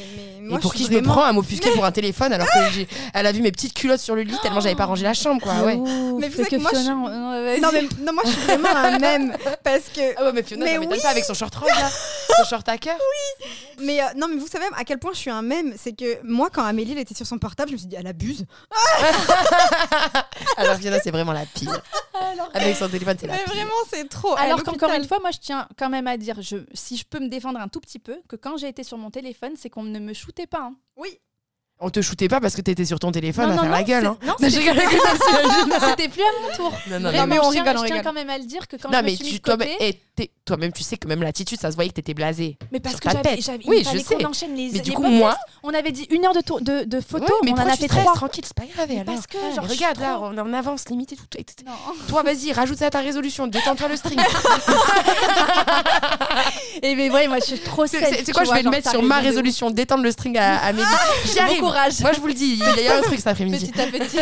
[SPEAKER 1] mais
[SPEAKER 3] et
[SPEAKER 1] moi,
[SPEAKER 3] pour
[SPEAKER 1] je
[SPEAKER 3] qui
[SPEAKER 1] suis
[SPEAKER 3] je me
[SPEAKER 1] vraiment-
[SPEAKER 3] prends à m'offusquer pour un téléphone alors que
[SPEAKER 1] (laughs)
[SPEAKER 3] j'ai- elle a vu mes petites culottes sur le lit tellement j'avais pas rangé la chambre, quoi. Bah
[SPEAKER 2] Bah
[SPEAKER 3] Ouais.
[SPEAKER 1] Mais
[SPEAKER 2] mais
[SPEAKER 1] vous
[SPEAKER 2] vous
[SPEAKER 1] savez que moi, je-
[SPEAKER 2] hein.
[SPEAKER 1] Non, mais non, moi je suis vraiment un même (laughs) parce que
[SPEAKER 3] Ah ouais, mais Fiona,
[SPEAKER 1] Mais
[SPEAKER 3] ça m'étonne
[SPEAKER 1] oui.
[SPEAKER 3] pas avec son short
[SPEAKER 1] (laughs)
[SPEAKER 3] robe, là. son short à cœur.
[SPEAKER 1] mais euh, non mais vous savez à quel point je suis un même, c'est que moi quand Amélie elle était sur son portable, je me suis dit elle abuse.
[SPEAKER 3] Alors Fiona, c'est vraiment la pire. Avec son téléphone, c'est la
[SPEAKER 1] Ah, Mais
[SPEAKER 3] pire.
[SPEAKER 1] vraiment c'est trop.
[SPEAKER 2] Alors
[SPEAKER 1] quand
[SPEAKER 2] qu'encore une fois, moi je tiens quand même à dire, je, si je peux me défendre un tout petit peu, que quand j'ai été sur mon téléphone, c'est qu'on ne me shootait pas. hein.
[SPEAKER 1] Oui.
[SPEAKER 3] On te shootait pas parce que t'étais sur ton téléphone
[SPEAKER 2] Non,
[SPEAKER 3] à
[SPEAKER 2] non,
[SPEAKER 3] faire la
[SPEAKER 2] non,
[SPEAKER 3] gueule,
[SPEAKER 2] c'est-
[SPEAKER 3] hein.
[SPEAKER 2] non, (laughs)
[SPEAKER 3] Non, je rigole, j'imagine.
[SPEAKER 2] C'était plus à mon tour.
[SPEAKER 3] Non, non,
[SPEAKER 2] Vraiment,
[SPEAKER 3] non, mais-
[SPEAKER 1] mais on
[SPEAKER 2] je tiens-
[SPEAKER 1] rigole, on
[SPEAKER 2] Je tiens
[SPEAKER 1] rigole.
[SPEAKER 2] quand même à le dire que quand
[SPEAKER 3] Non,
[SPEAKER 2] je me
[SPEAKER 3] mais
[SPEAKER 2] suis mis
[SPEAKER 3] tu,
[SPEAKER 2] de
[SPEAKER 3] toi-même,
[SPEAKER 2] côté,
[SPEAKER 3] eh, t'es- toi-même, tu sais que même l'attitude, ça se voyait que t'étais blasée.
[SPEAKER 2] mais parce
[SPEAKER 3] sur
[SPEAKER 2] que
[SPEAKER 3] ta
[SPEAKER 2] j'avais,
[SPEAKER 3] tête.
[SPEAKER 2] j'avais,
[SPEAKER 3] Oui,
[SPEAKER 2] il fallait
[SPEAKER 3] je sais.
[SPEAKER 2] qu'on enchaîne les,
[SPEAKER 3] Mais du
[SPEAKER 2] les
[SPEAKER 3] coup,
[SPEAKER 2] podcasts.
[SPEAKER 3] moi,
[SPEAKER 2] on avait dit une heure de, tour- de, de photos,
[SPEAKER 3] Ouais, mais
[SPEAKER 2] on en
[SPEAKER 3] pourquoi
[SPEAKER 2] a
[SPEAKER 3] tu
[SPEAKER 2] fait
[SPEAKER 3] stresses
[SPEAKER 2] trois.
[SPEAKER 3] tranquille, c'est pas grave.
[SPEAKER 2] Mais
[SPEAKER 3] alors.
[SPEAKER 2] parce que,
[SPEAKER 3] Ouais,
[SPEAKER 2] genre, je suis
[SPEAKER 3] regarde,
[SPEAKER 2] trop-
[SPEAKER 3] là, on est en avance, limite et tout. Et- et-
[SPEAKER 2] Non. (laughs)
[SPEAKER 3] Toi, vas-y, rajoute ça à ta résolution. Détends-toi le string.
[SPEAKER 2] Et Eh, mais ouais, moi je suis trop
[SPEAKER 3] C'est-
[SPEAKER 2] safe,
[SPEAKER 3] C'est c'est
[SPEAKER 2] tu
[SPEAKER 3] quoi Je
[SPEAKER 2] vois,
[SPEAKER 3] vais le
[SPEAKER 2] genre,
[SPEAKER 3] mettre
[SPEAKER 2] ça
[SPEAKER 3] sur ma
[SPEAKER 2] arrive de-
[SPEAKER 3] résolution. Détendre le string à
[SPEAKER 2] (laughs)
[SPEAKER 3] Amélie. J'y
[SPEAKER 2] Bon
[SPEAKER 3] arrive.
[SPEAKER 2] courage,
[SPEAKER 3] Moi, je vous le dis, il y a- il y a un truc cet après-midi.
[SPEAKER 2] petit à
[SPEAKER 3] (laughs)
[SPEAKER 2] petit.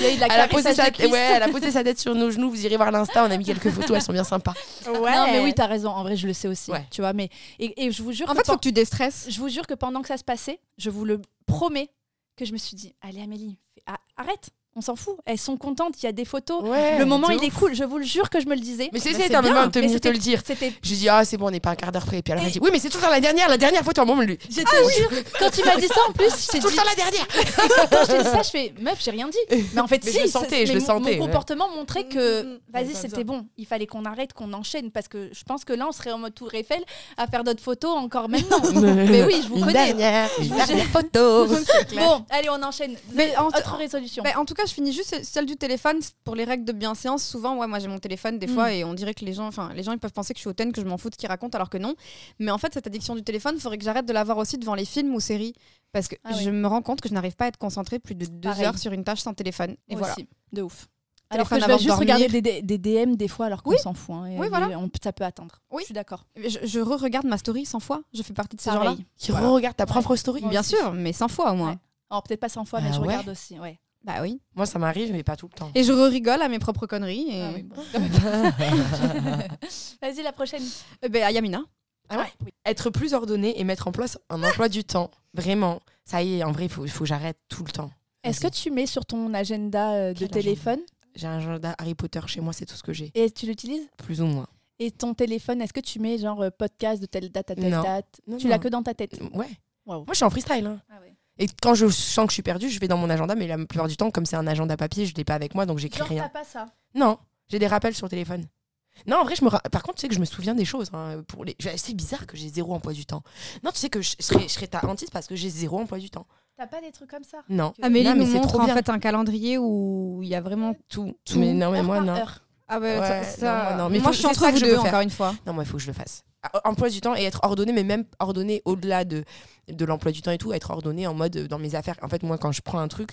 [SPEAKER 2] Il y a eu de la
[SPEAKER 3] Elle a, posé
[SPEAKER 2] caressage
[SPEAKER 3] sa
[SPEAKER 2] de
[SPEAKER 3] tête,
[SPEAKER 2] cuisse.
[SPEAKER 3] ouais, elle a posé sa tête sur nos genoux. Vous irez voir l'insta, on a mis quelques photos, elles sont bien sympas.
[SPEAKER 2] Non, mais oui, t'as raison. En vrai, je le sais aussi.
[SPEAKER 3] Ouais.
[SPEAKER 2] Tu vois, mais et, et je vous jure.
[SPEAKER 1] En
[SPEAKER 2] que
[SPEAKER 1] fait, faut
[SPEAKER 2] pen-
[SPEAKER 1] que tu déstresses.
[SPEAKER 2] je vous jure que pendant que ça se passait, je vous le promets que je me suis dit, allez Amélie, fais- ah, arrête, on s'en fout. Elles sont contentes. Il y a des photos.
[SPEAKER 3] Ouais,
[SPEAKER 2] le moment,
[SPEAKER 3] de
[SPEAKER 2] il est
[SPEAKER 3] ouf.
[SPEAKER 2] cool. Je vous le jure que je me le disais.
[SPEAKER 3] Mais
[SPEAKER 2] Bah,
[SPEAKER 3] c'est c'était un
[SPEAKER 2] bien.
[SPEAKER 3] moment de
[SPEAKER 2] Mais
[SPEAKER 3] te, te
[SPEAKER 2] c'était-
[SPEAKER 3] le dire.
[SPEAKER 2] C'était.
[SPEAKER 3] J'ai dit, ah, c'est bon, on est pas un quart d'heure près. Et puis elle m'a dit, oui, mais c'est tout le temps la dernière, la dernière photo. À un moment, lui,
[SPEAKER 2] Je te jure, quand tu m'as dit ça
[SPEAKER 3] (laughs)
[SPEAKER 2] en plus, je t'ai
[SPEAKER 3] Ah tout le
[SPEAKER 2] dit,
[SPEAKER 3] temps la dernière.
[SPEAKER 2] quand je t'ai dit ça, je fais meuf, j'ai rien dit. Mais en fait,
[SPEAKER 3] Mais
[SPEAKER 2] si,
[SPEAKER 3] je le
[SPEAKER 2] c'est-
[SPEAKER 3] sentais, je
[SPEAKER 2] mais
[SPEAKER 3] le
[SPEAKER 2] mon-
[SPEAKER 3] sentais,
[SPEAKER 2] Mon
[SPEAKER 3] ouais.
[SPEAKER 2] comportement montrait que
[SPEAKER 1] Mm, mm,
[SPEAKER 2] vas-y,
[SPEAKER 3] pas
[SPEAKER 2] c'était bon. Il fallait qu'on arrête, qu'on enchaîne parce que je pense que là, on serait en mode Tour Eiffel à faire d'autres photos encore maintenant.
[SPEAKER 3] (laughs) euh,
[SPEAKER 2] mais oui, je vous
[SPEAKER 3] une
[SPEAKER 2] connais.
[SPEAKER 3] Dernière, une
[SPEAKER 2] J'ai-
[SPEAKER 3] dernière photo.
[SPEAKER 2] Bon, allez, on enchaîne.
[SPEAKER 1] Mais en,
[SPEAKER 2] Autre résolution.
[SPEAKER 1] mais en tout cas, je finis juste celle du téléphone pour les règles de bienséance. Souvent, ouais, moi j'ai mon téléphone des
[SPEAKER 2] Mm.
[SPEAKER 1] fois et on dirait que les gens, enfin, les gens ils peuvent penser que je suis hautaine, que je m'en fous de ce qu'ils racontent alors que non. Mais en fait, cette addiction du téléphone, il faudrait que j'arrête de l'avoir aussi devant les films ou séries parce que
[SPEAKER 2] Ah ouais.
[SPEAKER 1] je me rends compte que je n'arrive pas à être concentrée plus de deux
[SPEAKER 2] Pareil.
[SPEAKER 1] heures sur une tâche sans téléphone. Et
[SPEAKER 2] Moi
[SPEAKER 1] voilà.
[SPEAKER 2] aussi, de ouf. Alors
[SPEAKER 1] Alors
[SPEAKER 2] que
[SPEAKER 1] que
[SPEAKER 2] je
[SPEAKER 1] avant
[SPEAKER 2] vais
[SPEAKER 1] de
[SPEAKER 2] juste
[SPEAKER 1] dormir.
[SPEAKER 2] regarder des, des- des DM des fois alors qu'on
[SPEAKER 1] Oui.
[SPEAKER 2] s'en fout. hein, et
[SPEAKER 1] Oui, voilà.
[SPEAKER 2] on- ça peut attendre.
[SPEAKER 1] Oui.
[SPEAKER 2] Je suis d'accord.
[SPEAKER 1] Je, je re-regarde ma story 100 fois. Je fais partie de ces gens-là.
[SPEAKER 2] Pareil.
[SPEAKER 3] Qui regarde ta propre story.
[SPEAKER 2] Moi
[SPEAKER 1] Bien
[SPEAKER 2] aussi.
[SPEAKER 1] sûr, mais 100 fois au moins.
[SPEAKER 2] Ouais. Alors peut-être pas 100 fois, mais
[SPEAKER 3] Ah
[SPEAKER 2] je
[SPEAKER 3] ouais.
[SPEAKER 2] regarde aussi. Ouais.
[SPEAKER 1] Bah oui.
[SPEAKER 3] Moi, ça m'arrive, mais pas tout le temps.
[SPEAKER 1] Et je re-rigole à mes propres conneries. Et...
[SPEAKER 2] Ah oui, (laughs) bon. Vas-y, la prochaine.
[SPEAKER 1] Eh ben, à Yamina.
[SPEAKER 3] Ah ouais
[SPEAKER 2] Oui.
[SPEAKER 3] Être plus ordonné et mettre en place un emploi du temps. Vraiment. Ça y est, en vrai, il faut, faut que j'arrête tout le temps.
[SPEAKER 2] Est-ce que
[SPEAKER 3] Vas-y.
[SPEAKER 2] tu mets sur ton agenda euh, de
[SPEAKER 3] Quel
[SPEAKER 2] téléphone
[SPEAKER 3] J'ai un agenda Harry Potter chez moi, c'est tout ce que j'ai.
[SPEAKER 2] et tu l'utilises
[SPEAKER 3] Plus ou moins.
[SPEAKER 2] Et ton téléphone, est-ce que tu mets genre euh, podcast de telle date à telle
[SPEAKER 3] Non.
[SPEAKER 2] date
[SPEAKER 3] Non,
[SPEAKER 2] Tu l'as
[SPEAKER 3] non.
[SPEAKER 2] que dans ta tête
[SPEAKER 3] Ouais.
[SPEAKER 2] Waouh.
[SPEAKER 3] Moi, je suis en freestyle. hein.
[SPEAKER 2] Ah
[SPEAKER 3] Et quand je sens que je suis perdue, je vais dans mon agenda, mais la plupart du temps, comme c'est un agenda papier, je l'ai pas avec moi, donc j'écris
[SPEAKER 2] Genre, t'as
[SPEAKER 3] rien.
[SPEAKER 2] pas ça
[SPEAKER 3] Non, j'ai des rappels sur téléphone. Non, en vrai, je me ra- par contre, tu sais que je me souviens des choses. hein, pour les... je- C'est bizarre que j'ai zéro emploi du temps. Non, tu sais que je, je serais, je serais ta hantise parce que j'ai zéro emploi du temps.
[SPEAKER 2] T'as pas des trucs comme ça
[SPEAKER 3] Non,
[SPEAKER 2] Que-
[SPEAKER 1] Amélie
[SPEAKER 3] Non, mais
[SPEAKER 1] nous
[SPEAKER 3] c'est
[SPEAKER 1] montre
[SPEAKER 3] trop
[SPEAKER 1] en
[SPEAKER 3] bien.
[SPEAKER 1] fait un calendrier où il y a vraiment
[SPEAKER 3] tout. Mais non, mais
[SPEAKER 2] Heure
[SPEAKER 3] moi,
[SPEAKER 2] par
[SPEAKER 3] non.
[SPEAKER 2] heure.
[SPEAKER 1] Ah ouais, ça,
[SPEAKER 3] Ouais,
[SPEAKER 1] ça-
[SPEAKER 3] non, non, non, mais
[SPEAKER 1] moi
[SPEAKER 3] faut-
[SPEAKER 1] je suis
[SPEAKER 3] c'est ça
[SPEAKER 1] entre
[SPEAKER 3] que
[SPEAKER 1] vous
[SPEAKER 3] je veux
[SPEAKER 1] deux
[SPEAKER 3] faire.
[SPEAKER 1] encore une fois.
[SPEAKER 3] Non, moi, il faut que je le fasse. Ah, Emploi du temps et être ordonné, mais même ordonné au-delà de, de l'emploi du temps et tout, être ordonné en mode euh, dans mes affaires. En fait, moi, quand je prends un truc,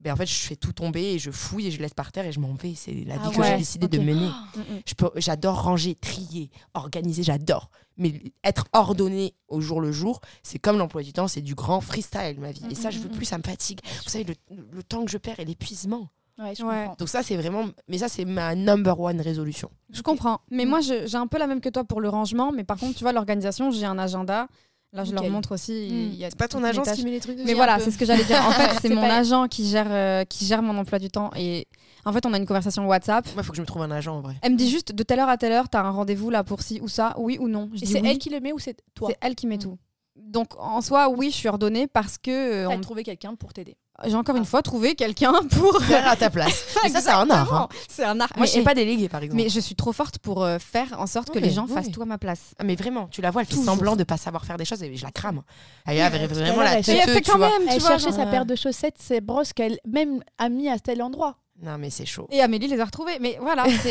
[SPEAKER 3] ben en fait, je fais tout tomber et je fouille et je laisse par terre et je m'en vais. C'est la vie
[SPEAKER 2] Ah
[SPEAKER 3] que j'ai
[SPEAKER 2] ouais,
[SPEAKER 3] décidé
[SPEAKER 2] ok.
[SPEAKER 3] de mener.
[SPEAKER 1] Mm, mm.
[SPEAKER 3] Je peux- J'adore ranger, trier, organiser, j'adore. Mais être ordonné au jour le jour, c'est comme l'emploi du temps, c'est du grand freestyle, ma vie. Et ça, je veux plus, ça me fatigue. Vous savez, le, le temps que je perds et l'épuisement.
[SPEAKER 2] Ouais, je
[SPEAKER 1] Ouais.
[SPEAKER 2] comprends.
[SPEAKER 3] Donc ça, c'est vraiment... Mais ça, c'est ma number one résolution.
[SPEAKER 1] Je comprends. Mais moi, je- j'ai un peu la même que toi pour le rangement. Mais par contre, tu vois, l'organisation, j'ai un agenda. Là, je leur
[SPEAKER 3] Nickel.
[SPEAKER 1] montre aussi. il y a
[SPEAKER 3] C'est pas ton
[SPEAKER 1] toutes mes
[SPEAKER 3] agence
[SPEAKER 1] tâches.
[SPEAKER 3] qui met les trucs
[SPEAKER 1] Mais
[SPEAKER 2] un
[SPEAKER 1] voilà,
[SPEAKER 2] peu.
[SPEAKER 1] c'est ce que j'allais dire.
[SPEAKER 3] (laughs)
[SPEAKER 1] En fait, c'est
[SPEAKER 2] C'est
[SPEAKER 1] mon
[SPEAKER 2] pas-
[SPEAKER 1] agent qui gère, euh, qui gère mon emploi du temps. Et en fait, on a une conversation WhatsApp.
[SPEAKER 3] Moi, il faut que je me trouve un agent, en vrai.
[SPEAKER 1] Elle me dit juste de telle heure à telle heure, t'as un rendez-vous là pour ci ou ça, oui ou non. Je
[SPEAKER 2] Et
[SPEAKER 1] dis
[SPEAKER 2] c'est
[SPEAKER 1] oui.
[SPEAKER 2] elle qui le met ou c'est toi
[SPEAKER 1] C'est elle qui met
[SPEAKER 2] Mm.
[SPEAKER 1] tout. Donc en soi, oui, je suis ordonnée parce que euh,
[SPEAKER 2] T'as
[SPEAKER 1] on-
[SPEAKER 2] trouvé quelqu'un pour t'aider.
[SPEAKER 1] j'ai encore une fois trouvé quelqu'un (laughs) pour.
[SPEAKER 3] à ta place. ah. (laughs) Mais ça, c'est un art. hein.
[SPEAKER 1] Vraiment, C'est un art.
[SPEAKER 3] Moi,
[SPEAKER 1] mais,
[SPEAKER 3] je sais pas déléguer, par exemple.
[SPEAKER 1] mais je suis trop forte pour euh, faire en sorte
[SPEAKER 3] Non,
[SPEAKER 1] que
[SPEAKER 3] mais-
[SPEAKER 1] les gens
[SPEAKER 3] oui,
[SPEAKER 1] fassent
[SPEAKER 3] oui.
[SPEAKER 1] tout à ma place.
[SPEAKER 3] Ah, mais vraiment, tu la vois, elle fait
[SPEAKER 1] Toujours.
[SPEAKER 3] semblant de pas savoir faire des choses et je la crame. Elle est là,
[SPEAKER 2] Oui,
[SPEAKER 3] vraiment
[SPEAKER 2] elle
[SPEAKER 3] la
[SPEAKER 2] fait
[SPEAKER 3] tête. tu vois.
[SPEAKER 1] même,
[SPEAKER 2] Elle cherchait sa
[SPEAKER 3] genre,
[SPEAKER 2] paire de chaussettes, ses brosses qu'elle même a mis à tel endroit.
[SPEAKER 3] Non, mais c'est chaud.
[SPEAKER 1] euh, Et Amélie les a retrouvés. Mais
[SPEAKER 3] (laughs)
[SPEAKER 1] voilà. c'est-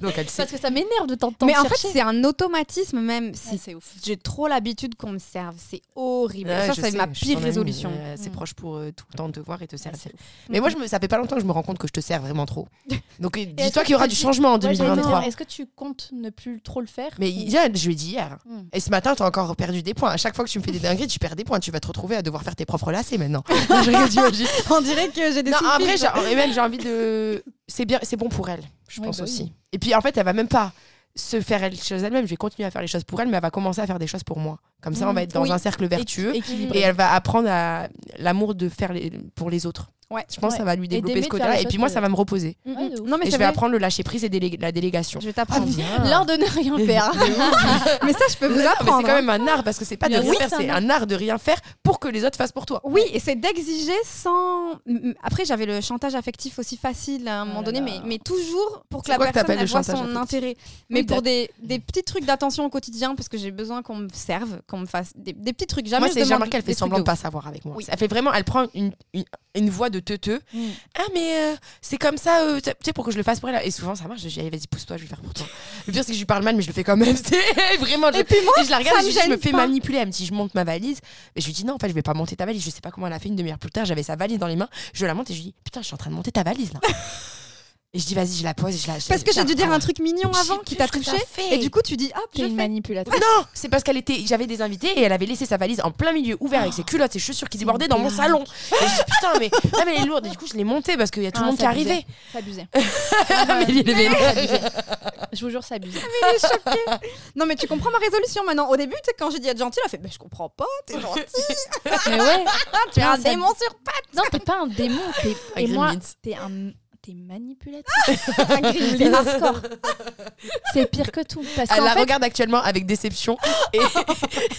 [SPEAKER 3] Donc elle sait.
[SPEAKER 2] Parce que ça m'énerve de t'entendre
[SPEAKER 1] mais en fait,
[SPEAKER 2] chercher.
[SPEAKER 1] c'est un automatisme même. C'est-
[SPEAKER 2] c'est ouf.
[SPEAKER 1] J'ai trop l'habitude qu'on me serve. C'est horrible. ça,
[SPEAKER 3] Ouais, Ah, je
[SPEAKER 1] c'est
[SPEAKER 3] sais,
[SPEAKER 1] ma
[SPEAKER 3] je suis
[SPEAKER 1] pire
[SPEAKER 3] ton amie,
[SPEAKER 1] résolution.
[SPEAKER 3] euh, c'est
[SPEAKER 2] Mm.
[SPEAKER 3] proche pour euh, tout le temps te voir et te servir.
[SPEAKER 2] c'est
[SPEAKER 3] mais moi, je me... ça fait pas longtemps que je me rends compte que je te sers vraiment trop. Donc euh,
[SPEAKER 2] est-ce
[SPEAKER 3] dis-toi
[SPEAKER 2] que
[SPEAKER 3] qu'il y aura
[SPEAKER 2] t'as
[SPEAKER 3] du
[SPEAKER 2] dit-
[SPEAKER 3] changement en
[SPEAKER 2] Ouais, j'allais dire,
[SPEAKER 3] 2023.
[SPEAKER 2] Est-ce que tu comptes ne plus trop le faire
[SPEAKER 3] mais
[SPEAKER 2] Ou-
[SPEAKER 3] hier, je lui ai dit hier.
[SPEAKER 2] Mm.
[SPEAKER 3] Et ce matin, t'as encore perdu des points. À chaque fois que tu me fais des dingueries, tu perds des points. Tu vas te retrouver à devoir faire tes propres lacets maintenant. Je rigole, tu vois, je dis-
[SPEAKER 1] (laughs) On dirait que j'ai des
[SPEAKER 3] Non, en
[SPEAKER 1] soupirs.
[SPEAKER 3] vrai, j'ai- et même j'ai envie de. C'est bien, c'est bon pour elle, je
[SPEAKER 2] Ouais,
[SPEAKER 3] pense
[SPEAKER 2] bah oui.
[SPEAKER 3] aussi. Et puis en fait, elle va même pas se faire les choses elle-même. Je vais continuer à faire les choses pour elle, mais elle va commencer à faire des choses pour moi. Comme ça, on
[SPEAKER 2] Mhm.
[SPEAKER 3] va être dans
[SPEAKER 2] Oui.
[SPEAKER 3] un cercle vertueux. Et,
[SPEAKER 2] Équilibré.
[SPEAKER 3] elle va apprendre à l'amour de faire les- pour les autres.
[SPEAKER 1] Ouais.
[SPEAKER 3] Je pense que ça va lui développer
[SPEAKER 2] d'aimer
[SPEAKER 3] ce
[SPEAKER 2] de faire
[SPEAKER 3] côté-là.
[SPEAKER 2] les
[SPEAKER 3] Et
[SPEAKER 2] choses
[SPEAKER 3] puis moi,
[SPEAKER 2] pour
[SPEAKER 3] ça va me reposer.
[SPEAKER 1] Mm, mm.
[SPEAKER 2] Ouais, de ouf.
[SPEAKER 1] Non, mais
[SPEAKER 3] et je
[SPEAKER 1] c'est vrai.
[SPEAKER 3] vais apprendre le lâcher prise et délé- la délégation.
[SPEAKER 1] Je vais
[SPEAKER 2] Ah,
[SPEAKER 1] t'apprendre.
[SPEAKER 2] L'art de ne rien
[SPEAKER 3] (laughs)
[SPEAKER 2] faire.
[SPEAKER 1] mais ça, je peux vous
[SPEAKER 3] Ah, Non, Ah, mais c'est
[SPEAKER 1] apprendre. hein.
[SPEAKER 3] quand même un art parce que c'est pas de
[SPEAKER 2] hein. Mais
[SPEAKER 3] rien
[SPEAKER 2] oui,
[SPEAKER 3] faire,
[SPEAKER 2] c'est un
[SPEAKER 3] c'est
[SPEAKER 2] art.
[SPEAKER 3] un art de rien faire pour que les autres fassent pour toi.
[SPEAKER 1] Oui, et c'est d'exiger sans. M- m- Après, j'avais le chantage affectif aussi facile à un
[SPEAKER 2] Oh
[SPEAKER 1] moment
[SPEAKER 2] là
[SPEAKER 1] donné,
[SPEAKER 2] là.
[SPEAKER 1] mais, mais toujours pour que
[SPEAKER 3] C'est
[SPEAKER 1] la
[SPEAKER 3] quoi que
[SPEAKER 1] personne
[SPEAKER 3] t'appelles
[SPEAKER 1] elle
[SPEAKER 3] le
[SPEAKER 1] voit son
[SPEAKER 3] chantage affectif
[SPEAKER 1] intérêt. Mais
[SPEAKER 2] Oui,
[SPEAKER 1] pour des, des petits trucs d'attention au quotidien, parce que j'ai besoin qu'on me serve, qu'on me fasse des, des petits trucs. Jamais
[SPEAKER 3] moi,
[SPEAKER 1] je
[SPEAKER 3] c'est j'ai
[SPEAKER 1] demande
[SPEAKER 3] remarqué, elle
[SPEAKER 1] des
[SPEAKER 3] fait
[SPEAKER 1] trucs
[SPEAKER 3] semblant de
[SPEAKER 1] ouf.
[SPEAKER 3] pas savoir avec moi.
[SPEAKER 1] Oui. Mm.
[SPEAKER 3] Elle fait vraiment, elle prend une, une, une voix de teuteux. Ah, mais euh, c'est comme ça, euh, tu sais, pour que je le fasse pour elle. Et souvent, ça marche. Je dis, allez, vas-y, pousse-toi, je vais le faire pour toi. Le pire, c'est que je lui parle mal, mais je le fais quand même. (laughs) C'est vraiment. Je,
[SPEAKER 1] Et puis moi,
[SPEAKER 3] et je la regarde,
[SPEAKER 1] ça
[SPEAKER 3] et je,
[SPEAKER 1] me
[SPEAKER 3] dis, je me
[SPEAKER 1] gêne
[SPEAKER 3] fais
[SPEAKER 1] pas.
[SPEAKER 3] manipuler. Elle me dit, je monte ma valise. Mais je lui dis, non, en fait, je vais pas monter ta valise. Je sais pas comment elle a fait une demi-heure plus tard. J'avais sa valise dans les mains. Je la monte et je lui dis, putain, je suis en train de monter ta valise là. (laughs) et je dis, vas-y, je la pose. Et je la,
[SPEAKER 1] parce que j'ai dû dire un
[SPEAKER 3] putain,
[SPEAKER 1] truc mignon
[SPEAKER 3] je sais
[SPEAKER 1] avant qui t'a
[SPEAKER 3] plus ce que
[SPEAKER 1] touché,
[SPEAKER 3] t'as fait.
[SPEAKER 1] et du coup, tu dis hop,
[SPEAKER 2] T'es
[SPEAKER 1] je
[SPEAKER 2] une (laughs)
[SPEAKER 1] fais.
[SPEAKER 2] manipulatrice.
[SPEAKER 3] Non, c'est parce qu'elle était. J'avais des invités et elle avait laissé sa valise en plein milieu, ouvert avec
[SPEAKER 2] Oh,
[SPEAKER 3] ses culottes, ses chaussures qui débordaient dans mon
[SPEAKER 2] blague. (laughs)
[SPEAKER 3] salon. Et je dis putain, mais, ah, mais elle est lourde. Et du coup, je l'ai montée parce qu'il y a tout
[SPEAKER 2] Ah,
[SPEAKER 3] le monde qui
[SPEAKER 2] ça
[SPEAKER 3] arrivait.
[SPEAKER 2] C'est (laughs) abusé.
[SPEAKER 3] Ah, Mais il est vénère.
[SPEAKER 2] Je vous jure, c'est abusé.
[SPEAKER 1] Elle est choquée. Non, mais tu comprends ma résolution maintenant. Au début, tu sais, quand j'ai dit être gentil, elle a fait bah, Je comprends pas,
[SPEAKER 3] (laughs)
[SPEAKER 1] t'es gentil,
[SPEAKER 2] Mais ouais.
[SPEAKER 1] tu es
[SPEAKER 2] Non,
[SPEAKER 3] Ah,
[SPEAKER 1] un
[SPEAKER 2] ça-
[SPEAKER 1] démon sur
[SPEAKER 2] Non, t'es pas un démon.
[SPEAKER 3] (laughs)
[SPEAKER 2] t'es- Et
[SPEAKER 3] Agreed.
[SPEAKER 2] moi, t'es un. T'es manipulateur.
[SPEAKER 3] (laughs)
[SPEAKER 1] un grill.
[SPEAKER 2] C'est hardcore. C'est pire que tout. Parce
[SPEAKER 3] Elle
[SPEAKER 2] qu'en
[SPEAKER 3] la
[SPEAKER 2] fait,
[SPEAKER 3] regarde actuellement
[SPEAKER 2] (laughs)
[SPEAKER 3] avec déception. Et,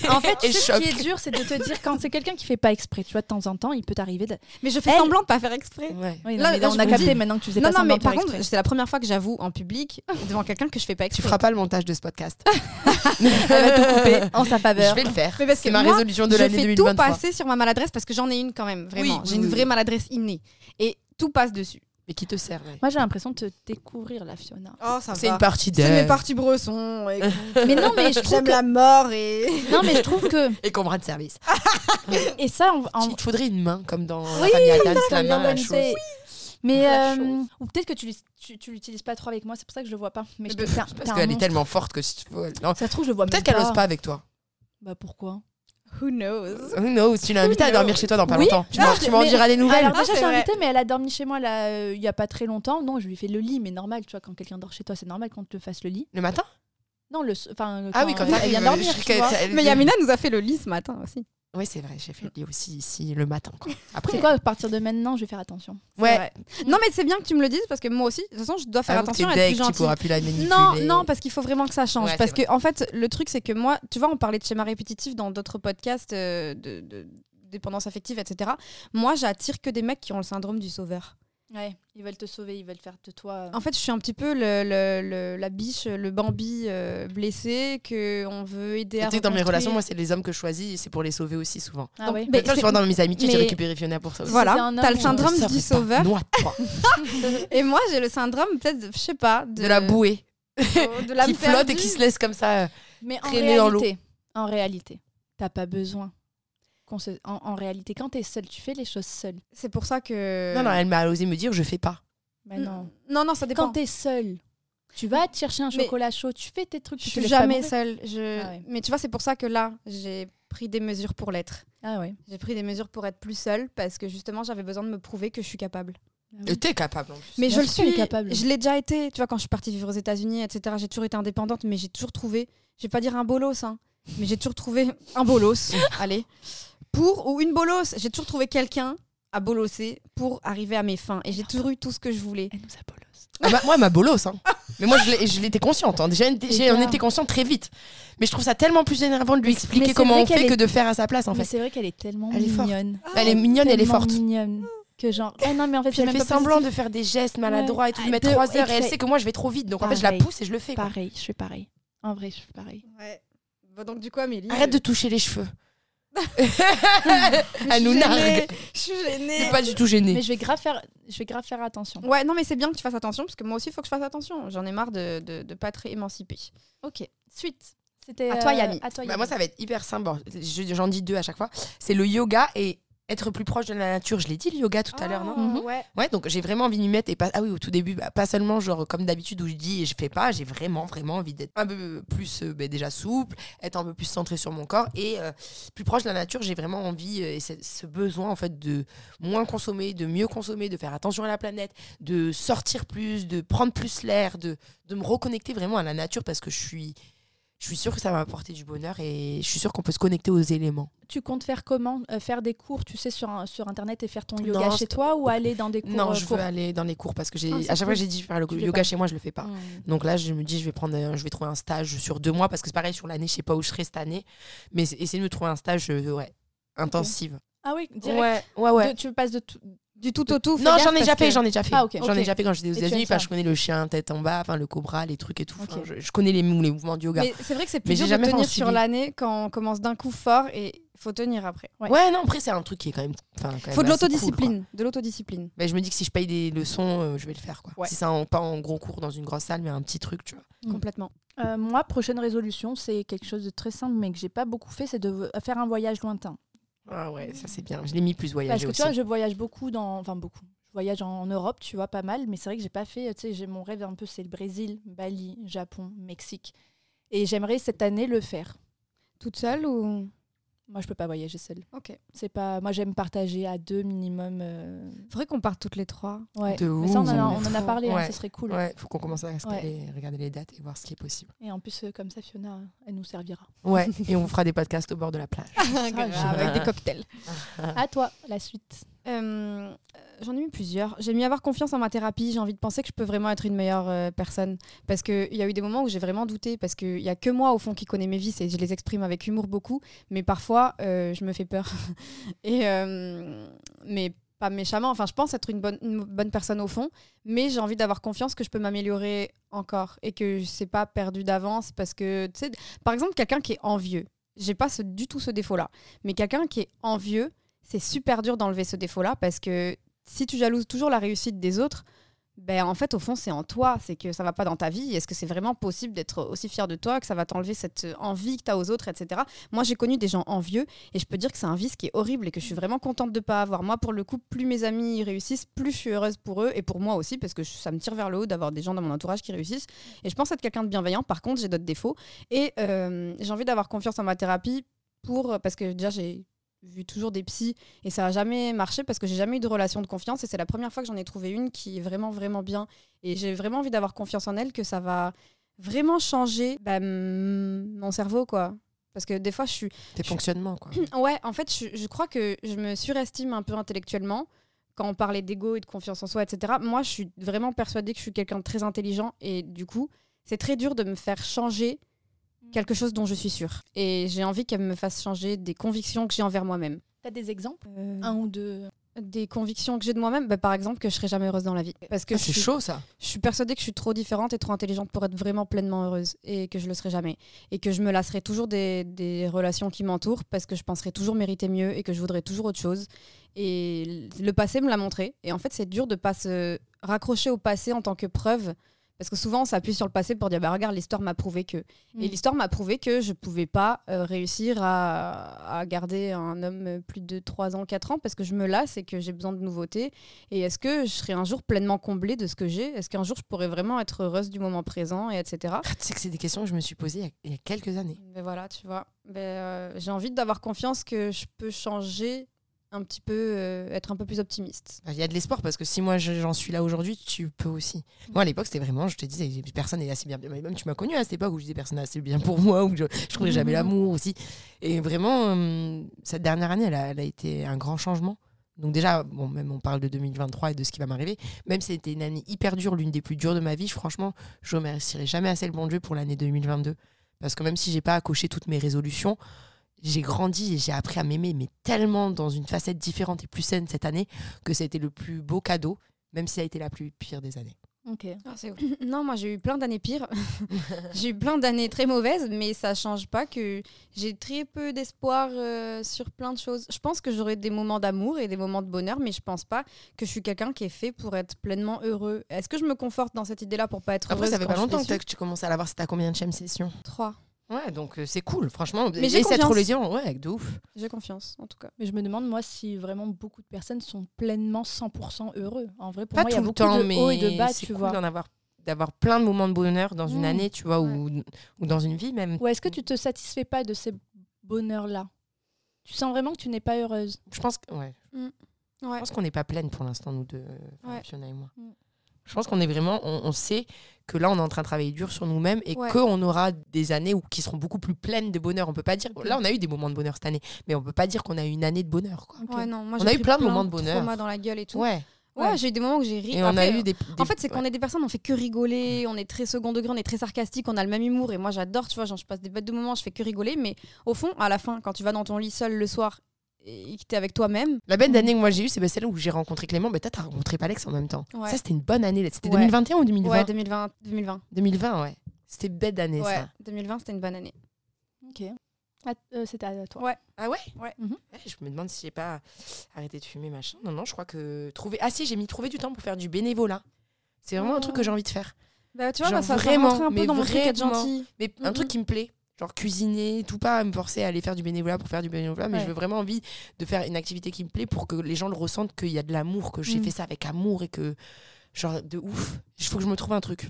[SPEAKER 2] en fait, tu
[SPEAKER 3] et
[SPEAKER 2] sais, ce
[SPEAKER 3] choc.
[SPEAKER 2] qui est dur, c'est de te dire quand c'est quelqu'un qui fait pas exprès. Tu vois, de temps en temps, il peut t'arriver. De...
[SPEAKER 1] Mais je fais
[SPEAKER 2] Elle-
[SPEAKER 1] semblant de pas faire exprès.
[SPEAKER 3] Ouais.
[SPEAKER 2] Oui,
[SPEAKER 1] Là-
[SPEAKER 2] non, mais
[SPEAKER 1] là,
[SPEAKER 2] on
[SPEAKER 1] je
[SPEAKER 2] a
[SPEAKER 1] vous
[SPEAKER 2] capté
[SPEAKER 1] dis.
[SPEAKER 2] maintenant que tu faisais
[SPEAKER 1] Non,
[SPEAKER 2] pas
[SPEAKER 1] non, mais
[SPEAKER 2] semblant de faire
[SPEAKER 1] par contre,
[SPEAKER 2] exprès.
[SPEAKER 1] c'est la première fois que j'avoue en public devant quelqu'un que je fais pas
[SPEAKER 3] Tu
[SPEAKER 1] exprès.
[SPEAKER 3] feras pas le montage de ce podcast.
[SPEAKER 2] (laughs) Elle va te couper en sa faveur.
[SPEAKER 3] (laughs) Je vais le faire.
[SPEAKER 1] Mais parce
[SPEAKER 3] C'est
[SPEAKER 1] que
[SPEAKER 3] ma
[SPEAKER 1] moi,
[SPEAKER 3] résolution de
[SPEAKER 1] je
[SPEAKER 3] l'année
[SPEAKER 1] fais tout
[SPEAKER 3] 2023.
[SPEAKER 1] passer sur ma maladresse parce que j'en ai une quand même, vraiment.
[SPEAKER 3] Oui, oui,
[SPEAKER 1] J'ai une
[SPEAKER 3] oui,
[SPEAKER 1] vraie
[SPEAKER 3] oui.
[SPEAKER 1] maladresse innée. Et tout passe dessus.
[SPEAKER 3] Mais qui te sert ouais.
[SPEAKER 2] Moi, j'ai l'impression de te découvrir, la Fiona.
[SPEAKER 1] Oh, ça
[SPEAKER 3] C'est une partie
[SPEAKER 1] C'est mes
[SPEAKER 3] d'elle.
[SPEAKER 1] parties bressons. (laughs)
[SPEAKER 2] Mais non, mais je trouve
[SPEAKER 1] J'aime
[SPEAKER 2] que...
[SPEAKER 1] la mort et.
[SPEAKER 2] Non, mais je trouve que...
[SPEAKER 3] Et qu'on me rend de service.
[SPEAKER 2] Et ça, on- en-
[SPEAKER 3] Il te faudrait une main comme dans la
[SPEAKER 2] Ah, Oui,
[SPEAKER 3] famille Adams, la
[SPEAKER 2] Fabien
[SPEAKER 3] main, la
[SPEAKER 2] Bonnet,
[SPEAKER 3] chose.
[SPEAKER 2] c'est- Mais
[SPEAKER 3] La
[SPEAKER 2] euh,
[SPEAKER 3] chose.
[SPEAKER 2] ou peut-être que tu, l'ut- tu, tu l'utilises pas trop avec moi, c'est pour ça que je le vois pas.
[SPEAKER 3] Eh
[SPEAKER 2] Mais je
[SPEAKER 1] Mais
[SPEAKER 2] te- t'as- t'as un
[SPEAKER 3] Parce ben, qu'elle est
[SPEAKER 2] monstre.
[SPEAKER 3] tellement forte que si tu veux- non.
[SPEAKER 2] Ça se trouve, je le vois
[SPEAKER 3] Peut-être
[SPEAKER 2] même
[SPEAKER 3] qu'elle n'ose pas avec toi.
[SPEAKER 2] Bah pourquoi
[SPEAKER 1] Who knows?
[SPEAKER 3] Who knows Tu l'as invitée à
[SPEAKER 1] knows
[SPEAKER 3] dormir chez toi dans pas
[SPEAKER 2] Oui.
[SPEAKER 3] longtemps. Tu
[SPEAKER 2] Non,
[SPEAKER 3] m'en-
[SPEAKER 2] je-
[SPEAKER 3] tu m'en
[SPEAKER 2] mais-
[SPEAKER 3] diras des nouvelles.
[SPEAKER 2] Alors
[SPEAKER 1] Ah,
[SPEAKER 2] déjà,
[SPEAKER 1] c'est
[SPEAKER 2] j'ai
[SPEAKER 1] vrai.
[SPEAKER 2] invité, mais elle a dormi chez moi là, euh, il y a pas très longtemps. Non, je lui ai fait le lit, mais normal, tu vois, quand quelqu'un dort chez toi, c'est normal qu'on te fasse le lit.
[SPEAKER 3] Le matin
[SPEAKER 2] Non, le, s- enfin,
[SPEAKER 3] Ah oui, quand
[SPEAKER 2] elle vient dormir, tu vois.
[SPEAKER 1] Mais Yamina nous a fait le lit ce matin aussi.
[SPEAKER 3] Oui, c'est vrai, j'ai fait le lit aussi ici le matin. Quoi. Après,
[SPEAKER 2] C'est quoi, à partir de maintenant, je vais faire attention.
[SPEAKER 1] C'est
[SPEAKER 3] ouais,
[SPEAKER 1] vrai. Non, mais c'est bien que tu me le dises parce que moi aussi, de toute façon, je dois faire
[SPEAKER 3] avant que
[SPEAKER 1] attention
[SPEAKER 3] t'es
[SPEAKER 1] à être
[SPEAKER 3] deg,
[SPEAKER 1] plus
[SPEAKER 3] tu
[SPEAKER 1] gentille.
[SPEAKER 3] pourras plus la manipuler.
[SPEAKER 1] Non, non, parce qu'il faut vraiment que ça change.
[SPEAKER 3] Ouais,
[SPEAKER 1] parce
[SPEAKER 3] c'est
[SPEAKER 1] que, en fait, le truc, c'est que moi, tu vois, on parlait de schéma répétitif dans d'autres podcasts euh, de, de dépendance affective, etc. Moi, j'attire que des mecs qui ont le syndrome du sauveur.
[SPEAKER 2] Ouais, ils veulent te sauver, ils veulent faire de toi. euh,
[SPEAKER 1] En fait, je suis un petit peu le, le- le- la biche, le Bambi euh, blessé que on veut aider
[SPEAKER 3] Tu
[SPEAKER 1] à.
[SPEAKER 3] sais que dans mes
[SPEAKER 1] reconstruire.
[SPEAKER 3] relations, moi, c'est les hommes que je choisis, et c'est pour les sauver aussi souvent.
[SPEAKER 2] Ah
[SPEAKER 1] Donc,
[SPEAKER 2] ouais.
[SPEAKER 1] Mais
[SPEAKER 3] Mais je
[SPEAKER 1] c'est-
[SPEAKER 3] vois dans mes amitiés, j'ai
[SPEAKER 1] mais-
[SPEAKER 3] récupéré Fiona pour ça
[SPEAKER 2] c'est
[SPEAKER 3] aussi.
[SPEAKER 1] Voilà,
[SPEAKER 2] un
[SPEAKER 1] t'as
[SPEAKER 2] homme,
[SPEAKER 1] le
[SPEAKER 2] on-
[SPEAKER 1] syndrome
[SPEAKER 3] Ça
[SPEAKER 1] du
[SPEAKER 3] fait pas
[SPEAKER 1] sauveur.
[SPEAKER 3] noix, toi.
[SPEAKER 1] (laughs) Et moi, j'ai le syndrome, peut-être, je sais pas, de,
[SPEAKER 3] De la bouée
[SPEAKER 1] (laughs) de l'âme
[SPEAKER 3] qui flotte et
[SPEAKER 1] perdue.
[SPEAKER 3] qui se laisse comme ça. euh,
[SPEAKER 2] Mais en
[SPEAKER 3] traîner dans l'eau.
[SPEAKER 2] réalité, en réalité, t'as pas besoin. qu'on se- en, en réalité, quand t'es seule, tu fais les choses seule.
[SPEAKER 1] C'est pour ça que.
[SPEAKER 3] Non, non, elle m'a osé me dire je fais pas.
[SPEAKER 2] Bah
[SPEAKER 1] Mm.
[SPEAKER 2] non.
[SPEAKER 1] non, non, ça
[SPEAKER 2] Quand
[SPEAKER 1] dépend.
[SPEAKER 2] t'es seule, tu vas te chercher un
[SPEAKER 1] Mais-
[SPEAKER 2] chocolat chaud, tu fais tes trucs.
[SPEAKER 1] Je
[SPEAKER 2] tu te
[SPEAKER 1] suis
[SPEAKER 2] laisses pas
[SPEAKER 1] jamais
[SPEAKER 2] bourrer.
[SPEAKER 1] seule. Je...
[SPEAKER 2] Ah ouais.
[SPEAKER 1] Mais tu vois, c'est pour ça que là, j'ai pris des mesures pour l'être.
[SPEAKER 2] Ah ouais.
[SPEAKER 1] J'ai pris des mesures pour être plus seule parce que justement, j'avais besoin de me prouver que je suis capable.
[SPEAKER 2] Ah
[SPEAKER 3] Et t'es capable en plus.
[SPEAKER 1] Mais
[SPEAKER 2] Bien
[SPEAKER 1] je le
[SPEAKER 2] sûr qu'elle est
[SPEAKER 1] suis.
[SPEAKER 2] capable.
[SPEAKER 1] Je l'ai déjà été. Tu vois, quand je suis partie vivre aux États-Unis, etc., j'ai toujours été indépendante, mais j'ai toujours trouvé. Je vais pas dire un bolos, hein, mais j'ai toujours trouvé (laughs)
[SPEAKER 2] (laughs)
[SPEAKER 1] un bolos. allez. Pour ou une bolos. J'ai toujours trouvé quelqu'un à bolosser pour arriver à mes fins. Et j'ai toujours eu tout ce que je voulais.
[SPEAKER 2] Elle nous apolose.
[SPEAKER 3] Ah bah, moi, elle m'a bolos. Hein. Mais moi, je l'ai- je l'étais consciente. hein. Déjà, j'en
[SPEAKER 2] grave.
[SPEAKER 3] étais consciente très vite. Mais je trouve ça tellement plus énervant de
[SPEAKER 2] Mais
[SPEAKER 3] lui
[SPEAKER 2] c'est- mais
[SPEAKER 3] expliquer
[SPEAKER 2] c'est
[SPEAKER 3] comment
[SPEAKER 2] vrai
[SPEAKER 3] on fait
[SPEAKER 2] qu'elle
[SPEAKER 3] que
[SPEAKER 2] est-
[SPEAKER 3] de faire à sa place en
[SPEAKER 2] Mais
[SPEAKER 3] fait.
[SPEAKER 2] c'est vrai qu'elle est tellement
[SPEAKER 3] Elle est forte. Ah,
[SPEAKER 2] mignonne. Ah,
[SPEAKER 3] Elle est mignonne, elle est
[SPEAKER 2] Tellement
[SPEAKER 3] forte.
[SPEAKER 2] mignonne. Que genre. Ah non, mais en fait,
[SPEAKER 3] Puis
[SPEAKER 2] c'est
[SPEAKER 3] elle
[SPEAKER 2] même
[SPEAKER 3] fait
[SPEAKER 2] pas
[SPEAKER 3] semblant de faire des gestes maladroits et tout,
[SPEAKER 2] Ah,
[SPEAKER 3] de mettre
[SPEAKER 2] de-
[SPEAKER 3] trois heures.
[SPEAKER 2] et
[SPEAKER 3] Et elle
[SPEAKER 2] fait-
[SPEAKER 3] sait que moi, je vais trop vite. Donc en fait, je la
[SPEAKER 2] Pareil.
[SPEAKER 3] pousse et je le fais. quoi.
[SPEAKER 2] Pareil, je fais pareil. En vrai, je fais pareil.
[SPEAKER 1] Bah donc, du coup, Amélie.
[SPEAKER 3] Arrête de toucher
[SPEAKER 2] (laughs)
[SPEAKER 3] les cheveux. elle nous nargue.
[SPEAKER 1] Je suis gênée.
[SPEAKER 3] T'es pas du tout gênée.
[SPEAKER 2] Mais je vais grave faire, je vais grave faire attention.
[SPEAKER 1] Ouais, non, mais c'est bien que tu fasses attention parce que moi aussi, il faut que je fasse attention. J'en ai marre de, de, de pas être émancipée.
[SPEAKER 2] Ok. Suite. C'était
[SPEAKER 1] À toi,
[SPEAKER 2] euh,
[SPEAKER 1] Yami.
[SPEAKER 2] À toi,
[SPEAKER 3] Bah,
[SPEAKER 2] Yami.
[SPEAKER 3] moi, ça va être hyper simple. Bon, je- J'en dis deux à chaque fois. C'est le yoga et être plus proche de la nature. Je l'ai dit, le yoga tout à l'heure, non
[SPEAKER 2] Mhm.
[SPEAKER 1] Ouais.
[SPEAKER 3] Ah, Ouais, donc j'ai vraiment envie d'y mettre. Et pas... Ah oui, au tout début, bah, pas seulement genre comme d'habitude où je dis je fais pas, j'ai vraiment, vraiment envie d'être un peu plus euh, bah, déjà souple, être un peu plus centré sur mon corps et euh, plus proche de la nature. J'ai vraiment envie euh, et c'est- ce besoin en fait de moins consommer, de mieux consommer, de faire attention à la planète, de sortir plus, de prendre plus l'air, de, de me reconnecter vraiment à la nature parce que je suis. Je suis sûre que ça va m'apporter du bonheur et je suis sûre qu'on peut se connecter aux éléments.
[SPEAKER 2] Tu comptes faire comment Euh, Faire des cours, tu sais, sur, un- sur Internet et faire ton yoga
[SPEAKER 3] Non,
[SPEAKER 2] chez
[SPEAKER 3] c'est-
[SPEAKER 2] toi ou aller dans des cours
[SPEAKER 3] non,
[SPEAKER 2] euh,
[SPEAKER 3] je
[SPEAKER 2] courts
[SPEAKER 3] veux aller dans les cours parce que j'ai
[SPEAKER 2] Ah,
[SPEAKER 3] à
[SPEAKER 2] c'est
[SPEAKER 3] chaque fois
[SPEAKER 2] cool.
[SPEAKER 3] que j'ai dit je vais faire le
[SPEAKER 2] Tu fais
[SPEAKER 3] yoga
[SPEAKER 2] pas.
[SPEAKER 3] chez moi, je le fais pas.
[SPEAKER 2] Hmm.
[SPEAKER 3] Donc là, je me dis, je vais prendre, un- je vais trouver un stage sur deux mois parce que c'est pareil sur l'année, je sais pas où je serai cette année, mais c'est- essayer de me trouver un stage, euh, ouais, intensive.
[SPEAKER 2] Ah oui, direct.
[SPEAKER 3] Ouais, ouais.
[SPEAKER 2] De- tu passes de tout.
[SPEAKER 1] Du tout au tout. fais
[SPEAKER 3] Non, j'en
[SPEAKER 1] gaffe,
[SPEAKER 3] ai déjà
[SPEAKER 1] parce
[SPEAKER 3] fait,
[SPEAKER 1] que-
[SPEAKER 3] j'en ai déjà fait.
[SPEAKER 2] Ah, ok.
[SPEAKER 3] J'en
[SPEAKER 2] Ok.
[SPEAKER 3] ai déjà fait quand j'étais aux
[SPEAKER 2] Et tu aimes
[SPEAKER 3] États-Unis.
[SPEAKER 2] ça
[SPEAKER 3] Enfin, je connais le chien tête en bas, enfin le cobra, les trucs et tout. Enfin,
[SPEAKER 2] Ok.
[SPEAKER 3] je, je connais les, mou- les mouvements du yoga.
[SPEAKER 1] Mais c'est vrai que c'est
[SPEAKER 3] Mais
[SPEAKER 1] plus dur
[SPEAKER 3] j'ai
[SPEAKER 1] de
[SPEAKER 3] jamais fait en
[SPEAKER 1] tenir sur
[SPEAKER 3] suivi.
[SPEAKER 1] l'année quand on commence d'un coup fort et faut tenir après.
[SPEAKER 2] ouais.
[SPEAKER 3] ouais. non, après c'est un truc qui est quand même. enfin, quand
[SPEAKER 1] Faut
[SPEAKER 3] même
[SPEAKER 1] de
[SPEAKER 3] assez Eh ben, cool, quoi.
[SPEAKER 1] l'autodiscipline, de l'autodiscipline.
[SPEAKER 3] mais je me dis que si je paye des leçons, euh, je vais le faire quoi.
[SPEAKER 1] Ouais.
[SPEAKER 3] Si c'est un- pas en gros cours dans une grosse salle, mais un petit truc, tu vois.
[SPEAKER 2] Mm.
[SPEAKER 1] Complètement.
[SPEAKER 2] Euh, moi, prochaine résolution, c'est quelque chose de très simple mais que j'ai pas beaucoup fait, c'est de v- faire un voyage lointain.
[SPEAKER 3] Ah ouais, ça c'est bien. Je l'ai mis plus
[SPEAKER 2] Parce
[SPEAKER 3] voyager
[SPEAKER 2] que tu
[SPEAKER 3] aussi.
[SPEAKER 2] vois, je voyage beaucoup dans, enfin beaucoup. Je voyage en, en Europe, tu vois, pas mal, mais c'est vrai que j'ai pas fait. Tu sais, j'ai mon rêve un peu, c'est le Brésil, Bali, Japon, Mexique, et j'aimerais cette année le faire.
[SPEAKER 1] Toute seule ou
[SPEAKER 2] Moi, je peux pas voyager seule.
[SPEAKER 1] Ok.
[SPEAKER 2] C'est pas. Moi, j'aime partager à deux minimum. euh,
[SPEAKER 1] Faudrait qu'on parte toutes les trois.
[SPEAKER 2] Ouais.
[SPEAKER 3] De
[SPEAKER 2] mais ça, on en a,
[SPEAKER 3] ouf.
[SPEAKER 2] on en a parlé. hein,
[SPEAKER 3] Ouais.
[SPEAKER 2] ça serait cool.
[SPEAKER 3] Ouais, faut qu'on commence à regarder-
[SPEAKER 2] Ouais.
[SPEAKER 3] regarder les dates et voir ce qui est possible.
[SPEAKER 2] Et en plus, euh, comme ça, Fiona, elle nous servira.
[SPEAKER 3] (laughs) Ouais, et on fera des podcasts au bord de la plage.
[SPEAKER 2] grave.
[SPEAKER 1] (laughs) Avec des cocktails.
[SPEAKER 3] Ah.
[SPEAKER 2] À toi, la suite.
[SPEAKER 1] Euh, J'en ai eu plusieurs. J'ai mis avoir confiance en ma thérapie. J'ai envie de penser que je peux vraiment être une meilleure euh, personne. Parce qu'il y a eu des moments où j'ai vraiment douté. Parce qu'il n'y a que moi, au fond, qui connais mes vices et je les exprime avec humour beaucoup. Mais parfois, euh, je me fais peur. (laughs) et, euh, mais pas méchamment. Enfin, je pense être une bonne, une bonne personne au fond. Mais j'ai envie d'avoir confiance que je peux m'améliorer encore. Et que c'est pas perdu d'avance. Parce que, tu sais, par exemple, quelqu'un qui est envieux. J'ai pas ce- du tout ce défaut-là. Mais quelqu'un qui est envieux c'est super dur d'enlever ce défaut-là parce que si tu jalouses toujours la réussite des autres, ben en fait au fond c'est en toi, c'est que ça va pas dans ta vie. Est-ce que c'est vraiment possible d'être aussi fier de toi que ça va t'enlever cette envie que tu as aux autres, etc. Moi j'ai connu des gens envieux et je peux dire que c'est un vice qui est horrible et que je suis vraiment contente de pas avoir. Moi pour le coup, plus mes amis y réussissent, plus je suis heureuse pour eux et pour moi aussi parce que je- ça me tire vers le haut d'avoir des gens dans mon entourage qui réussissent. Et je pense être quelqu'un de bienveillant. Par contre j'ai d'autres défauts et euh, j'ai envie d'avoir confiance en ma thérapie pour parce que déjà j'ai vu toujours des psys et ça a jamais marché parce que j'ai jamais eu de relation de confiance et c'est la première fois que j'en ai trouvé une qui est vraiment vraiment bien et j'ai vraiment envie d'avoir confiance en elle que ça va vraiment changer bah, mm, mon cerveau quoi parce que des fois je suis
[SPEAKER 3] Tes fonctionnements, (clears throat) quoi.
[SPEAKER 1] ouais en fait je, je crois que je me surestime un peu intellectuellement quand on parlait d'ego et de confiance en soi etc moi je suis vraiment persuadée que je suis quelqu'un de très intelligent et du coup c'est très dur de me faire changer quelque chose dont je suis sûre et j'ai envie qu'elle me fasse changer des convictions que j'ai envers moi-même
[SPEAKER 2] T'as des exemples
[SPEAKER 1] Euh,
[SPEAKER 2] Un ou deux
[SPEAKER 1] des convictions que j'ai de moi-même, bah, par exemple que je serai jamais heureuse dans la vie. Parce que
[SPEAKER 3] Ah,
[SPEAKER 1] je,
[SPEAKER 3] c'est
[SPEAKER 1] suis,
[SPEAKER 3] chaud, ça.
[SPEAKER 1] je suis persuadée que je suis trop différente et trop intelligente pour être vraiment pleinement heureuse et que je le serai jamais. Et que je me lasserai toujours des, des relations qui m'entourent parce que je penserai toujours mériter mieux et que je voudrais toujours autre chose. Et l- le passé me l'a montré. Et en fait, c'est dur de pas se raccrocher au passé en tant que preuve Parce que souvent, on s'appuie sur le passé pour dire bah, regarde, l'histoire m'a prouvé que. Et l'histoire m'a prouvé que je pouvais pas euh, réussir à, à garder un homme plus de 3 ans, 4 ans, parce que je me lasse et que j'ai besoin de nouveautés. Et est-ce que je serai un jour pleinement comblée de ce que j'ai Est-ce qu'un jour, je pourrais vraiment être heureuse du moment présent, et etc.
[SPEAKER 3] Ah, Tu sais que c'est des questions que je me suis posées il y a, il y a quelques années.
[SPEAKER 1] Mais voilà, tu vois. Ben, euh, j'ai envie d'avoir confiance que je peux changer un petit peu, euh, être un peu plus optimiste.
[SPEAKER 3] Bah, Il y a de l'espoir parce que si moi je- j'en suis là aujourd'hui, tu peux aussi. Moi à l'époque, c'était vraiment, je te disais, personne n'est assez bien. mais Même tu m'as connue à cette époque où je disais personne n'est assez bien pour moi, où je, je trouvais jamais l'amour aussi. Et vraiment, euh, cette dernière année, elle a, elle a été un grand changement. Donc déjà, bon, même on parle de 2023 et de ce qui va m'arriver, même si c'était une année hyper dure, l'une des plus dures de ma vie, je- franchement, je remercierai jamais assez le bon Dieu pour l'année 2022. Parce que même si j'ai pas accroché toutes mes résolutions, j'ai grandi et j'ai appris à m'aimer, mais tellement dans une facette différente et plus saine cette année que c'était le plus beau cadeau, même si ça a été la plus pire des années.
[SPEAKER 2] Ok.
[SPEAKER 3] Ah,
[SPEAKER 1] (laughs) non, moi j'ai eu plein d'années
[SPEAKER 3] (laughs)
[SPEAKER 1] pires. j'ai eu plein d'années très mauvaises, mais ça change pas que j'ai très peu d'espoir euh, sur plein de choses. Je pense que j'aurai des moments d'amour et des moments de bonheur, mais je pense pas que je suis quelqu'un qui est fait pour être pleinement heureux. Est-ce que je me conforte dans cette idée-là pour pas être
[SPEAKER 3] Après,
[SPEAKER 1] heureuse
[SPEAKER 3] ça fait
[SPEAKER 1] quand
[SPEAKER 3] pas
[SPEAKER 1] je suis
[SPEAKER 3] longtemps que
[SPEAKER 1] déçue
[SPEAKER 3] t'as- que tu commences à l'avoir, c'était à combien de session
[SPEAKER 1] Trois.
[SPEAKER 3] Ouais, donc euh, c'est cool, franchement.
[SPEAKER 1] Mais j'ai
[SPEAKER 3] j'ai cette
[SPEAKER 1] confiance.
[SPEAKER 3] religion, ouais, de ouf.
[SPEAKER 1] J'ai confiance, en tout cas.
[SPEAKER 2] Mais je me demande, moi, si vraiment beaucoup de personnes sont pleinement 100% heureux. En vrai, pour
[SPEAKER 3] pas
[SPEAKER 2] moi, il y a
[SPEAKER 3] tout le
[SPEAKER 2] beaucoup
[SPEAKER 3] temps,
[SPEAKER 2] de
[SPEAKER 3] mais
[SPEAKER 2] hauts et de bas,
[SPEAKER 3] c'est
[SPEAKER 2] tu
[SPEAKER 3] cool
[SPEAKER 2] vois.
[SPEAKER 3] d'en avoir d'avoir plein de moments de bonheur dans
[SPEAKER 2] Mm.
[SPEAKER 3] une année, tu vois, ou, ou dans une vie même.
[SPEAKER 2] Ou est-ce que tu te satisfais pas de ces bonheurs-là Tu sens vraiment que tu n'es pas heureuse.
[SPEAKER 3] Je pense que- ouais,
[SPEAKER 1] Ouais.
[SPEAKER 3] Je pense qu'on n'est pas pleine pour l'instant, nous deux, enfin,
[SPEAKER 1] Ouais.
[SPEAKER 3] Fiona et moi.
[SPEAKER 2] Mm.
[SPEAKER 3] Je pense qu'on est vraiment, on, on sait que là, on est en train de travailler dur sur nous-mêmes et
[SPEAKER 1] Ouais.
[SPEAKER 3] qu'on aura des années où, qui seront beaucoup plus pleines de bonheur. On peut pas dire,
[SPEAKER 1] Mm.
[SPEAKER 3] là, on a eu des moments de bonheur cette année, mais on peut pas dire qu'on a eu une année de bonheur, quoi.
[SPEAKER 1] Ouais, non, moi,
[SPEAKER 3] On
[SPEAKER 1] j'ai
[SPEAKER 3] a eu
[SPEAKER 1] pris
[SPEAKER 3] plein de moments de bonheur.
[SPEAKER 1] traumas dans la gueule et tout. Ouais,
[SPEAKER 3] Ouais. ouais.
[SPEAKER 1] j'ai eu des moments où j'ai ri.
[SPEAKER 3] Et on a
[SPEAKER 1] Après, euh,
[SPEAKER 3] eu des.
[SPEAKER 1] En fait, c'est qu'on est des personnes, on fait que rigoler, on est très second degré, on est très sarcastique, on a le même humour. Et moi, j'adore, tu vois, genre, je passe des bêtes de moments, je fais que rigoler. Mais au fond, à la fin, quand tu vas dans ton lit seul le soir et que t'es avec toi-même,
[SPEAKER 3] La belle année que moi j'ai eue, c'est bah, celle où j'ai rencontré Clément. Mais toi, t'as rencontré Palex en même temps.
[SPEAKER 1] Ouais.
[SPEAKER 3] Ça, c'était une bonne année. là. C'était
[SPEAKER 1] Ouais.
[SPEAKER 3] 2021 ou 2020
[SPEAKER 1] ouais, 2020, 2020.
[SPEAKER 3] 2020, ouais. C'était belle année,
[SPEAKER 1] ouais,
[SPEAKER 3] ça.
[SPEAKER 1] 2020, c'était une bonne année.
[SPEAKER 2] Ok. Ah, euh, C'était à toi.
[SPEAKER 1] Ouais.
[SPEAKER 3] Ah ouais
[SPEAKER 1] Ouais.
[SPEAKER 2] Mhm.
[SPEAKER 3] Ouais, Je me demande si j'ai pas arrêté de fumer, machin. Non, non, je crois que trouver. Ah si, j'ai mis trouver du temps pour faire du bénévolat. C'est vraiment un
[SPEAKER 1] Oh.
[SPEAKER 3] truc que j'ai envie de faire.
[SPEAKER 1] Bah, tu vois,
[SPEAKER 3] Genre
[SPEAKER 1] moi, ça, ça
[SPEAKER 3] vraiment,
[SPEAKER 1] rentrait un peu
[SPEAKER 3] mais
[SPEAKER 1] dans mon truc être
[SPEAKER 3] vraiment.
[SPEAKER 1] gentil.
[SPEAKER 3] Mais un
[SPEAKER 1] Mhm.
[SPEAKER 3] truc qui me plaît. Genre cuisiner, tout pas à me forcer à aller faire du bénévolat pour faire du bénévolat, mais
[SPEAKER 2] Ouais.
[SPEAKER 3] je veux vraiment envie de faire une activité qui me plaît pour que les gens le ressentent, qu'il y a de l'amour, que j'ai
[SPEAKER 2] Mm.
[SPEAKER 3] fait ça avec amour et que. Genre de ouf. Il faut que je me trouve un truc.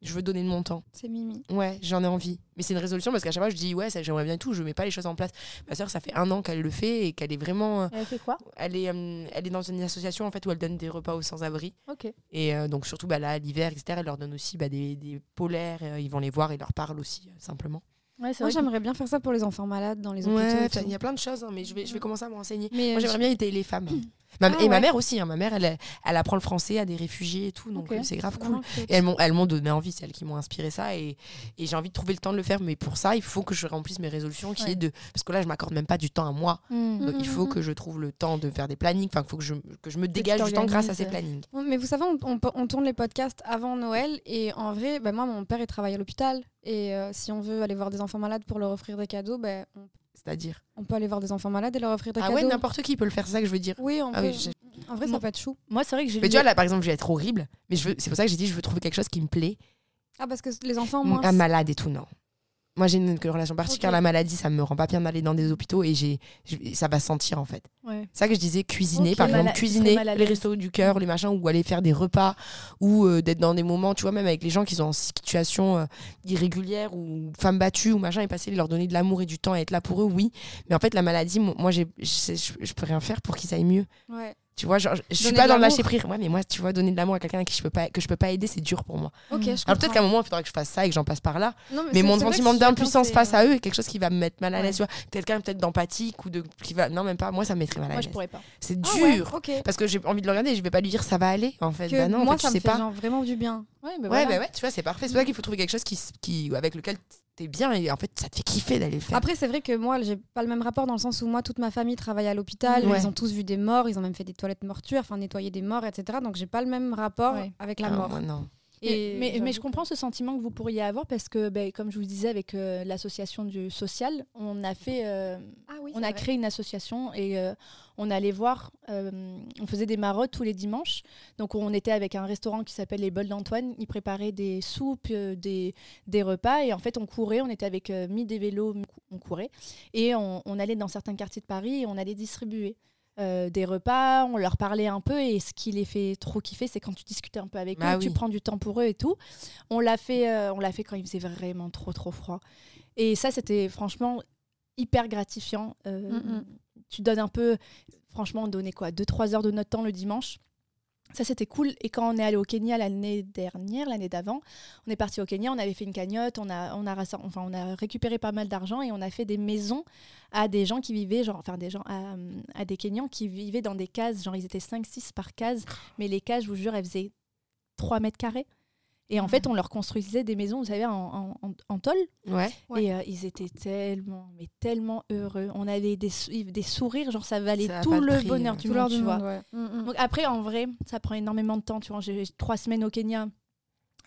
[SPEAKER 3] Je veux donner de mon temps.
[SPEAKER 1] C'est Mimi.
[SPEAKER 3] Ouais, j'en ai envie. Mais c'est une résolution parce qu'à chaque fois, je dis ouais, ça, j'aimerais bien et tout, je mets pas les choses en place. Ma soeur, ça fait un an qu'elle le fait et qu'elle est vraiment. euh,
[SPEAKER 2] Elle fait quoi
[SPEAKER 3] elle est, euh, elle est dans une association en fait où elle donne des repas aux sans-abri.
[SPEAKER 2] Ok.
[SPEAKER 3] Et euh, donc surtout bah, là, l'hiver, etc., elle leur donne aussi bah, des, des polaires, euh, ils vont les voir et leur parlent aussi, euh, simplement.
[SPEAKER 2] Ouais, c'est
[SPEAKER 1] Moi,
[SPEAKER 2] vrai.
[SPEAKER 1] j'aimerais bien faire ça pour les enfants malades dans les hôpitaux. et
[SPEAKER 3] Ouais,
[SPEAKER 1] tout.
[SPEAKER 3] il y a plein de choses, hein, mais je vais, je vais commencer à me renseigner.
[SPEAKER 1] mais
[SPEAKER 3] Moi,
[SPEAKER 1] euh,
[SPEAKER 3] j'aimerais bien aider les femmes. Ma-
[SPEAKER 1] Ah,
[SPEAKER 3] et ma
[SPEAKER 1] ouais.
[SPEAKER 3] mère aussi, hein, ma mère, elle, elle apprend le français à des réfugiés et tout, donc
[SPEAKER 2] Ok.
[SPEAKER 3] euh, c'est grave
[SPEAKER 1] je-
[SPEAKER 3] cool. Et elles m'ont, elles m'ont donné envie, c'est elles qui m'ont inspiré ça. Et, et j'ai envie de trouver le temps de le faire. Mais pour ça, il faut que je remplisse mes résolutions. Qui
[SPEAKER 2] Ouais.
[SPEAKER 3] est de, parce que là, je m'accorde même pas du temps à moi.
[SPEAKER 2] Mm.
[SPEAKER 3] Donc, Bah, il faut que je trouve le temps de faire des plannings. Enfin, il faut que je, que je me dégage du temps grâce à ces
[SPEAKER 2] t'organises.
[SPEAKER 3] plannings.
[SPEAKER 1] Ouais, Mais vous savez, on, on peut- on tourne les podcasts avant Noël et en vrai, bah, moi, mon père, il travaille à l'hôpital. Et euh, si on veut aller voir des enfants malades pour leur offrir des cadeaux, bah, on,
[SPEAKER 3] C'est-à-dire.
[SPEAKER 1] on peut aller voir des enfants malades et leur offrir des
[SPEAKER 3] Ah ouais,
[SPEAKER 1] cadeaux.
[SPEAKER 3] n'importe qui peut le faire, c'est ça que je veux dire.
[SPEAKER 1] oui, on
[SPEAKER 3] Ah
[SPEAKER 1] peut.
[SPEAKER 3] oui, j'ai-
[SPEAKER 1] En vrai,
[SPEAKER 2] Moi-
[SPEAKER 1] ça peut être chou.
[SPEAKER 2] Moi, c'est vrai que j'ai
[SPEAKER 3] Mais
[SPEAKER 2] lu-
[SPEAKER 3] tu vois, là, par exemple, je vais être horrible. Mais je veux- c'est pour ça que j'ai dit, je veux trouver quelque chose qui me plaît.
[SPEAKER 1] Ah, parce que les enfants, moins.
[SPEAKER 3] Un malade et tout, non. Moi, j'ai une, une relation particulière
[SPEAKER 1] Ok.
[SPEAKER 3] à la maladie. Ça me rend pas bien d'aller dans des hôpitaux et j'ai, je- ça va sentir, en fait.
[SPEAKER 2] Ouais.
[SPEAKER 3] C'est ça que je disais, cuisiner,
[SPEAKER 2] Ok.
[SPEAKER 3] par
[SPEAKER 2] Mala-
[SPEAKER 3] exemple,
[SPEAKER 2] tu
[SPEAKER 3] cuisiner,
[SPEAKER 2] serais mal à
[SPEAKER 3] les
[SPEAKER 2] l'aise.
[SPEAKER 3] restos du cœur, les machins, ou aller faire des repas, ou euh, d'être dans des moments, tu vois, même avec les gens qui sont en situation euh, irrégulière ou femmes battues ou machin, et passer, leur donner de l'amour et du temps et être là pour eux, oui. Mais en fait, la maladie, mo- moi, j'ai- je sais- je je peux rien faire pour qu'ils aillent mieux.
[SPEAKER 1] Ouais.
[SPEAKER 3] Tu vois, genre, je- je suis
[SPEAKER 1] Donner
[SPEAKER 3] pas
[SPEAKER 1] de
[SPEAKER 3] dans le
[SPEAKER 1] l'amour.
[SPEAKER 3] lâcher prise. Ouais, mais moi, tu vois, donner de l'amour à quelqu'un à qui je peux pas, que je peux pas aider, c'est dur pour moi.
[SPEAKER 1] Ok, je
[SPEAKER 3] Alors peut-être
[SPEAKER 1] comprends.
[SPEAKER 3] qu'à un moment, il faudra que je fasse ça et que j'en passe par là.
[SPEAKER 1] Non,
[SPEAKER 3] Mais
[SPEAKER 1] c'est-
[SPEAKER 3] mon
[SPEAKER 1] c'est vrai que
[SPEAKER 3] sentiment
[SPEAKER 1] si
[SPEAKER 3] d'impuissance
[SPEAKER 1] chacun
[SPEAKER 3] face
[SPEAKER 1] fait,
[SPEAKER 3] à eux est quelque chose qui va me mettre mal à
[SPEAKER 2] Ouais.
[SPEAKER 3] l'aise. tu vois. Quelqu'un peut-être d'empathique ou de qui va, non même pas. Moi, ça me mettrait mal à
[SPEAKER 2] Moi,
[SPEAKER 3] l'aise.
[SPEAKER 2] je pourrais pas.
[SPEAKER 3] C'est
[SPEAKER 1] Ah
[SPEAKER 3] dur.
[SPEAKER 1] ouais, ok.
[SPEAKER 3] Parce que j'ai envie de le regarder, je vais pas lui dire ça va aller en fait.
[SPEAKER 1] Que
[SPEAKER 3] bah non, en
[SPEAKER 1] moi,
[SPEAKER 3] fait, tu
[SPEAKER 1] ça me
[SPEAKER 3] sais
[SPEAKER 1] fait
[SPEAKER 3] pas.
[SPEAKER 1] genre vraiment du bien.
[SPEAKER 2] Ouais, mais
[SPEAKER 3] Ouais,
[SPEAKER 2] voilà.
[SPEAKER 3] bah ouais, tu vois, c'est parfait. C'est pour ça qu'il faut trouver quelque chose qui, s- qui avec lequel t'es bien et en fait ça te fait kiffer d'aller le faire.
[SPEAKER 2] Ah,
[SPEAKER 1] Après, c'est vrai que moi, j'ai pas le même rapport dans le sens où moi, toute ma famille travaille à l'hôpital.
[SPEAKER 3] Ouais.
[SPEAKER 1] Ils ont tous vu des morts, ils ont même fait des toilettes mortuaires, enfin nettoyé des morts, etc. Donc, j'ai pas le même rapport
[SPEAKER 2] Ouais.
[SPEAKER 1] avec la
[SPEAKER 3] Ah,
[SPEAKER 1] mort.
[SPEAKER 3] moi, non.
[SPEAKER 2] Et, mais, mais je comprends ce sentiment que vous pourriez avoir parce que, ben, comme je vous disais avec euh, l'association du social, on a fait, euh,
[SPEAKER 4] Ah oui,
[SPEAKER 2] on
[SPEAKER 4] c'est
[SPEAKER 2] a
[SPEAKER 4] vrai.
[SPEAKER 2] créé une association et euh, on allait voir, euh, on faisait des marottes tous les dimanches. Donc on était avec un restaurant qui s'appelle les Bols d'Antoine. Ils préparaient des soupes, euh, des, des repas et en fait on courait. On était avec euh, mis des vélos, mis- on courait et on, on allait dans certains quartiers de Paris et on allait distribuer. euh, des repas, on leur parlait un peu et ce qui les fait trop kiffer, c'est quand tu discutes un peu avec
[SPEAKER 3] Bah
[SPEAKER 2] eux, tu
[SPEAKER 3] oui.
[SPEAKER 2] prends du temps pour eux et tout. On l'a fait, euh, on l'a fait quand il faisait vraiment trop trop froid. Et ça, c'était franchement hyper gratifiant. Euh,
[SPEAKER 4] Mm, mm.
[SPEAKER 2] Tu donnes un peu, franchement, on donnait quoi 2-3 heures de notre temps le dimanche. Ça, c'était cool. Et quand on est allé au Kenya l'année dernière, l'année d'avant, on est parti au Kenya, on avait fait une cagnotte, on a, on a, rassem- enfin, on a récupéré pas mal d'argent et on a fait des maisons à des gens qui vivaient, genre, enfin, des gens, à, euh, à des Kenyans qui vivaient dans des cases, genre, ils étaient 5-6 par case, mais les cases, je vous jure, elles faisaient 3 mètres carrés.
[SPEAKER 4] Mm.
[SPEAKER 2] Et en fait, on leur construisait des maisons, vous savez, en, en, en- en tôle.
[SPEAKER 3] Ouais.
[SPEAKER 4] Ouais.
[SPEAKER 2] Et euh, ils étaient tellement, mais tellement heureux. On avait des, sou- des sourires, genre ça valait
[SPEAKER 3] Ça a
[SPEAKER 2] tout
[SPEAKER 3] pas de
[SPEAKER 2] le
[SPEAKER 3] prix,
[SPEAKER 2] bonheur
[SPEAKER 3] euh.
[SPEAKER 2] du monde, tu vois.
[SPEAKER 4] Mm, mm.
[SPEAKER 2] Donc après, en vrai, ça prend énormément de temps, tu vois. J'ai j'ai trois semaines au Kenya.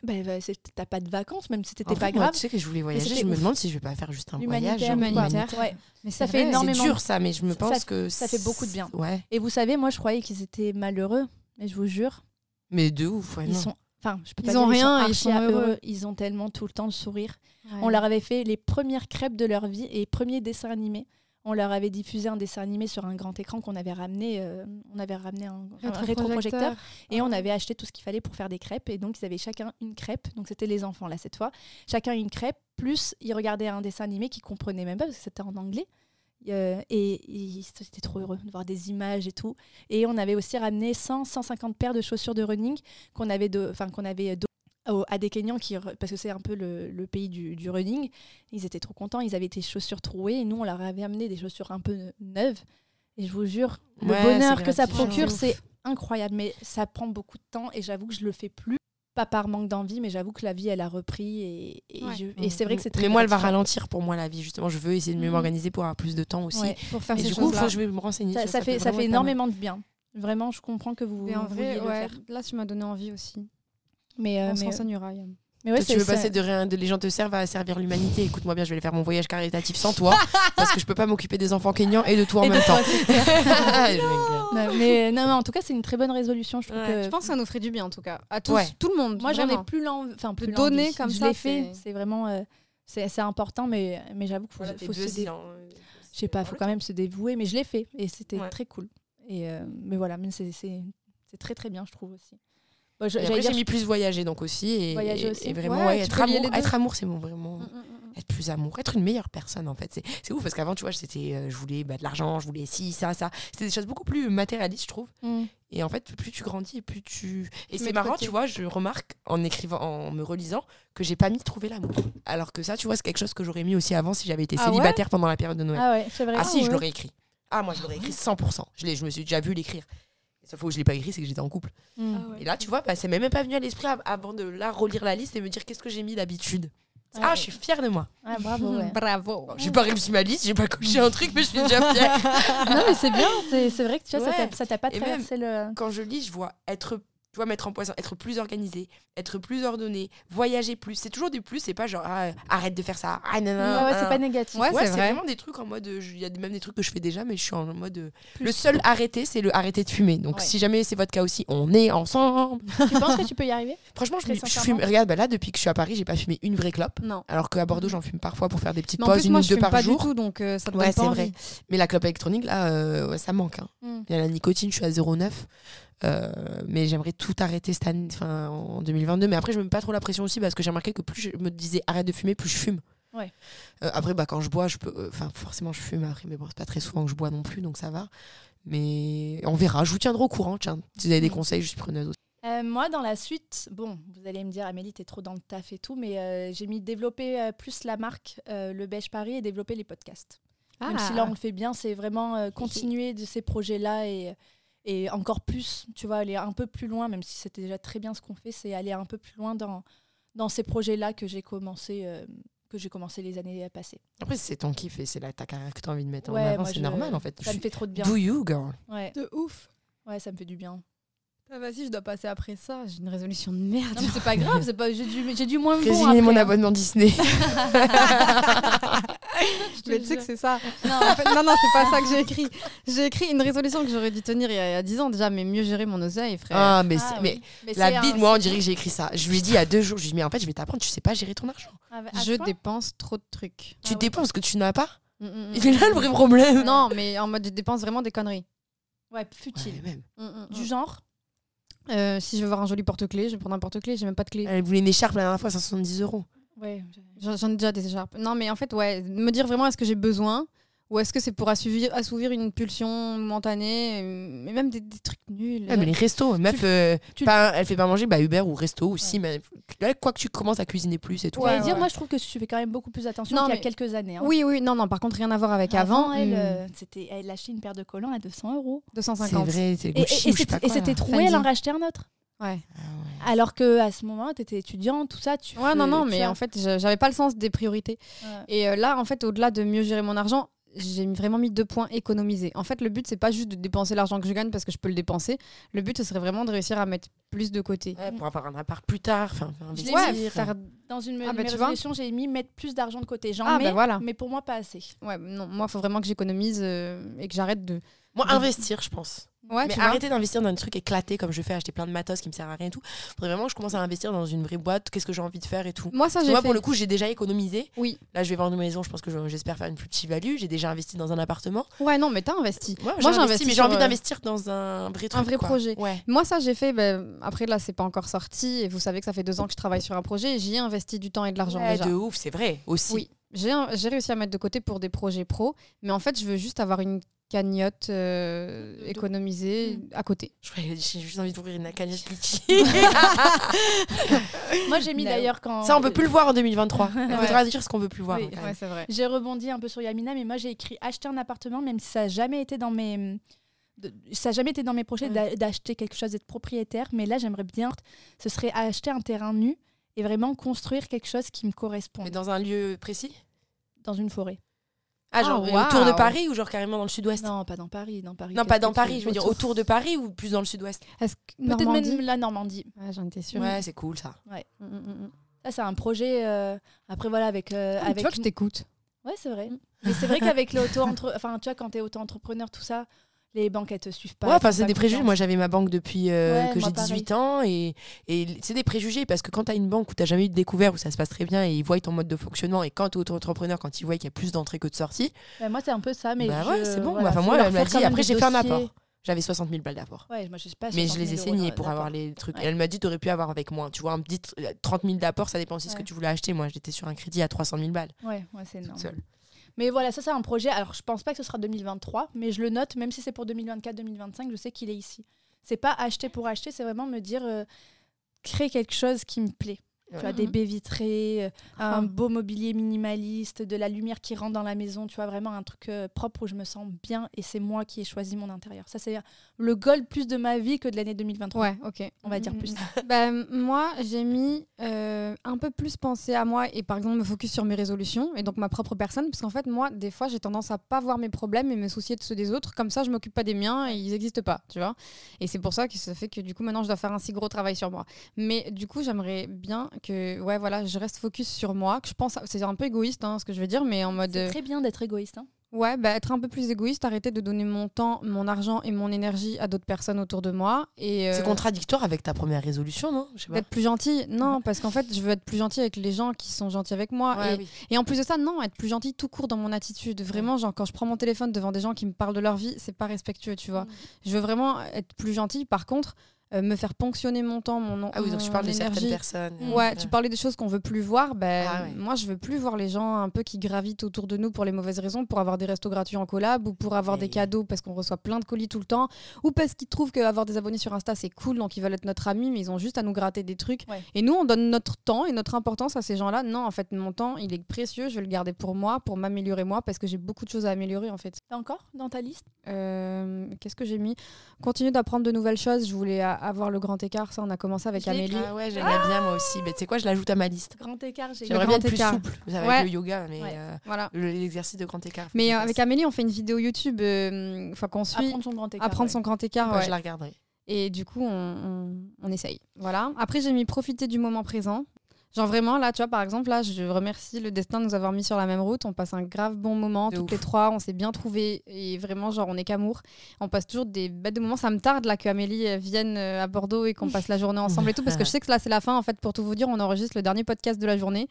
[SPEAKER 2] Ben, ben, c'est- t'as pas de vacances, même si c'était
[SPEAKER 3] En
[SPEAKER 2] pas
[SPEAKER 3] fait, moi,
[SPEAKER 2] grave.
[SPEAKER 3] Tu sais que je voulais voyager,
[SPEAKER 2] c'était
[SPEAKER 3] je me
[SPEAKER 2] ouf.
[SPEAKER 3] demande si je vais pas faire juste un voyage.
[SPEAKER 2] L'humanitaire,
[SPEAKER 3] genre,
[SPEAKER 2] quoi.
[SPEAKER 4] humanitaire.
[SPEAKER 2] Ouais.
[SPEAKER 1] Mais
[SPEAKER 2] Ça
[SPEAKER 1] ça
[SPEAKER 2] fait
[SPEAKER 1] fait
[SPEAKER 3] C'est
[SPEAKER 2] énormément.
[SPEAKER 3] dur ça, mais je me
[SPEAKER 2] Ça-
[SPEAKER 3] pense que
[SPEAKER 2] ça fait beaucoup de bien.
[SPEAKER 3] Ouais,
[SPEAKER 2] Et vous savez, moi, je croyais qu'ils étaient malheureux, mais je vous jure,
[SPEAKER 3] mais de ouf. Ouais,
[SPEAKER 2] ils
[SPEAKER 3] non.
[SPEAKER 2] sont. Enfin, je peux
[SPEAKER 1] Ils
[SPEAKER 2] pas
[SPEAKER 1] ont
[SPEAKER 2] dire,
[SPEAKER 1] rien et ils
[SPEAKER 2] ils sont,
[SPEAKER 1] sont
[SPEAKER 2] archi
[SPEAKER 1] heureux.
[SPEAKER 2] Ils ont tellement tout le temps le sourire.
[SPEAKER 4] Ouais.
[SPEAKER 2] On leur avait fait les premières crêpes de leur vie et premiers dessins animés. On leur avait diffusé un dessin animé sur un grand écran qu'on avait ramené. euh, on avait ramené un, un rétroprojecteur et on avait acheté tout ce qu'il fallait pour faire des crêpes. Et donc ils avaient chacun une crêpe. Donc c'était les enfants là cette fois. Chacun une crêpe. Plus ils regardaient un dessin animé qu'ils comprenaient même pas parce que c'était en anglais. Euh, et ils étaient trop heureux de voir des images et tout. Et on avait aussi ramené 100, 150 paires de chaussures de running qu'on avait, de, enfin qu'on avait do- au- à des Kenyans qui, re- parce que c'est un peu le, le pays du, du running. Ils étaient trop contents. Ils avaient des chaussures trouées et nous on leur avait amené des chaussures un peu neuves. Et je vous jure, le
[SPEAKER 3] Ouais,
[SPEAKER 2] bonheur
[SPEAKER 3] c'est
[SPEAKER 2] que ça
[SPEAKER 3] gratifiant.
[SPEAKER 2] procure,
[SPEAKER 3] C'est
[SPEAKER 2] c'est incroyable. Mais ça prend beaucoup de temps et j'avoue que je le fais plus. Pas par manque d'envie, mais j'avoue que la vie, elle a repris. Et, et
[SPEAKER 4] Ouais.
[SPEAKER 2] je- et c'est vrai que c'est très
[SPEAKER 3] Mais moi, elle va
[SPEAKER 2] gratifiant.
[SPEAKER 3] ralentir pour moi la vie. Justement, je veux essayer de mieux
[SPEAKER 2] Mhm.
[SPEAKER 3] m'organiser pour avoir plus de temps aussi.
[SPEAKER 2] Ouais. Ah,
[SPEAKER 4] pour faire
[SPEAKER 3] Et
[SPEAKER 4] ces
[SPEAKER 3] du coup,
[SPEAKER 4] choses-là.
[SPEAKER 3] faut que je vais me renseigner.
[SPEAKER 2] Ça, ça fait, ça fait énormément de bien. Vraiment, je comprends que vous,
[SPEAKER 4] Mais en
[SPEAKER 2] vous
[SPEAKER 4] vrai,
[SPEAKER 2] vouliez le
[SPEAKER 4] ouais,
[SPEAKER 2] faire.
[SPEAKER 4] là, tu m'as donné envie aussi.
[SPEAKER 2] Mais, euh,
[SPEAKER 4] on se
[SPEAKER 2] mais,
[SPEAKER 4] renseignera. Yann.
[SPEAKER 2] mais ouais,
[SPEAKER 3] tu
[SPEAKER 2] c'est-
[SPEAKER 3] veux
[SPEAKER 2] ça-
[SPEAKER 3] passer de rien, de les gens te servent à servir l'humanité. Écoute-moi bien, je vais aller faire mon voyage caritatif
[SPEAKER 2] (laughs)
[SPEAKER 3] sans toi parce que je peux pas m'occuper des enfants kenyans et de toi en
[SPEAKER 2] Et de
[SPEAKER 3] même
[SPEAKER 2] toi,
[SPEAKER 3] temps. (laughs)
[SPEAKER 2] c'est clair.
[SPEAKER 3] Je
[SPEAKER 2] non, mais, non, mais en tout cas, c'est une très bonne résolution. Je trouve
[SPEAKER 3] Ouais.
[SPEAKER 2] que
[SPEAKER 4] Je pense que ça nous ferait du bien en tout cas. À tous,
[SPEAKER 3] Ouais.
[SPEAKER 4] tout le monde.
[SPEAKER 2] Moi, j'en ai
[SPEAKER 4] vraiment.
[SPEAKER 2] plus l'envie. Enfin, plus
[SPEAKER 4] De
[SPEAKER 2] l'envie.
[SPEAKER 4] donner comme
[SPEAKER 2] je
[SPEAKER 4] ça,
[SPEAKER 2] l'ai fait.
[SPEAKER 4] c'est-
[SPEAKER 2] C'est vraiment. euh, c'est c'est important, mais, mais j'avoue qu'il faut,
[SPEAKER 3] vais
[SPEAKER 2] faut se dé- Je sais pas, faut quand même se dévouer, mais je l'ai fait et c'était
[SPEAKER 3] Ouais.
[SPEAKER 2] très cool. Et euh, mais voilà, mais c'est c'est- c'est très très bien, je trouve aussi. Bon, je-
[SPEAKER 3] Et
[SPEAKER 2] j'allais
[SPEAKER 3] après,
[SPEAKER 2] dire-
[SPEAKER 3] j'ai mis plus voyager donc aussi et,
[SPEAKER 2] Voyager
[SPEAKER 3] et-
[SPEAKER 2] aussi.
[SPEAKER 3] et vraiment
[SPEAKER 4] Ouais,
[SPEAKER 3] ouais,
[SPEAKER 4] tu
[SPEAKER 3] être
[SPEAKER 4] peux lier
[SPEAKER 3] amour.
[SPEAKER 4] les deux.
[SPEAKER 3] Être amour, c'est mon vraiment
[SPEAKER 4] Mm, mm, mm.
[SPEAKER 3] être plus amour, être une meilleure personne en fait. C'est- C'est ouf parce qu'avant tu vois, c'était euh, je voulais bah, de l'argent, je voulais ci, ça, ça. C'était des choses beaucoup plus matérialistes, je trouve.
[SPEAKER 2] Mm.
[SPEAKER 3] Et en fait, plus tu grandis, plus tu et
[SPEAKER 4] mets
[SPEAKER 3] c'est
[SPEAKER 4] de
[SPEAKER 3] marrant,
[SPEAKER 4] côté.
[SPEAKER 3] tu vois, je remarque en écrivant en me relisant que j'ai pas mis de trouver l'amour. Alors que ça, tu vois, c'est quelque chose que j'aurais mis aussi avant si j'avais été
[SPEAKER 2] Ah ouais
[SPEAKER 3] célibataire pendant la période de Noël.
[SPEAKER 2] Ah ouais, c'est vrai.
[SPEAKER 3] Ah, si, je
[SPEAKER 2] ouais.
[SPEAKER 3] l'aurais écrit. Ah moi, je l'aurais écrit 100%. Je l'ai je me suis déjà vu l'écrire. Sauf que je l'ai pas écrit, c'est que j'étais en couple.
[SPEAKER 2] Mm.
[SPEAKER 4] Ah ouais.
[SPEAKER 3] Et là, tu vois, bah, ça m'est même pas venu à l'esprit av- avant de là relire la liste et me dire qu'est-ce que j'ai mis d'habitude.
[SPEAKER 2] Ah
[SPEAKER 3] Ah,
[SPEAKER 2] ouais.
[SPEAKER 3] je suis fière de moi.
[SPEAKER 2] Ah, bravo.
[SPEAKER 3] (laughs)
[SPEAKER 2] ouais.
[SPEAKER 4] Bravo.
[SPEAKER 3] Bon, J'ai pas réussi ma liste, j'ai pas coché un truc, mais je suis
[SPEAKER 2] (laughs)
[SPEAKER 3] déjà fière.
[SPEAKER 2] Ah non mais c'est bien. C'est c'est vrai que tu vois, ça
[SPEAKER 3] Ouais.
[SPEAKER 2] t'a- ça t'a pas
[SPEAKER 3] Et
[SPEAKER 2] traversé le.
[SPEAKER 3] Quand je lis, je vois être, tu vois, mettre en poisson, être plus organisé, être plus ordonné, voyager plus. C'est toujours du plus, c'est pas genre ah, arrête de faire ça. Ah non, non,
[SPEAKER 2] ouais, ouais,
[SPEAKER 3] non.
[SPEAKER 2] c'est pas négatif.
[SPEAKER 4] Ouais,
[SPEAKER 3] Ouais,
[SPEAKER 4] c'est
[SPEAKER 3] c'est
[SPEAKER 4] vrai.
[SPEAKER 3] vraiment des trucs en mode. je- Il y a même des trucs que je fais déjà, mais je suis en mode. euh, Le seul arrêté, c'est le arrêter de fumer. Donc
[SPEAKER 2] Ouais.
[SPEAKER 3] si jamais c'est votre cas aussi, on est ensemble.
[SPEAKER 2] tu penses que tu peux y arriver
[SPEAKER 3] Franchement, je,
[SPEAKER 2] Très
[SPEAKER 3] je
[SPEAKER 2] sincèrement.
[SPEAKER 3] fume. Regarde, bah là, depuis que je suis à Paris, j'ai pas fumé une vraie clope.
[SPEAKER 4] Non.
[SPEAKER 3] Alors qu'à Bordeaux, j'en fume parfois pour faire des petites
[SPEAKER 4] Mm. Mais en
[SPEAKER 3] pauses,
[SPEAKER 4] plus,
[SPEAKER 3] une
[SPEAKER 4] moi,
[SPEAKER 3] ou
[SPEAKER 4] je
[SPEAKER 3] deux
[SPEAKER 4] fume
[SPEAKER 3] par
[SPEAKER 4] pas
[SPEAKER 3] jour.
[SPEAKER 4] du tout, donc euh, ça me
[SPEAKER 3] Ouais,
[SPEAKER 4] donne
[SPEAKER 3] c'est
[SPEAKER 4] pas
[SPEAKER 3] vrai.
[SPEAKER 4] envie.
[SPEAKER 3] Mais la clope électronique, là, euh, ouais, ça manque. hein.
[SPEAKER 2] Mm.
[SPEAKER 3] Il y a la nicotine, je suis à 0,9. Euh, mais j'aimerais tout arrêter cette année, enfin, en 2022. Mais après, je me mets pas trop la pression aussi parce que j'ai remarqué que plus je me disais arrête de fumer, plus je fume.
[SPEAKER 2] Ouais.
[SPEAKER 3] Euh, après, bah, quand je bois, je peux. euh, Enfin, forcément, je fume après, mais bon, c'est pas très souvent que je bois non plus, donc ça va. Mais on verra, je vous tiendrai au courant. Tiens, si vous avez des
[SPEAKER 2] Mm.
[SPEAKER 3] conseils, je suis preneuse aussi.
[SPEAKER 2] Euh, moi, dans la suite, bon, vous allez me dire, Amélie, t'es trop dans le taf et tout, mais euh, j'ai mis développer euh, plus la marque euh, Le Beige Paris et développer les podcasts. Même si
[SPEAKER 3] Ah.
[SPEAKER 2] là, on le fait bien, c'est vraiment euh, continuer de ces projets-là et, et encore plus, tu vois, aller un peu plus loin, même si c'était déjà très bien ce qu'on fait, c'est aller un peu plus loin dans, dans ces projets-là que j'ai commencé, euh, que j'ai commencé les années passées.
[SPEAKER 3] Après, c'est ton kiff et c'est la- ta carrière que tu as envie de mettre en
[SPEAKER 2] Ouais,
[SPEAKER 3] avant,
[SPEAKER 2] moi,
[SPEAKER 3] c'est
[SPEAKER 2] je-
[SPEAKER 3] normal en fait.
[SPEAKER 2] Ça
[SPEAKER 3] Je
[SPEAKER 2] me fait trop de
[SPEAKER 3] suis-
[SPEAKER 2] bien.
[SPEAKER 3] Do you, girl?
[SPEAKER 2] Ouais,
[SPEAKER 4] De ouf.
[SPEAKER 2] ouais, ça me fait du bien.
[SPEAKER 1] Ah, vas-y, je dois passer après ça. J'ai une résolution de merde.
[SPEAKER 2] Non, mais c'est pas grave, c'est pas... j'ai du... j'ai du moins bon.
[SPEAKER 3] Résigner mon
[SPEAKER 2] après, hein.
[SPEAKER 3] abonnement Disney.
[SPEAKER 2] (laughs) Je te
[SPEAKER 1] Mais tu
[SPEAKER 3] (laughs)
[SPEAKER 1] sais
[SPEAKER 2] jure.
[SPEAKER 1] que c'est ça.
[SPEAKER 2] Non.
[SPEAKER 1] En fait, non, non, c'est pas ça que j'ai écrit. J'ai écrit une résolution que j'aurais dû tenir il y a, il y a 10 ans déjà, mais mieux gérer mon oseille, frère.
[SPEAKER 3] Ah, mais,
[SPEAKER 2] Ah,
[SPEAKER 3] c'est-
[SPEAKER 2] oui.
[SPEAKER 3] mais
[SPEAKER 2] Mais c'est
[SPEAKER 3] la vie
[SPEAKER 2] un-
[SPEAKER 3] de moi, on dirait que j'ai écrit ça. Je lui ai dit il y a deux jours, je lui ai dit, mais en fait, je vais t'apprendre, tu sais pas gérer ton argent.
[SPEAKER 2] Ah, bah, à
[SPEAKER 1] je
[SPEAKER 2] ce point
[SPEAKER 1] dépense trop de trucs.
[SPEAKER 3] Tu
[SPEAKER 2] ouais.
[SPEAKER 3] dépenses ce que tu n'as pas.
[SPEAKER 1] Mm, mm, mm.
[SPEAKER 3] Il est là le vrai problème.
[SPEAKER 1] Non, mais en mode, je dépense vraiment des conneries.
[SPEAKER 2] Ouais,
[SPEAKER 3] Ouais,
[SPEAKER 2] futile.
[SPEAKER 3] même.
[SPEAKER 1] Mm, mm, mm.
[SPEAKER 2] Du genre
[SPEAKER 1] Euh, si je veux voir un joli porte-clés, je vais prendre un porte-clés, j'ai même pas de clé.
[SPEAKER 3] Elle voulait une écharpe la dernière fois, 170 euros.
[SPEAKER 2] Ouais.
[SPEAKER 1] J'en j'en ai déjà des écharpes. Non, mais en fait, ouais, me dire vraiment est-ce que j'ai besoin ou est-ce que c'est pour assouvir, assouvir une pulsion momentanée, euh, mais même des, des trucs nuls.
[SPEAKER 3] Ouais, Ah, mais les restos, meuf, euh,
[SPEAKER 2] tu-
[SPEAKER 3] pas- elle fait pas manger, bah Uber ou resto aussi. Mais là, quoi que tu commences à cuisiner plus et tout.
[SPEAKER 2] Tu
[SPEAKER 1] Ouais,
[SPEAKER 2] vas dire,
[SPEAKER 1] ouais.
[SPEAKER 2] moi je trouve que tu fais quand même beaucoup plus attention
[SPEAKER 1] Non,
[SPEAKER 2] qu'il y a
[SPEAKER 1] mais-
[SPEAKER 2] quelques années. hein.
[SPEAKER 1] Oui, oui, non, non, par contre, rien à voir avec
[SPEAKER 2] Avant,
[SPEAKER 1] avant.
[SPEAKER 2] elle,
[SPEAKER 1] hmm,
[SPEAKER 2] euh, c'était, elle achetait une paire de collants à 200 euros.
[SPEAKER 3] C'est
[SPEAKER 1] 250.
[SPEAKER 3] vrai, c'est
[SPEAKER 2] Et, et-
[SPEAKER 3] Gucci
[SPEAKER 2] et
[SPEAKER 3] ou je sais
[SPEAKER 2] c'était-
[SPEAKER 3] pas
[SPEAKER 2] et
[SPEAKER 3] quoi,
[SPEAKER 2] c'était
[SPEAKER 3] là.
[SPEAKER 2] trouvé, elle en
[SPEAKER 1] Fendi.
[SPEAKER 2] rachetait un autre.
[SPEAKER 1] Ouais.
[SPEAKER 3] Ah ouais.
[SPEAKER 2] Alors que à ce moment-là, t'étais étudiante, tout ça, tu.
[SPEAKER 1] Ouais, non,
[SPEAKER 2] fais-
[SPEAKER 1] non,
[SPEAKER 2] tu
[SPEAKER 1] mais
[SPEAKER 2] as-
[SPEAKER 1] en fait, je- j'avais pas le sens des priorités.
[SPEAKER 2] Ouais.
[SPEAKER 1] Et euh, là, en fait, au-delà de mieux gérer mon argent, j'ai vraiment mis deux points économiser. En fait, le but, c'est pas juste de dépenser l'argent que je gagne parce que je peux le dépenser. Le but, ce serait vraiment de réussir à mettre plus de côté.
[SPEAKER 3] Ouais, pour avoir un appart plus tard, enfin, faire
[SPEAKER 2] Je
[SPEAKER 3] investir.
[SPEAKER 2] l'ai mis,
[SPEAKER 1] faire-
[SPEAKER 2] Dans une
[SPEAKER 1] Ah,
[SPEAKER 2] de
[SPEAKER 1] bah,
[SPEAKER 2] mes
[SPEAKER 1] tu vois.
[SPEAKER 2] résolutions, j'ai mis mettre plus d'argent de côté. J'en
[SPEAKER 1] Ah,
[SPEAKER 2] mets,
[SPEAKER 1] bah voilà.
[SPEAKER 2] mais pour moi pas assez.
[SPEAKER 1] Ouais, non, moi, faut vraiment que j'économise euh, et que j'arrête de.
[SPEAKER 3] Moi, investir, je pense.
[SPEAKER 1] Ouais,
[SPEAKER 3] mais
[SPEAKER 1] Ah, tu vois.
[SPEAKER 3] arrêter d'investir dans des trucs éclatés comme je fais, acheter plein de matos qui me servent à rien et tout. Faudrait vraiment que je commence à investir dans une vraie boîte, qu'est-ce que j'ai envie de faire et tout.
[SPEAKER 1] Moi, ça,
[SPEAKER 3] Parce que
[SPEAKER 1] j'ai
[SPEAKER 3] moi,
[SPEAKER 1] fait.
[SPEAKER 3] pour le coup, j'ai déjà économisé.
[SPEAKER 1] Oui.
[SPEAKER 3] Là, je vais vendre une maison, je pense que je- j'espère faire une plus petite value. J'ai déjà investi dans un appartement.
[SPEAKER 1] Ouais, non, mais t'as investi.
[SPEAKER 3] Ouais,
[SPEAKER 1] Moi,
[SPEAKER 3] j'ai
[SPEAKER 1] j'ai
[SPEAKER 3] investi,
[SPEAKER 1] investi
[SPEAKER 3] mais j'ai
[SPEAKER 1] sur,
[SPEAKER 3] envie
[SPEAKER 1] euh,
[SPEAKER 3] d'investir dans un vrai truc.
[SPEAKER 1] vrai
[SPEAKER 3] quoi.
[SPEAKER 1] projet.
[SPEAKER 3] Ouais.
[SPEAKER 1] Moi, ça, j'ai fait. ben, après, là, c'est pas encore sorti. Et vous savez que ça fait deux ans que je travaille sur un projet. et J'y ai investi du temps et de l'argent
[SPEAKER 3] Ouais,
[SPEAKER 1] déjà.
[SPEAKER 3] de ouf, c'est vrai aussi.
[SPEAKER 1] Oui. J'ai un- j'ai réussi à mettre de côté pour des projets pro. Mais en fait, je veux juste avoir une cagnotte euh,
[SPEAKER 2] De-
[SPEAKER 1] économisée à côté.
[SPEAKER 3] Je croyais- J'ai juste envie d'ouvrir une cagnotte Litchi.
[SPEAKER 2] moi j'ai mis
[SPEAKER 1] Non.
[SPEAKER 2] d'ailleurs quand.
[SPEAKER 3] Ça, on peut plus le voir en 2023. Il
[SPEAKER 2] Ouais.
[SPEAKER 3] faudra dire ce qu'on veut plus voir.
[SPEAKER 2] Oui,
[SPEAKER 3] hein, quand même.
[SPEAKER 1] c'est vrai.
[SPEAKER 2] J'ai rebondi un peu sur Yamina, mais moi j'ai écrit acheter un appartement, même si ça n'a jamais été dans mes. de- Ça n'a jamais été dans mes projets
[SPEAKER 1] Ouais.
[SPEAKER 2] d'a- d'acheter quelque chose, d'être propriétaire, mais là j'aimerais bien. Ce serait acheter un terrain nu et vraiment construire quelque chose qui me correspond
[SPEAKER 3] Mais dans un lieu précis
[SPEAKER 2] dans une forêt.
[SPEAKER 3] Ah,
[SPEAKER 1] Ah,
[SPEAKER 3] genre
[SPEAKER 1] waouh.
[SPEAKER 3] autour de Paris ou genre carrément dans le sud-ouest
[SPEAKER 2] Non, pas dans Paris. Dans Paris
[SPEAKER 3] Non,
[SPEAKER 2] qu'est-ce
[SPEAKER 3] pas
[SPEAKER 2] que
[SPEAKER 3] dans
[SPEAKER 2] tu-
[SPEAKER 3] Paris, je veux dire
[SPEAKER 2] autour.
[SPEAKER 3] autour de Paris ou plus dans le sud-ouest
[SPEAKER 1] Est-ce que
[SPEAKER 2] Peut-être
[SPEAKER 1] Normandie
[SPEAKER 2] même la Normandie.
[SPEAKER 1] Ouais, j'en étais sûre.
[SPEAKER 3] Ouais, c'est cool ça.
[SPEAKER 1] Mm, mm, mm.
[SPEAKER 2] Ça, c'est un projet. euh, Après, voilà, avec. euh,
[SPEAKER 1] Ah, mais
[SPEAKER 2] avec...
[SPEAKER 1] Tu vois que je t'écoute.
[SPEAKER 2] Ouais, c'est vrai. Mais c'est vrai qu'avec l'auto-entre. Enfin, tu vois, quand t'es auto-entrepreneur, tout ça, les banques, elles te suivent pas.
[SPEAKER 3] ouais,
[SPEAKER 2] elles
[SPEAKER 3] enfin,
[SPEAKER 2] font
[SPEAKER 3] c'est
[SPEAKER 2] pas
[SPEAKER 3] des préjugés.
[SPEAKER 2] confiance.
[SPEAKER 3] Moi, j'avais ma banque depuis euh,
[SPEAKER 2] Ouais,
[SPEAKER 3] que
[SPEAKER 2] moi,
[SPEAKER 3] j'ai 18 ans. Et, et c'est des préjugés parce que quand t'as une banque où t'as jamais eu de découvert, où ça se passe très bien et ils voient ton mode de fonctionnement, et quand t'es auto-entrepreneur, quand ils voient qu'il y a plus d'entrées que de sorties,
[SPEAKER 2] Bah, moi, c'est un peu ça, mais.
[SPEAKER 3] Bah
[SPEAKER 2] je-
[SPEAKER 3] ouais, c'est bon.
[SPEAKER 2] voilà,
[SPEAKER 3] Enfin,
[SPEAKER 2] faut
[SPEAKER 3] moi,
[SPEAKER 2] leur
[SPEAKER 3] elle m'a
[SPEAKER 2] faire
[SPEAKER 3] dit,
[SPEAKER 2] quand même
[SPEAKER 3] après,
[SPEAKER 2] des
[SPEAKER 3] j'ai fait un
[SPEAKER 2] dossiers.
[SPEAKER 3] apport. J'avais 60 000 balles d'apport.
[SPEAKER 2] Ouais, moi, je sais pas.
[SPEAKER 3] Mais je les
[SPEAKER 2] 60 000
[SPEAKER 3] ai
[SPEAKER 2] euros
[SPEAKER 3] saignés pour avoir
[SPEAKER 2] d'apport.
[SPEAKER 3] les trucs.
[SPEAKER 2] Ouais.
[SPEAKER 3] Elle m'a dit, t'aurais pu avoir avec moi. Tu vois, un petit tr- euh, 30 000 d'apport, ça dépend aussi ce que
[SPEAKER 2] Ouais.
[SPEAKER 3] tu voulais acheter. Moi, j'étais sur un crédit à 300 000 balles.
[SPEAKER 2] Ouais, ouais, c'est énorme.
[SPEAKER 3] toute seule.
[SPEAKER 2] Mais voilà, ça, c'est un projet. Alors, je pense pas que ce sera 2023, mais je le note, même si c'est pour 2024-2025, je sais qu'il est ici. C'est pas acheter pour acheter, c'est vraiment me dire euh, créer quelque chose qui me plaît.
[SPEAKER 3] Ouais. Mhm.
[SPEAKER 2] Tu vois, des baies vitrées, euh,
[SPEAKER 1] Ah.
[SPEAKER 2] un beau mobilier minimaliste, de la lumière qui rentre dans la maison, tu vois, vraiment un truc euh, propre où je me sens bien et c'est moi qui ai choisi mon intérieur. Ça, c'est le goal plus de ma vie que de l'année 2023,
[SPEAKER 1] Ouais, ok.
[SPEAKER 2] on va
[SPEAKER 3] Mhm.
[SPEAKER 2] dire
[SPEAKER 1] Mm,
[SPEAKER 2] plus.
[SPEAKER 1] Bah, m- moi, j'ai mis euh, un peu plus penser à moi et par exemple me focus sur mes résolutions et donc ma propre personne, parce qu'en fait, moi, des fois, j'ai tendance à pas voir mes problèmes et me soucier de ceux des autres. Comme ça, je m'occupe pas des miens et ils n'existent pas, tu vois. Et c'est pour ça que ça fait que du coup, maintenant, je dois faire un si gros travail sur moi. Mais du coup, j'aimerais bien que, ouais, voilà, je reste focus sur moi, que je pense, à- c'est un peu égoïste, hein, ce que je veux dire, mais en mode.
[SPEAKER 2] C'est très bien d'être égoïste. hein.
[SPEAKER 1] Ouais, bah, être un peu plus égoïste, arrêter de donner mon temps, mon argent et mon énergie à d'autres personnes autour de moi. Et
[SPEAKER 3] C'est
[SPEAKER 1] euh,
[SPEAKER 3] contradictoire avec ta première résolution, non Je sais pas.
[SPEAKER 1] D'être plus gentil Non, parce qu'en fait, je veux être plus gentil avec les gens qui sont gentils avec moi.
[SPEAKER 3] Ouais,
[SPEAKER 1] et,
[SPEAKER 3] oui.
[SPEAKER 1] et en plus de ça, non, être plus gentil tout court dans mon attitude. Vraiment, genre, quand je prends mon téléphone devant des gens qui me parlent de leur vie, c'est pas respectueux, tu vois.
[SPEAKER 2] Mm.
[SPEAKER 1] Je veux vraiment être plus gentil. Par contre, euh, me faire ponctionner mon temps, mon
[SPEAKER 3] Ah oui, donc tu parles de certaines
[SPEAKER 1] énergie.
[SPEAKER 3] personnes.
[SPEAKER 1] Ouais, tu parlais des choses qu'on veut plus voir. Ben,
[SPEAKER 3] Mm. Ah ouais.
[SPEAKER 1] Moi, je veux plus voir les gens un peu qui gravitent autour de nous pour les mauvaises raisons, pour avoir des restos gratuits en collab ou pour avoir
[SPEAKER 3] Mais-
[SPEAKER 1] des cadeaux parce qu'on reçoit plein de colis tout le temps ou parce qu'ils trouvent qu'avoir des abonnés sur Insta c'est cool donc ils veulent être notre ami mais ils ont juste à nous gratter des trucs.
[SPEAKER 2] Ouais.
[SPEAKER 1] Et nous, on donne notre temps et notre importance à ces gens-là. Non, en fait, mon temps il est précieux, je vais le garder pour moi, pour m'améliorer moi parce que j'ai beaucoup de choses à améliorer en fait.
[SPEAKER 2] T'as encore dans ta liste
[SPEAKER 1] Euh, Qu'est-ce que j'ai mis Continuer d'apprendre de nouvelles choses. Je voulais a- avoir le grand écart, ça on a commencé avec
[SPEAKER 2] Je l'ai
[SPEAKER 1] Amélie.
[SPEAKER 3] Ah ouais, j'aimerais bien moi aussi. Mais tu sais quoi, je l'ajoute à ma liste.
[SPEAKER 2] Grand écart, j'ai
[SPEAKER 3] J'aimerais
[SPEAKER 1] grand
[SPEAKER 3] bien être plus
[SPEAKER 1] écart.
[SPEAKER 3] souple avec
[SPEAKER 1] Ouais.
[SPEAKER 3] le yoga, mais
[SPEAKER 2] Ouais.
[SPEAKER 3] euh,
[SPEAKER 1] Voilà.
[SPEAKER 3] le- l'exercice de grand écart. faut que
[SPEAKER 1] Mais
[SPEAKER 3] je
[SPEAKER 1] euh,
[SPEAKER 3] fasse.
[SPEAKER 1] avec Amélie, on fait une vidéo YouTube euh, enfin qu'on suit.
[SPEAKER 2] apprendre son grand écart.
[SPEAKER 1] Apprendre
[SPEAKER 2] ouais.
[SPEAKER 1] son grand écart,
[SPEAKER 3] Bah,
[SPEAKER 1] ouais.
[SPEAKER 3] Je la regarderai.
[SPEAKER 1] Et du coup, on, on, on essaye. Voilà. Après, j'ai mis profiter du moment présent. Genre vraiment, là, tu vois, par exemple, là, je remercie le destin de nous avoir mis sur la même route. On passe un grave bon moment,
[SPEAKER 3] De
[SPEAKER 1] toutes
[SPEAKER 3] ouf.
[SPEAKER 1] les trois, on s'est bien trouvés. Et vraiment, genre, on est qu'amour. On passe toujours des bêtes de moments. Ça me tarde, là, que Amélie euh, vienne euh, à Bordeaux et qu'on passe la journée ensemble et tout. Parce que je sais que là, c'est la fin, en fait, pour tout vous dire. On enregistre le dernier podcast de la journée.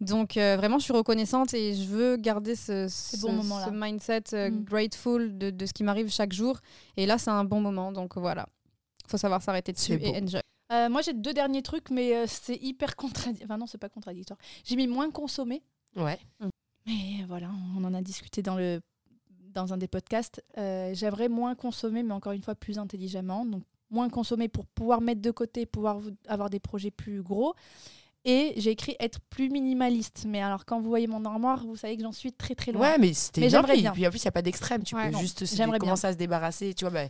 [SPEAKER 1] Donc, euh, vraiment, je suis reconnaissante et je veux garder ce, ce,
[SPEAKER 2] bons moments-là.
[SPEAKER 1] ce mindset euh,
[SPEAKER 2] Mm.
[SPEAKER 1] grateful de, de ce qui m'arrive chaque jour. Et là, c'est un bon moment. Donc, voilà. Faut savoir s'arrêter dessus
[SPEAKER 3] C'est beau.
[SPEAKER 1] et enjoy.
[SPEAKER 2] Euh, moi, j'ai deux derniers trucs, mais euh, c'est hyper contradictoire. Enfin, non, c'est pas contradictoire. J'ai mis moins consommer,
[SPEAKER 3] Ouais.
[SPEAKER 2] mais voilà, on en a discuté dans le dans un des podcasts. Euh, J'aimerais moins consommer, mais encore une fois plus intelligemment. Donc moins consommer pour pouvoir mettre de côté, pouvoir vous- avoir des projets plus gros. Et j'ai écrit être plus minimaliste. Mais alors, quand vous voyez mon armoire, vous savez que j'en suis très très loin.
[SPEAKER 3] Ouais, mais c'était
[SPEAKER 2] Mais
[SPEAKER 3] bien.
[SPEAKER 2] j'aimerais
[SPEAKER 3] Et
[SPEAKER 2] bien.
[SPEAKER 3] puis en plus, il n'y a pas d'extrême. Tu
[SPEAKER 1] Ouais,
[SPEAKER 3] peux
[SPEAKER 1] non.
[SPEAKER 3] juste se-
[SPEAKER 2] J'aimerais bien.
[SPEAKER 3] commencer à se débarrasser. Tu vois, bah,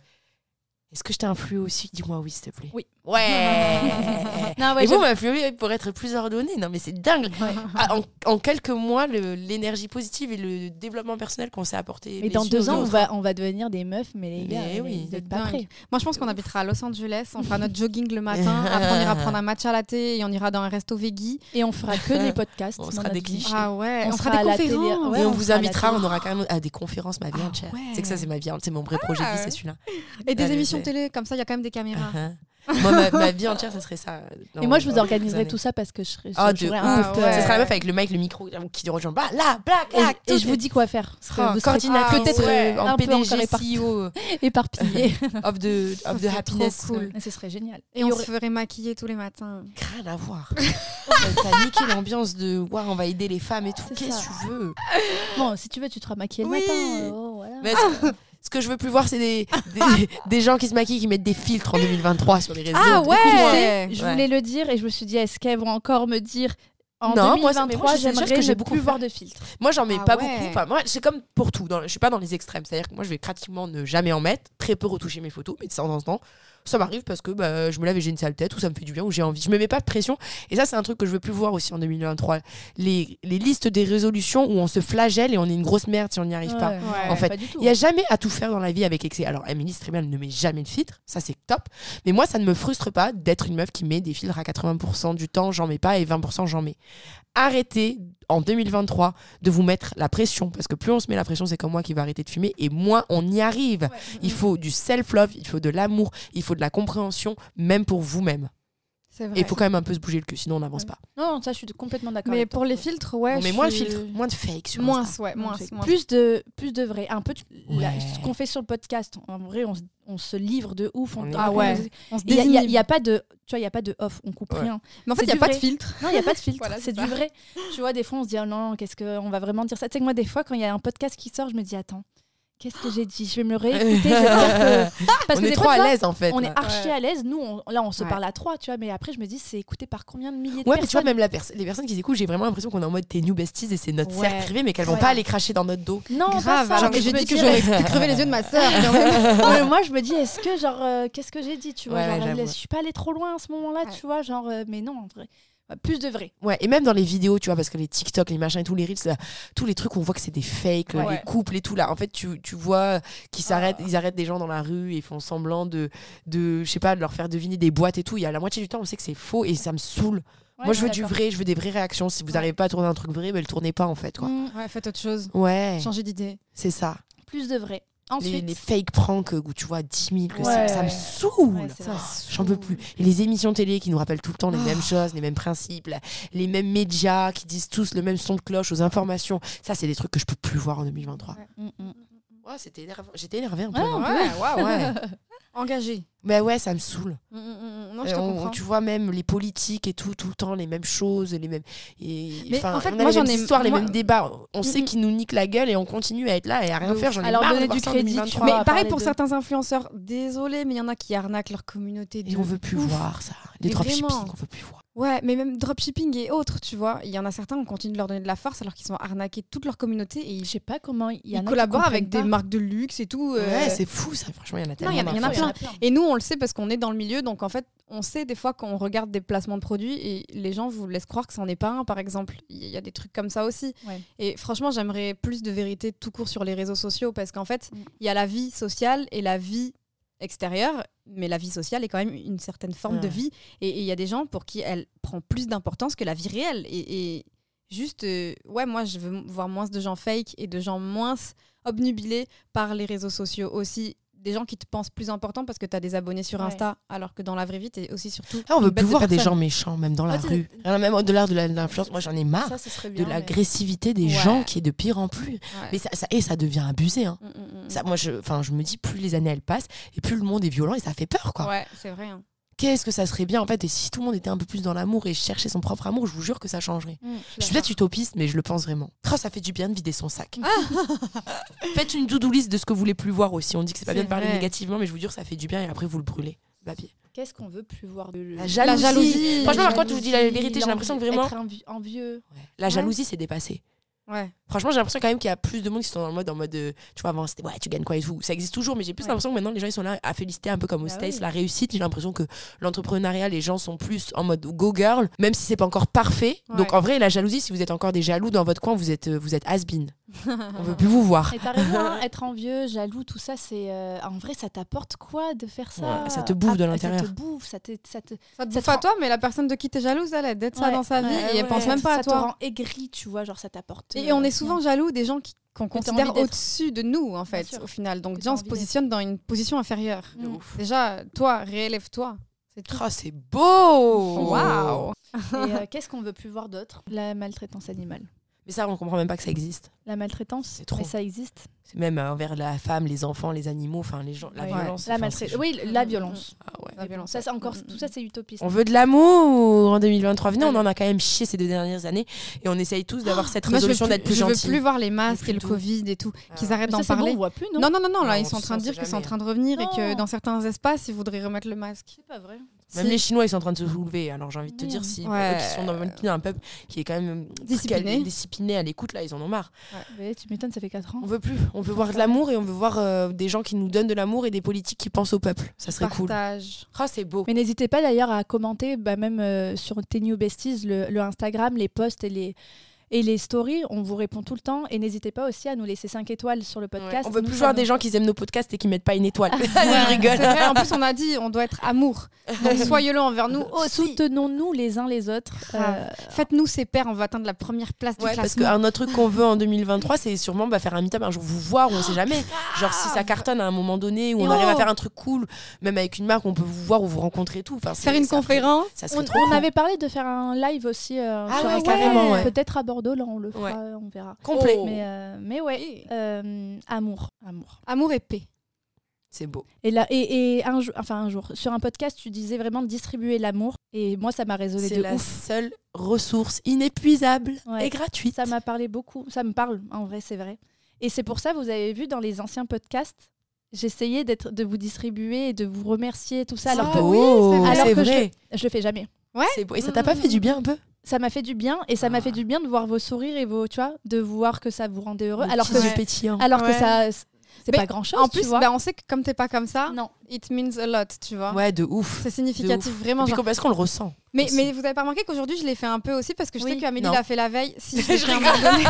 [SPEAKER 3] est-ce que je t'ai influé aussi Dis-moi oui, s'il te plaît.
[SPEAKER 2] Oui. (laughs)
[SPEAKER 3] Ouais
[SPEAKER 2] Non, ouais,
[SPEAKER 3] Et vous
[SPEAKER 2] j'aime-
[SPEAKER 3] m'influez pour être plus ordonnée. Non, mais c'est dingue. Ah, en, en quelques mois, le- l'énergie positive et le développement personnel qu'on s'est apporté.
[SPEAKER 2] mais
[SPEAKER 3] les
[SPEAKER 2] dans
[SPEAKER 3] unes
[SPEAKER 2] deux
[SPEAKER 3] aux
[SPEAKER 2] ans, on
[SPEAKER 3] autres.
[SPEAKER 2] va, on va devenir des meufs, mais les
[SPEAKER 3] Mais
[SPEAKER 2] gars,
[SPEAKER 3] oui,
[SPEAKER 2] oui, vous n'êtes
[SPEAKER 1] c'est
[SPEAKER 2] pas
[SPEAKER 1] dingue.
[SPEAKER 2] prêts.
[SPEAKER 1] Moi, je pense qu'on habitera à Los Angeles, on fera notre jogging le
[SPEAKER 3] (laughs)
[SPEAKER 1] matin, après on ira prendre un matcha latte et on ira dans un resto veggie.
[SPEAKER 2] Et on fera
[SPEAKER 3] (laughs)
[SPEAKER 2] que des podcasts.
[SPEAKER 3] On
[SPEAKER 2] dans
[SPEAKER 3] sera
[SPEAKER 2] notre
[SPEAKER 3] des
[SPEAKER 2] vie.
[SPEAKER 3] clichés.
[SPEAKER 1] Ah ouais,
[SPEAKER 2] On
[SPEAKER 1] on,
[SPEAKER 2] sera
[SPEAKER 1] fera
[SPEAKER 2] à
[SPEAKER 1] des
[SPEAKER 2] la
[SPEAKER 1] conférences.
[SPEAKER 2] télé, ouais.
[SPEAKER 3] et on
[SPEAKER 2] on
[SPEAKER 3] vous
[SPEAKER 2] sera à la Ah,
[SPEAKER 3] invitera,
[SPEAKER 2] télé.
[SPEAKER 3] on aura carrément à des conférences, ma viande, chère.
[SPEAKER 1] ouais.
[SPEAKER 3] C'est que ça, c'est ma viande, c'est mon vrai projet de vie,
[SPEAKER 1] Ah.
[SPEAKER 3] c'est celui-là.
[SPEAKER 1] Et des
[SPEAKER 3] Allez,
[SPEAKER 1] émissions
[SPEAKER 3] c'est-
[SPEAKER 1] télé, comme ça, il y a quand même des
[SPEAKER 3] (laughs)
[SPEAKER 1] caméras.
[SPEAKER 3] Uh-huh. Moi, ma, ma vie entière, ça serait ça. euh, dans-
[SPEAKER 2] Et moi, je vous
[SPEAKER 3] dans
[SPEAKER 2] organiserai
[SPEAKER 3] quelques
[SPEAKER 2] tout ça parce que je serai. je
[SPEAKER 3] Ah, Ah, de
[SPEAKER 2] jouerai
[SPEAKER 3] ouf.
[SPEAKER 2] un peu,
[SPEAKER 1] Ah ouais.
[SPEAKER 3] Ce
[SPEAKER 2] euh,
[SPEAKER 3] sera la meuf avec le mec, le micro euh, qui dérange en bas. Là, black,
[SPEAKER 2] et je-
[SPEAKER 3] black.
[SPEAKER 2] Et, je vous dis quoi faire. Parce que
[SPEAKER 3] Ah,
[SPEAKER 2] vous serez
[SPEAKER 3] coordinatrice,
[SPEAKER 2] peut-être
[SPEAKER 3] ouais,
[SPEAKER 2] euh,
[SPEAKER 3] en
[SPEAKER 2] un peu
[SPEAKER 3] PDG,
[SPEAKER 2] encore épar-
[SPEAKER 3] CEO (laughs)
[SPEAKER 2] éparpillée.
[SPEAKER 3] E of the,
[SPEAKER 1] Ça
[SPEAKER 3] of the
[SPEAKER 1] serait
[SPEAKER 3] happiness.
[SPEAKER 1] trop cool.
[SPEAKER 2] Mais ce serait génial.
[SPEAKER 1] Et, on se ferait maquiller tous les matins.
[SPEAKER 3] Rien à voir. T'as niqué l'ambiance de Ouah, on va aider les femmes et tout.
[SPEAKER 2] C'est
[SPEAKER 3] Qu'est-ce
[SPEAKER 2] ça.
[SPEAKER 3] que tu veux
[SPEAKER 2] Bon, si tu veux, tu te maquillée le
[SPEAKER 1] Oui.
[SPEAKER 2] matin. euh, oh, voilà.
[SPEAKER 3] Mais ce, que- ce que je veux plus voir, c'est des, des, des gens qui se maquillent, qui mettent des filtres en 2023 sur les réseaux.
[SPEAKER 1] Ah ouais,
[SPEAKER 2] Tu sais, je
[SPEAKER 3] Ouais.
[SPEAKER 2] voulais le dire et je me suis dit, est-ce qu'elles vont encore me dire en
[SPEAKER 3] Non, moi, ça- mais
[SPEAKER 2] 2023,
[SPEAKER 3] moi, je sais déjà
[SPEAKER 2] j'aimerais
[SPEAKER 3] ce que
[SPEAKER 2] ne
[SPEAKER 3] j'ai beaucoup
[SPEAKER 2] plus
[SPEAKER 3] fait.
[SPEAKER 2] voir de filtre.
[SPEAKER 3] Moi, j'en mets
[SPEAKER 1] Ah
[SPEAKER 3] pas
[SPEAKER 1] ouais.
[SPEAKER 3] beaucoup. Enfin, moi, c'est comme pour tout. Dans, je suis pas dans les extrêmes. C'est-à-dire que moi, je vais pratiquement ne jamais en mettre, très peu retoucher mes photos, mais de temps en temps, ça m'arrive parce que bah, je me lave et j'ai une sale tête ou ça me fait du bien ou j'ai envie. Je me mets pas de pression. Et ça, c'est un truc que je veux plus voir aussi en 2023. Les, les listes des résolutions où on se flagelle et on est une grosse merde si on n'y arrive pas.
[SPEAKER 1] Ouais.
[SPEAKER 3] En fait,
[SPEAKER 2] pas du tout. hein.
[SPEAKER 3] Il n'y a jamais à tout faire dans la vie avec excès. Alors, Amélie, c'est très bien, elle ne met jamais de filtre, ça c'est top. Mais moi, ça ne me frustre pas d'être une meuf qui met des filtres à 80% du temps, j'en mets pas, et 20% j'en mets. Arrêtez en 2023 de vous mettre la pression, parce que plus on se met la pression, c'est comme moi qui va arrêter de fumer, et moins on y arrive. Il faut du self-love, il faut de l'amour, il faut de la compréhension, même pour vous-même.
[SPEAKER 1] C'est
[SPEAKER 3] Et
[SPEAKER 1] vrai.
[SPEAKER 3] il faut quand même un peu se bouger le cul, sinon on n'avance
[SPEAKER 2] Ouais.
[SPEAKER 3] pas.
[SPEAKER 2] Non, non, ça, je suis complètement d'accord.
[SPEAKER 1] Mais
[SPEAKER 2] avec toi.
[SPEAKER 1] pour les filtres, ouais.
[SPEAKER 3] on met
[SPEAKER 1] je
[SPEAKER 3] moins de
[SPEAKER 1] suis-
[SPEAKER 3] filtres, moins de fake sur
[SPEAKER 1] Moins,
[SPEAKER 3] Insta.
[SPEAKER 1] ouais, moins.
[SPEAKER 2] Donc, c'est
[SPEAKER 1] moins.
[SPEAKER 2] plus de plus de vrai un peu tu- la-
[SPEAKER 3] Ouais.
[SPEAKER 2] ce qu'on fait sur le podcast en vrai on, se- on se livre de ouf on
[SPEAKER 3] On est-
[SPEAKER 1] Ah ouais. On se
[SPEAKER 2] il y, a- il y a-
[SPEAKER 1] désinhibe.
[SPEAKER 2] il y a pas de tu vois il y a pas de off on coupe
[SPEAKER 3] Ouais.
[SPEAKER 2] rien
[SPEAKER 1] Mais en fait,
[SPEAKER 2] c'est
[SPEAKER 1] il n'y a
[SPEAKER 2] du
[SPEAKER 1] pas de
[SPEAKER 2] vrai.
[SPEAKER 1] filtre.
[SPEAKER 2] non il y
[SPEAKER 1] (laughs)
[SPEAKER 2] a pas de filtre
[SPEAKER 1] Voilà,
[SPEAKER 2] c'est
[SPEAKER 1] c'est
[SPEAKER 2] du
[SPEAKER 1] ça.
[SPEAKER 2] vrai tu vois des fois on se dit oh non qu'est-ce que on va vraiment dire ça tu sais que moi des fois quand il y a un podcast qui sort je me dis attends qu'est-ce que j'ai dit je vais me le réécouter j'espère
[SPEAKER 3] (laughs)
[SPEAKER 2] que parce
[SPEAKER 3] on
[SPEAKER 2] que
[SPEAKER 3] est
[SPEAKER 2] des
[SPEAKER 3] trop
[SPEAKER 2] fois,
[SPEAKER 3] à
[SPEAKER 2] tu vois,
[SPEAKER 3] l'aise en fait.
[SPEAKER 2] on est
[SPEAKER 3] là.
[SPEAKER 2] archi à l'aise nous on- là on se
[SPEAKER 1] Ouais.
[SPEAKER 2] parle à trois tu vois mais après je me dis c'est écouté par combien de milliers de
[SPEAKER 3] Ouais, mais tu vois,
[SPEAKER 2] personnes
[SPEAKER 3] même la perso- les personnes qui écoutent, j'ai vraiment l'impression qu'on est en mode t'es new besties et c'est notre
[SPEAKER 1] Ouais.
[SPEAKER 3] cercle privé, mais qu'elles vont
[SPEAKER 2] Ouais.
[SPEAKER 3] pas aller cracher dans notre dos.
[SPEAKER 2] non pas
[SPEAKER 1] Grave.
[SPEAKER 2] ça,
[SPEAKER 3] hein.
[SPEAKER 2] mais
[SPEAKER 1] Alors que
[SPEAKER 2] je
[SPEAKER 1] j'ai
[SPEAKER 2] me
[SPEAKER 1] dit que
[SPEAKER 2] dis,
[SPEAKER 1] j'aurais
[SPEAKER 3] (laughs)
[SPEAKER 1] pu crever les yeux de ma sœur. quand même.
[SPEAKER 2] Ouais, moi, je me dis, est-ce que, genre, euh, qu'est-ce que j'ai dit, tu vois
[SPEAKER 3] Ouais, ouais,
[SPEAKER 2] genre,
[SPEAKER 3] j'avoue,
[SPEAKER 2] laisse-
[SPEAKER 3] ouais.
[SPEAKER 2] Je suis pas allée trop loin à ce moment-là,
[SPEAKER 1] Ouais.
[SPEAKER 2] tu vois, genre, euh, mais non, en vrai. Ouais, Plus de vrai.
[SPEAKER 3] Ouais, et même dans les vidéos, tu vois, parce que les TikTok, les machins et tous les reels, là, tous les trucs, on voit que c'est des fakes, euh,
[SPEAKER 1] Ouais.
[SPEAKER 3] les couples et tout là. En fait, tu, tu vois
[SPEAKER 2] Ah.
[SPEAKER 3] qu'ils s'arrêtent, ils arrêtent des gens dans la rue et font semblant de, de, je sais pas, de leur faire deviner des boîtes et tout. Il y a la moitié du temps, on sait que c'est faux et ça me saoule. Moi, je veux du vrai, je veux des vraies réactions. Si vous
[SPEAKER 2] Ouais.
[SPEAKER 3] arrivez pas à tourner un truc vrai, ben le tournez pas en fait, quoi.
[SPEAKER 1] Ouais, faites autre chose.
[SPEAKER 2] Mm.
[SPEAKER 3] Ouais,
[SPEAKER 1] Changez d'idée.
[SPEAKER 3] c'est ça.
[SPEAKER 2] Mmh, plus de vrai.
[SPEAKER 3] Les,
[SPEAKER 2] Ensuite,
[SPEAKER 3] les fake pranks euh, où tu vois 10 000, que
[SPEAKER 2] Ouais,
[SPEAKER 3] c'est- ça
[SPEAKER 2] ouais.
[SPEAKER 3] me saoule.
[SPEAKER 2] Ouais, c'est vrai.
[SPEAKER 3] J'en peux plus. Et les émissions télé qui nous rappellent tout le temps les
[SPEAKER 1] Ah.
[SPEAKER 3] mêmes choses, les mêmes principes, la- les mêmes médias qui disent tous le même son de cloche aux informations. Ça, c'est des trucs que je peux plus voir en 2023.
[SPEAKER 2] Mm, mm.
[SPEAKER 3] Ouais, c'était énervant. J'étais énervée un peu.
[SPEAKER 2] Ouais,
[SPEAKER 3] non
[SPEAKER 2] on
[SPEAKER 1] Ouais, waouh. (laughs)
[SPEAKER 3] ouais.
[SPEAKER 1] Engagé.
[SPEAKER 3] Mais ouais, ça me saoule.
[SPEAKER 1] Mm, mm, mm. Non,
[SPEAKER 3] Et
[SPEAKER 1] je te
[SPEAKER 3] on-
[SPEAKER 1] comprends.
[SPEAKER 3] tu vois même les politiques et tout, tout le temps les mêmes choses, les mêmes. Et,
[SPEAKER 1] Mais
[SPEAKER 3] enfin,
[SPEAKER 1] en fait,
[SPEAKER 3] on a
[SPEAKER 1] moi,
[SPEAKER 3] les mêmes
[SPEAKER 1] j'en ai-
[SPEAKER 3] histoires, les
[SPEAKER 1] moi-
[SPEAKER 3] mêmes débats. On sait
[SPEAKER 1] Mm, mm.
[SPEAKER 3] qu'ils nous niquent la gueule et on continue à être là et à rien
[SPEAKER 1] De
[SPEAKER 3] faire.
[SPEAKER 1] ouf.
[SPEAKER 3] J'en ai
[SPEAKER 2] Alors,
[SPEAKER 3] marre de
[SPEAKER 2] donner
[SPEAKER 3] voir
[SPEAKER 2] du
[SPEAKER 3] ça en
[SPEAKER 2] crédit, tu vois.
[SPEAKER 3] 2023.
[SPEAKER 1] Mais
[SPEAKER 2] à
[SPEAKER 1] pareil
[SPEAKER 2] parler
[SPEAKER 1] pour
[SPEAKER 2] de-
[SPEAKER 1] certains influenceurs. Désolé, mais il y en a qui arnaquent leur communauté.
[SPEAKER 3] Et
[SPEAKER 1] de
[SPEAKER 3] on veut plus
[SPEAKER 1] ouf.
[SPEAKER 3] voir ça. Les
[SPEAKER 1] Mais
[SPEAKER 3] dropshipping,
[SPEAKER 1] vraiment.
[SPEAKER 3] on veut plus voir.
[SPEAKER 1] Ouais, mais même dropshipping et autres, tu vois. Il y en a certains, on continue de leur donner de la force alors qu'ils sont arnaqués toute leur communauté et
[SPEAKER 2] je
[SPEAKER 1] ils,
[SPEAKER 2] sais pas comment il y en a qui
[SPEAKER 1] ils collaborent avec des
[SPEAKER 2] comprennent
[SPEAKER 1] marques de luxe et tout. euh,
[SPEAKER 3] Ouais, c'est fou ça. Franchement, il y en a
[SPEAKER 1] Non,
[SPEAKER 3] tellement.
[SPEAKER 1] il y en a- il y en a
[SPEAKER 3] d'infos.
[SPEAKER 2] pas.
[SPEAKER 1] plein. et nous, on le sait parce qu'on est dans le milieu, donc en fait, on sait des fois qu'on regarde des placements de produits et les gens vous laissent croire que c'en est pas un, par exemple. Il y a des trucs comme ça aussi.
[SPEAKER 2] Ouais.
[SPEAKER 1] Et franchement, j'aimerais plus de vérité tout court sur les réseaux sociaux parce qu'en fait,
[SPEAKER 2] Mm.
[SPEAKER 1] il y a la vie sociale et la vie extérieure, mais la vie sociale est quand même une certaine forme
[SPEAKER 3] Ouais.
[SPEAKER 1] de vie. Et il y a des gens pour qui elle prend plus d'importance que la vie réelle. Et, et juste, euh, ouais, moi, je veux m- voir moins de gens fake et de gens moins obnubilés par les réseaux sociaux aussi. Des gens qui te pensent plus important parce que tu as des abonnés sur
[SPEAKER 2] Ouais.
[SPEAKER 1] Insta, alors que dans la vraie vie, t'es aussi surtout.
[SPEAKER 3] Ah, on
[SPEAKER 1] une
[SPEAKER 3] veut
[SPEAKER 1] bête
[SPEAKER 3] plus
[SPEAKER 1] de
[SPEAKER 3] voir des
[SPEAKER 1] personne.
[SPEAKER 3] gens méchants, même dans la
[SPEAKER 2] Moi,
[SPEAKER 3] rue.
[SPEAKER 2] c'est-
[SPEAKER 3] Alors, même au-delà de la- de l'influence, moi j'en ai marre
[SPEAKER 2] Ah, Ça, ce serait
[SPEAKER 3] Ah, de
[SPEAKER 2] bien. mais-
[SPEAKER 3] l'agressivité des
[SPEAKER 2] Ouais.
[SPEAKER 3] gens qui est de pire en plus.
[SPEAKER 1] Ouais.
[SPEAKER 3] Mais ça, ça- et ça devient abusé. hein.
[SPEAKER 1] Mm, mm, mm.
[SPEAKER 3] Ça, moi, je, enfin, je me dis, plus les années elles passent, et plus le monde est violent, et ça fait peur, quoi.
[SPEAKER 1] Ouais, c'est vrai. hein.
[SPEAKER 3] Qu'est-ce que ça serait bien, en fait, et si tout le monde était un peu plus dans l'amour et cherchait son propre amour, je vous jure que ça changerait.
[SPEAKER 2] Mm,
[SPEAKER 3] Je suis peut-être utopiste, mais je le pense vraiment. Oh, ça fait du bien de vider son sac. (laughs) Faites une to-do list de ce que vous voulez plus voir aussi. On dit que c'est pas
[SPEAKER 1] C'est
[SPEAKER 3] bien de parler
[SPEAKER 1] vrai.
[SPEAKER 3] négativement, mais je vous jure, ça fait du bien, et après, vous le brûlez. le Papier.
[SPEAKER 2] Qu'est-ce qu'on veut plus voir de
[SPEAKER 3] La jalousie.
[SPEAKER 1] jalousie.
[SPEAKER 3] Franchement,
[SPEAKER 1] La
[SPEAKER 3] par contre, je vous dis la vérité, j'ai l'impression que vraiment.
[SPEAKER 2] Être envi- envieux.
[SPEAKER 3] La jalousie, c'est dépassé.
[SPEAKER 1] Ouais.
[SPEAKER 3] Franchement, j'ai l'impression quand même qu'il y a plus de monde qui sont dans le mode en mode euh, tu vois avant c'était ouais, tu gagnes quoi et tout. Ça existe toujours mais j'ai plus
[SPEAKER 2] Ouais.
[SPEAKER 3] l'impression que maintenant les gens ils sont là à féliciter un peu comme aux
[SPEAKER 2] Bah
[SPEAKER 3] States
[SPEAKER 2] oui.
[SPEAKER 3] la réussite, j'ai l'impression que l'entrepreneuriat les gens sont plus en mode go girl même si c'est pas encore parfait. Donc
[SPEAKER 1] Ouais.
[SPEAKER 3] en vrai la jalousie si vous êtes encore des jaloux dans votre coin, vous êtes euh, vous êtes has-been. On veut plus vous voir.
[SPEAKER 2] (laughs) Et t'as raison,
[SPEAKER 3] (laughs)
[SPEAKER 2] hein, être envieux, jaloux, tout ça, c'est. euh, en vrai, ça t'apporte quoi de faire ça Ah,
[SPEAKER 3] Ouais, ça te bouffe de
[SPEAKER 2] Ça
[SPEAKER 3] l'intérieur.
[SPEAKER 2] te bouffe, ça te. Ça te,
[SPEAKER 1] Ça te
[SPEAKER 2] Ça
[SPEAKER 1] bouffe
[SPEAKER 2] te
[SPEAKER 1] à
[SPEAKER 2] rend-
[SPEAKER 1] toi, mais la personne de qui t'es jalouse, elle, elle dette ça
[SPEAKER 2] Ouais.
[SPEAKER 1] dans sa vie
[SPEAKER 3] Ouais,
[SPEAKER 1] et elle
[SPEAKER 3] ouais.
[SPEAKER 1] pense même pas
[SPEAKER 2] ça
[SPEAKER 1] à toi.
[SPEAKER 2] te rend aigri, tu vois, genre ça t'apporte.
[SPEAKER 1] Et
[SPEAKER 2] euh,
[SPEAKER 1] on est
[SPEAKER 2] rien.
[SPEAKER 1] souvent jaloux des gens qui- qu'on
[SPEAKER 2] Que t'as
[SPEAKER 1] considère
[SPEAKER 2] envie d'être.
[SPEAKER 1] au-dessus de nous, en fait,
[SPEAKER 2] sûr.
[SPEAKER 1] au final.
[SPEAKER 2] Que
[SPEAKER 1] Donc,
[SPEAKER 2] t'as
[SPEAKER 1] déjà, on se
[SPEAKER 2] envie d'être.
[SPEAKER 1] positionne dans une position inférieure.
[SPEAKER 2] Mm.
[SPEAKER 1] Déjà, toi, réélève-toi. C'est tout.
[SPEAKER 3] Oh, c'est beau.
[SPEAKER 1] Waouh
[SPEAKER 2] (laughs) Et, (laughs) euh, qu'est-ce qu'on veut plus voir d'autre La maltraitance animale.
[SPEAKER 3] Mais ça on comprend même pas que ça existe.
[SPEAKER 2] La maltraitance,
[SPEAKER 3] trop.
[SPEAKER 2] mais ça existe.
[SPEAKER 3] C'est même euh, envers la femme, les enfants, les animaux, enfin les gens, la
[SPEAKER 2] Ouais.
[SPEAKER 3] violence.
[SPEAKER 2] La
[SPEAKER 3] enfin, c'est-
[SPEAKER 2] maltraitance. Oui, la violence.
[SPEAKER 3] Ah ouais.
[SPEAKER 1] La violence.
[SPEAKER 2] Ça, c'est encore,
[SPEAKER 1] Mm,
[SPEAKER 2] tout ça, c'est utopiste.
[SPEAKER 3] On veut de l'amour en 2023. Venez, on en a quand même chié ces deux dernières années et on essaye tous d'avoir cette
[SPEAKER 1] Oh, Moi, je veux
[SPEAKER 3] résolution d'être plus
[SPEAKER 1] je veux
[SPEAKER 3] gentil.
[SPEAKER 1] plus voir les masques
[SPEAKER 3] plus
[SPEAKER 1] et le
[SPEAKER 3] tout.
[SPEAKER 1] Covid et tout,
[SPEAKER 3] Ah.
[SPEAKER 1] qu'ils arrêtent
[SPEAKER 2] Mais ça,
[SPEAKER 1] d'en
[SPEAKER 2] c'est bon,
[SPEAKER 1] parler.
[SPEAKER 2] on voit plus, non
[SPEAKER 1] non, non, non, non, là,
[SPEAKER 3] Non,
[SPEAKER 1] ils sont en
[SPEAKER 3] ça,
[SPEAKER 1] train de
[SPEAKER 3] c'est
[SPEAKER 1] dire qu'ils sont en
[SPEAKER 3] jamais.
[SPEAKER 1] train de revenir et que
[SPEAKER 2] Non.
[SPEAKER 1] dans certains espaces, ils voudraient remettre le masque.
[SPEAKER 2] C'est pas vrai.
[SPEAKER 3] Même
[SPEAKER 1] Si.
[SPEAKER 3] les Chinois, ils sont en train de se soulever. Alors j'ai envie de te dire, si
[SPEAKER 1] Ouais.
[SPEAKER 3] eux qui sont dans le- un peuple qui est quand même
[SPEAKER 1] Discipliné.
[SPEAKER 3] très discipliné à l'écoute, là, ils en ont marre.
[SPEAKER 2] Ouais, tu m'étonnes, ça fait 4 ans.
[SPEAKER 3] On veut plus. On veut voir de l'amour et on veut voir euh, des gens qui nous donnent de l'amour et des politiques qui pensent au peuple. Ça serait cool.
[SPEAKER 1] Partage.
[SPEAKER 3] Ah, c'est beau.
[SPEAKER 2] Mais n'hésitez pas d'ailleurs à commenter, bah, même euh, sur tes new besties, le, le Instagram, les posts et les, et les stories. On vous répond tout le temps. Et n'hésitez pas aussi à nous laisser 5 étoiles sur le podcast.
[SPEAKER 3] On veut
[SPEAKER 2] Nous,
[SPEAKER 3] plus
[SPEAKER 2] ça
[SPEAKER 3] voir
[SPEAKER 2] nous-
[SPEAKER 3] des gens qui aiment nos podcasts et qui mettent pas
[SPEAKER 1] (laughs)
[SPEAKER 3] une étoile. (laughs)
[SPEAKER 1] Ouais,
[SPEAKER 3] Je rigole.
[SPEAKER 1] c'est vrai, en plus, on a dit, on doit être amour. Donc, soyez-le envers nous aussi.
[SPEAKER 2] Soutenons-nous les uns les autres.
[SPEAKER 1] Grave.
[SPEAKER 2] Euh,
[SPEAKER 1] Faites-nous ces pairs, on va atteindre la première place du
[SPEAKER 3] Ouais, parce
[SPEAKER 1] classement.
[SPEAKER 3] qu'un autre truc qu'on veut en 2023, c'est sûrement bah, faire un meet-up un jour, vous voir,
[SPEAKER 2] Oh,
[SPEAKER 3] on sait jamais. Genre si ça cartonne à un moment donné, où on
[SPEAKER 1] Et
[SPEAKER 3] arrive à
[SPEAKER 1] oh
[SPEAKER 3] faire un truc cool, même avec une marque, on peut vous voir ou vous rencontrer et tout. Enfin, c'est-
[SPEAKER 1] Faire une
[SPEAKER 3] ça serait-
[SPEAKER 1] conférence.
[SPEAKER 3] Ça
[SPEAKER 2] on,
[SPEAKER 3] serait trop
[SPEAKER 2] on
[SPEAKER 3] cool.
[SPEAKER 2] avait parlé de faire un live aussi. euh,
[SPEAKER 3] Ah
[SPEAKER 2] sur
[SPEAKER 3] ouais,
[SPEAKER 2] Instagram.
[SPEAKER 3] carrément, ouais.
[SPEAKER 2] Peut-être à Bordeaux, là, on le fera,
[SPEAKER 3] Ouais.
[SPEAKER 2] euh, on verra.
[SPEAKER 3] complet.
[SPEAKER 1] Oh.
[SPEAKER 2] Mais, euh, mais ouais, euh, amour, amour.
[SPEAKER 1] Amour et paix.
[SPEAKER 3] C'est beau.
[SPEAKER 2] Et là, et, et un jour, enfin un jour, sur un podcast, tu disais vraiment distribuer l'amour, et moi, ça m'a résonné
[SPEAKER 3] C'est
[SPEAKER 2] de
[SPEAKER 3] la
[SPEAKER 2] ouf.
[SPEAKER 3] seule ressource inépuisable
[SPEAKER 2] Ouais.
[SPEAKER 3] et gratuite.
[SPEAKER 2] Ça m'a parlé beaucoup, ça me parle en vrai, c'est vrai. Et c'est pour ça, vous avez vu dans les anciens podcasts, j'essayais d'être, de vous distribuer et de vous remercier tout ça.
[SPEAKER 3] C'est
[SPEAKER 2] Alors
[SPEAKER 1] Ah
[SPEAKER 2] que
[SPEAKER 1] oui,
[SPEAKER 3] beau.
[SPEAKER 1] c'est vrai.
[SPEAKER 2] Alors
[SPEAKER 3] c'est
[SPEAKER 2] que je-
[SPEAKER 3] vrai.
[SPEAKER 2] je le fais jamais.
[SPEAKER 3] C'est beau. Et ça t'a pas fait du bien un peu
[SPEAKER 2] Ça m'a fait du bien et ça
[SPEAKER 3] Ah.
[SPEAKER 2] m'a fait du bien de voir vos sourires et vos, tu vois, de voir que ça vous rendait heureux.
[SPEAKER 3] Le
[SPEAKER 2] Alors
[SPEAKER 3] petit
[SPEAKER 2] que, Ah,
[SPEAKER 1] Ouais.
[SPEAKER 3] yeux pétillants.
[SPEAKER 2] alors que
[SPEAKER 1] Ouais.
[SPEAKER 2] ça, c'est
[SPEAKER 1] Mais
[SPEAKER 2] pas grand chose.
[SPEAKER 1] En plus,
[SPEAKER 2] tu vois.
[SPEAKER 1] bah, on sait que comme t'es pas comme ça,
[SPEAKER 2] non.
[SPEAKER 1] it means a lot, tu vois.
[SPEAKER 3] Ouais, de ouf.
[SPEAKER 1] C'est significatif, vraiment.
[SPEAKER 3] Et puis
[SPEAKER 1] genre.
[SPEAKER 3] qu'on- parce qu'on le ressent.
[SPEAKER 1] Mais,
[SPEAKER 3] aussi.
[SPEAKER 1] mais vous avez pas remarqué qu'aujourd'hui, je l'ai fait un peu aussi parce que je
[SPEAKER 2] Oui.
[SPEAKER 1] sais qu'Amélie
[SPEAKER 3] Non.
[SPEAKER 1] l'a fait la veille. Si
[SPEAKER 3] (laughs)
[SPEAKER 1] je l'ai fait à un moment donné.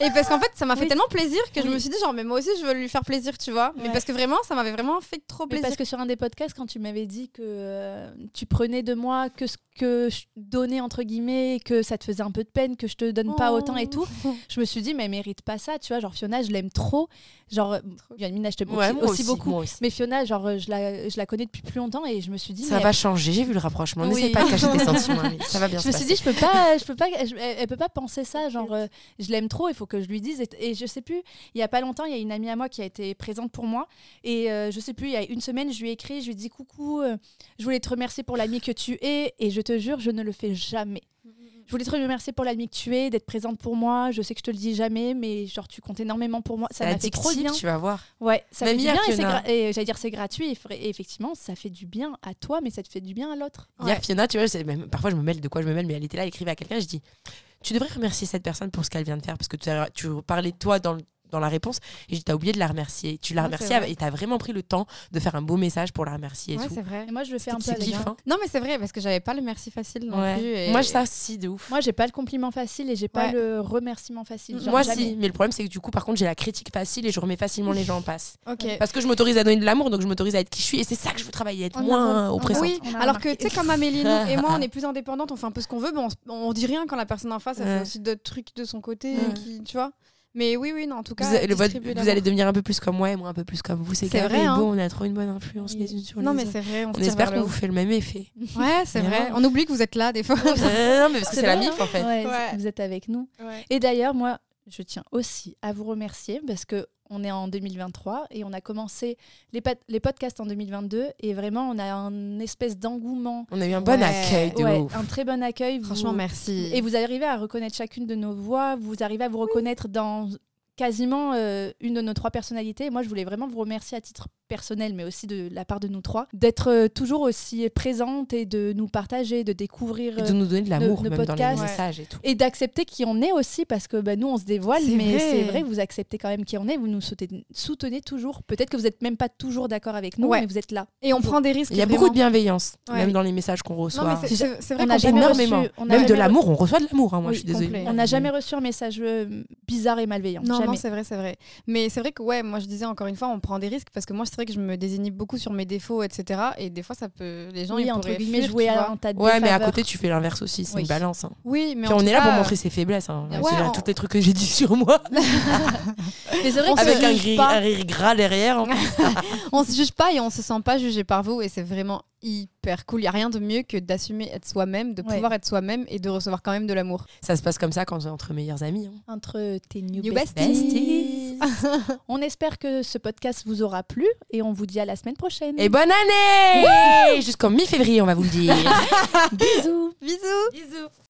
[SPEAKER 1] Et parce qu'en fait, ça m'a fait
[SPEAKER 2] Oui.
[SPEAKER 1] tellement plaisir que je
[SPEAKER 2] Oui.
[SPEAKER 1] me suis dit, genre, mais moi aussi, je veux lui faire plaisir, tu vois. Mais
[SPEAKER 2] Ouais.
[SPEAKER 1] parce que vraiment, ça m'avait vraiment fait trop
[SPEAKER 2] Mais
[SPEAKER 1] plaisir.
[SPEAKER 2] parce que sur un des podcasts, quand tu m'avais dit que euh, tu prenais de moi que ce que je donnais entre guillemets, que ça te faisait un peu de peine, que je te donne pas
[SPEAKER 1] Oh.
[SPEAKER 2] autant et tout, je me suis dit mais elle mérite pas ça, tu vois, genre Fiona, je l'aime trop, genre euh, Yasmina, je t'aime
[SPEAKER 3] Ouais,
[SPEAKER 2] aussi,
[SPEAKER 3] moi
[SPEAKER 2] aussi beaucoup,
[SPEAKER 3] moi aussi.
[SPEAKER 2] mais Fiona, genre euh, je la, je la connais depuis plus longtemps et je me suis dit
[SPEAKER 3] Ça
[SPEAKER 2] mais-
[SPEAKER 3] va changer, j'ai vu le rapprochement.
[SPEAKER 1] Oui.
[SPEAKER 3] N'essaie pas de cacher
[SPEAKER 2] (laughs)
[SPEAKER 3] tes sentiments. Amélie. Ça va bien
[SPEAKER 2] je
[SPEAKER 3] se
[SPEAKER 2] me suis
[SPEAKER 3] passer.
[SPEAKER 2] dit je peux pas, je peux pas, je- elle, elle peut pas penser ça, genre euh, je l'aime trop, il faut que je lui dise et, et je sais plus, il y a pas longtemps, il y a une amie à moi qui a été présente pour moi et euh, je sais plus, il y a une semaine, je lui ai écrit, je lui ai dit coucou, euh, je voulais te remercier pour l'ami que tu es et je te jure, je ne le fais jamais. Je voulais te remercier pour l'ami que tu es, d'être présente pour moi. Je sais que je te le dis jamais, mais genre tu comptes énormément pour moi. Ça
[SPEAKER 3] C'est
[SPEAKER 2] m'a fait trop
[SPEAKER 3] addictif,
[SPEAKER 2] du bien.
[SPEAKER 3] tu vas voir.
[SPEAKER 2] Ouais, ça
[SPEAKER 3] Même
[SPEAKER 2] fait du
[SPEAKER 3] hier,
[SPEAKER 2] bien et, c'est
[SPEAKER 3] Fiona.
[SPEAKER 2] gra- et j'allais dire c'est gratuit. et fra- Et effectivement, ça fait du bien à toi, mais ça te fait du bien à l'autre.
[SPEAKER 3] Hier, Fiona, tu vois, c'est- même- parfois je me mêle de quoi je me mêle, mais elle était là, elle écrivait à quelqu'un, je dis Tu devrais remercier cette personne pour ce qu'elle vient de faire, parce que tu, as- tu parlais de toi dans, le- dans la réponse. Et j'ai t'as oublié de la remercier. Tu la
[SPEAKER 1] Ouais,
[SPEAKER 3] remercies
[SPEAKER 1] c'est vrai.
[SPEAKER 3] et t'as vraiment pris le temps de faire un beau message pour la remercier et
[SPEAKER 1] Ouais,
[SPEAKER 3] tout.
[SPEAKER 1] c'est vrai.
[SPEAKER 2] Et moi, je le fais un peu
[SPEAKER 3] C'est
[SPEAKER 2] avec
[SPEAKER 3] kiff, hein.
[SPEAKER 1] Non, mais c'est vrai, parce que j'avais pas le merci facile non
[SPEAKER 3] Ouais.
[SPEAKER 1] plus. et-
[SPEAKER 3] Moi, ça, si, de ouf.
[SPEAKER 2] Moi, j'ai pas le compliment facile et j'ai pas
[SPEAKER 1] Ouais.
[SPEAKER 2] le remerciement facile. genre
[SPEAKER 3] Moi,
[SPEAKER 2] jamais.
[SPEAKER 3] si, mais le problème, c'est que du coup, par contre, j'ai la critique facile et je remets facilement les gens en passe.
[SPEAKER 1] Ok.
[SPEAKER 3] Parce que je m'autorise à donner de l'amour, donc je m'autorise à être qui je suis, et c'est ça que je veux travailler, être
[SPEAKER 2] On a
[SPEAKER 3] moins
[SPEAKER 2] bon-
[SPEAKER 3] oppressante.
[SPEAKER 1] Oui,
[SPEAKER 2] On a
[SPEAKER 1] alors que
[SPEAKER 2] remarqué.
[SPEAKER 1] tu sais, comme Amélie nous- et moi,
[SPEAKER 3] (laughs)
[SPEAKER 1] on est plus indépendantes, on fait un peu ce qu'on veut, mais on, s- on dit rien quand la personne en face, elle
[SPEAKER 3] Ouais.
[SPEAKER 1] fait aussi d'autres trucs de son côté,
[SPEAKER 3] Ouais.
[SPEAKER 1] qui, tu vois. Mais oui, oui, non, en tout
[SPEAKER 3] Vous,
[SPEAKER 1] cas.
[SPEAKER 3] le vote-
[SPEAKER 1] distribuer
[SPEAKER 3] vous
[SPEAKER 1] l'amour.
[SPEAKER 3] allez devenir un peu plus comme moi et moi un peu plus comme vous. C'est
[SPEAKER 1] C'est
[SPEAKER 3] carré,
[SPEAKER 1] vrai, hein.
[SPEAKER 3] beau, on a trop une bonne influence les unes sur
[SPEAKER 1] Non,
[SPEAKER 3] les
[SPEAKER 1] mais
[SPEAKER 3] autres.
[SPEAKER 1] c'est vrai, on, se
[SPEAKER 3] On
[SPEAKER 1] tire
[SPEAKER 3] espère
[SPEAKER 1] vers le
[SPEAKER 3] qu'on vous fait le même effet.
[SPEAKER 1] haut. Ouais, c'est
[SPEAKER 3] Mais
[SPEAKER 1] vrai.
[SPEAKER 3] non.
[SPEAKER 1] On oublie que vous êtes là, des
[SPEAKER 3] (laughs)
[SPEAKER 1] fois.
[SPEAKER 3] non, mais parce que c'est hein. la
[SPEAKER 2] dingue,
[SPEAKER 3] mif en fait.
[SPEAKER 2] Ouais,
[SPEAKER 1] Ouais.
[SPEAKER 2] Vous êtes avec nous. Et d'ailleurs, moi, je tiens aussi à vous remercier parce que on est en 2023 et on a commencé les, pod- les podcasts en 2022 et vraiment, on a un espèce d'engouement,
[SPEAKER 3] On a eu un bon
[SPEAKER 1] Ouais.
[SPEAKER 3] accueil de
[SPEAKER 2] Ouais,
[SPEAKER 3] ouf.
[SPEAKER 2] un très bon accueil. vous-
[SPEAKER 1] Franchement, merci.
[SPEAKER 2] Et vous arrivez à reconnaître chacune de nos voix, vous arrivez à vous reconnaître dans quasiment euh, une de nos trois personnalités. Et Moi, je voulais vraiment vous remercier à titre personnel, mais aussi de la part de nous trois, d'être euh, toujours aussi présente et de nous partager, de découvrir.
[SPEAKER 3] Et
[SPEAKER 2] euh,
[SPEAKER 3] de nous donner de l'amour,
[SPEAKER 2] nos
[SPEAKER 3] même dans les
[SPEAKER 2] podcasts.
[SPEAKER 3] messages et tout.
[SPEAKER 2] et d'accepter qui on est aussi parce que bah, nous on se dévoile
[SPEAKER 1] C'est
[SPEAKER 2] mais
[SPEAKER 1] vrai.
[SPEAKER 2] c'est vrai vous acceptez quand même qui on est vous nous soutenez, soutenez toujours peut-être que vous n'êtes même pas toujours d'accord avec nous
[SPEAKER 1] Ouais.
[SPEAKER 2] mais vous êtes là
[SPEAKER 1] Et on prend des risques.
[SPEAKER 3] Il y a beaucoup de
[SPEAKER 1] vraiment.
[SPEAKER 3] bienveillance,
[SPEAKER 1] Ouais.
[SPEAKER 3] même dans les messages qu'on reçoit.
[SPEAKER 1] Non, mais c'est- c'est c'est vrai
[SPEAKER 2] On
[SPEAKER 1] qu'on
[SPEAKER 2] a jamais
[SPEAKER 1] prend-
[SPEAKER 2] reçu-
[SPEAKER 3] énormément.
[SPEAKER 2] on a
[SPEAKER 3] même de
[SPEAKER 2] jamais re-
[SPEAKER 3] l'amour, on reçoit de l'amour. hein, moi,
[SPEAKER 2] Oui,
[SPEAKER 3] je suis désolée.
[SPEAKER 1] complet.
[SPEAKER 2] on n'a jamais reçu un message euh, bizarre et malveillant
[SPEAKER 1] Non,
[SPEAKER 2] jamais
[SPEAKER 1] non, c'est vrai, c'est vrai. Mais c'est vrai que, ouais, moi je disais encore une fois, on prend des risques parce que moi c'est vrai que je me désinhibe beaucoup sur mes défauts, etc. Et des fois ça peut. Les gens,
[SPEAKER 2] oui,
[SPEAKER 1] ils
[SPEAKER 2] entre
[SPEAKER 1] pourraient
[SPEAKER 2] guillemets
[SPEAKER 1] fuir,
[SPEAKER 2] jouer
[SPEAKER 1] tu
[SPEAKER 2] à
[SPEAKER 1] vois.
[SPEAKER 2] un tas de
[SPEAKER 3] Ouais, mais à
[SPEAKER 2] défaveurs.
[SPEAKER 3] côté, tu fais l'inverse aussi. C'est
[SPEAKER 2] Oui.
[SPEAKER 3] une balance. hein.
[SPEAKER 1] Oui, mais
[SPEAKER 3] Puis
[SPEAKER 1] en
[SPEAKER 3] on
[SPEAKER 1] tout
[SPEAKER 3] est là pour
[SPEAKER 1] cas,
[SPEAKER 3] montrer ses faiblesses. hein.
[SPEAKER 1] Ouais,
[SPEAKER 3] c'est là
[SPEAKER 1] on-
[SPEAKER 3] toutes les trucs que j'ai dit sur moi,
[SPEAKER 2] mais c'est vrai que
[SPEAKER 3] avec
[SPEAKER 2] ce-
[SPEAKER 3] un,
[SPEAKER 2] juge
[SPEAKER 3] gris- euh.
[SPEAKER 2] pas.
[SPEAKER 3] un rire gras derrière. hein. en plus.
[SPEAKER 1] On se juge pas et on se sent pas jugé par vous et c'est vraiment hyper cool. Il y a rien de mieux que d'assumer être soi-même, de
[SPEAKER 2] Ouais.
[SPEAKER 1] pouvoir être soi-même et de recevoir quand même de l'amour.
[SPEAKER 3] ça se passe comme ça quand on est entre meilleurs amis. hein.
[SPEAKER 2] entre tes new,
[SPEAKER 1] New
[SPEAKER 2] besties.
[SPEAKER 3] besties.
[SPEAKER 2] (laughs) on espère que ce podcast vous aura plu et on vous dit à la semaine prochaine
[SPEAKER 3] Et bonne année Jusqu'en mi-février, on va vous le dire.
[SPEAKER 2] bisous
[SPEAKER 1] Bisous.
[SPEAKER 3] Bisous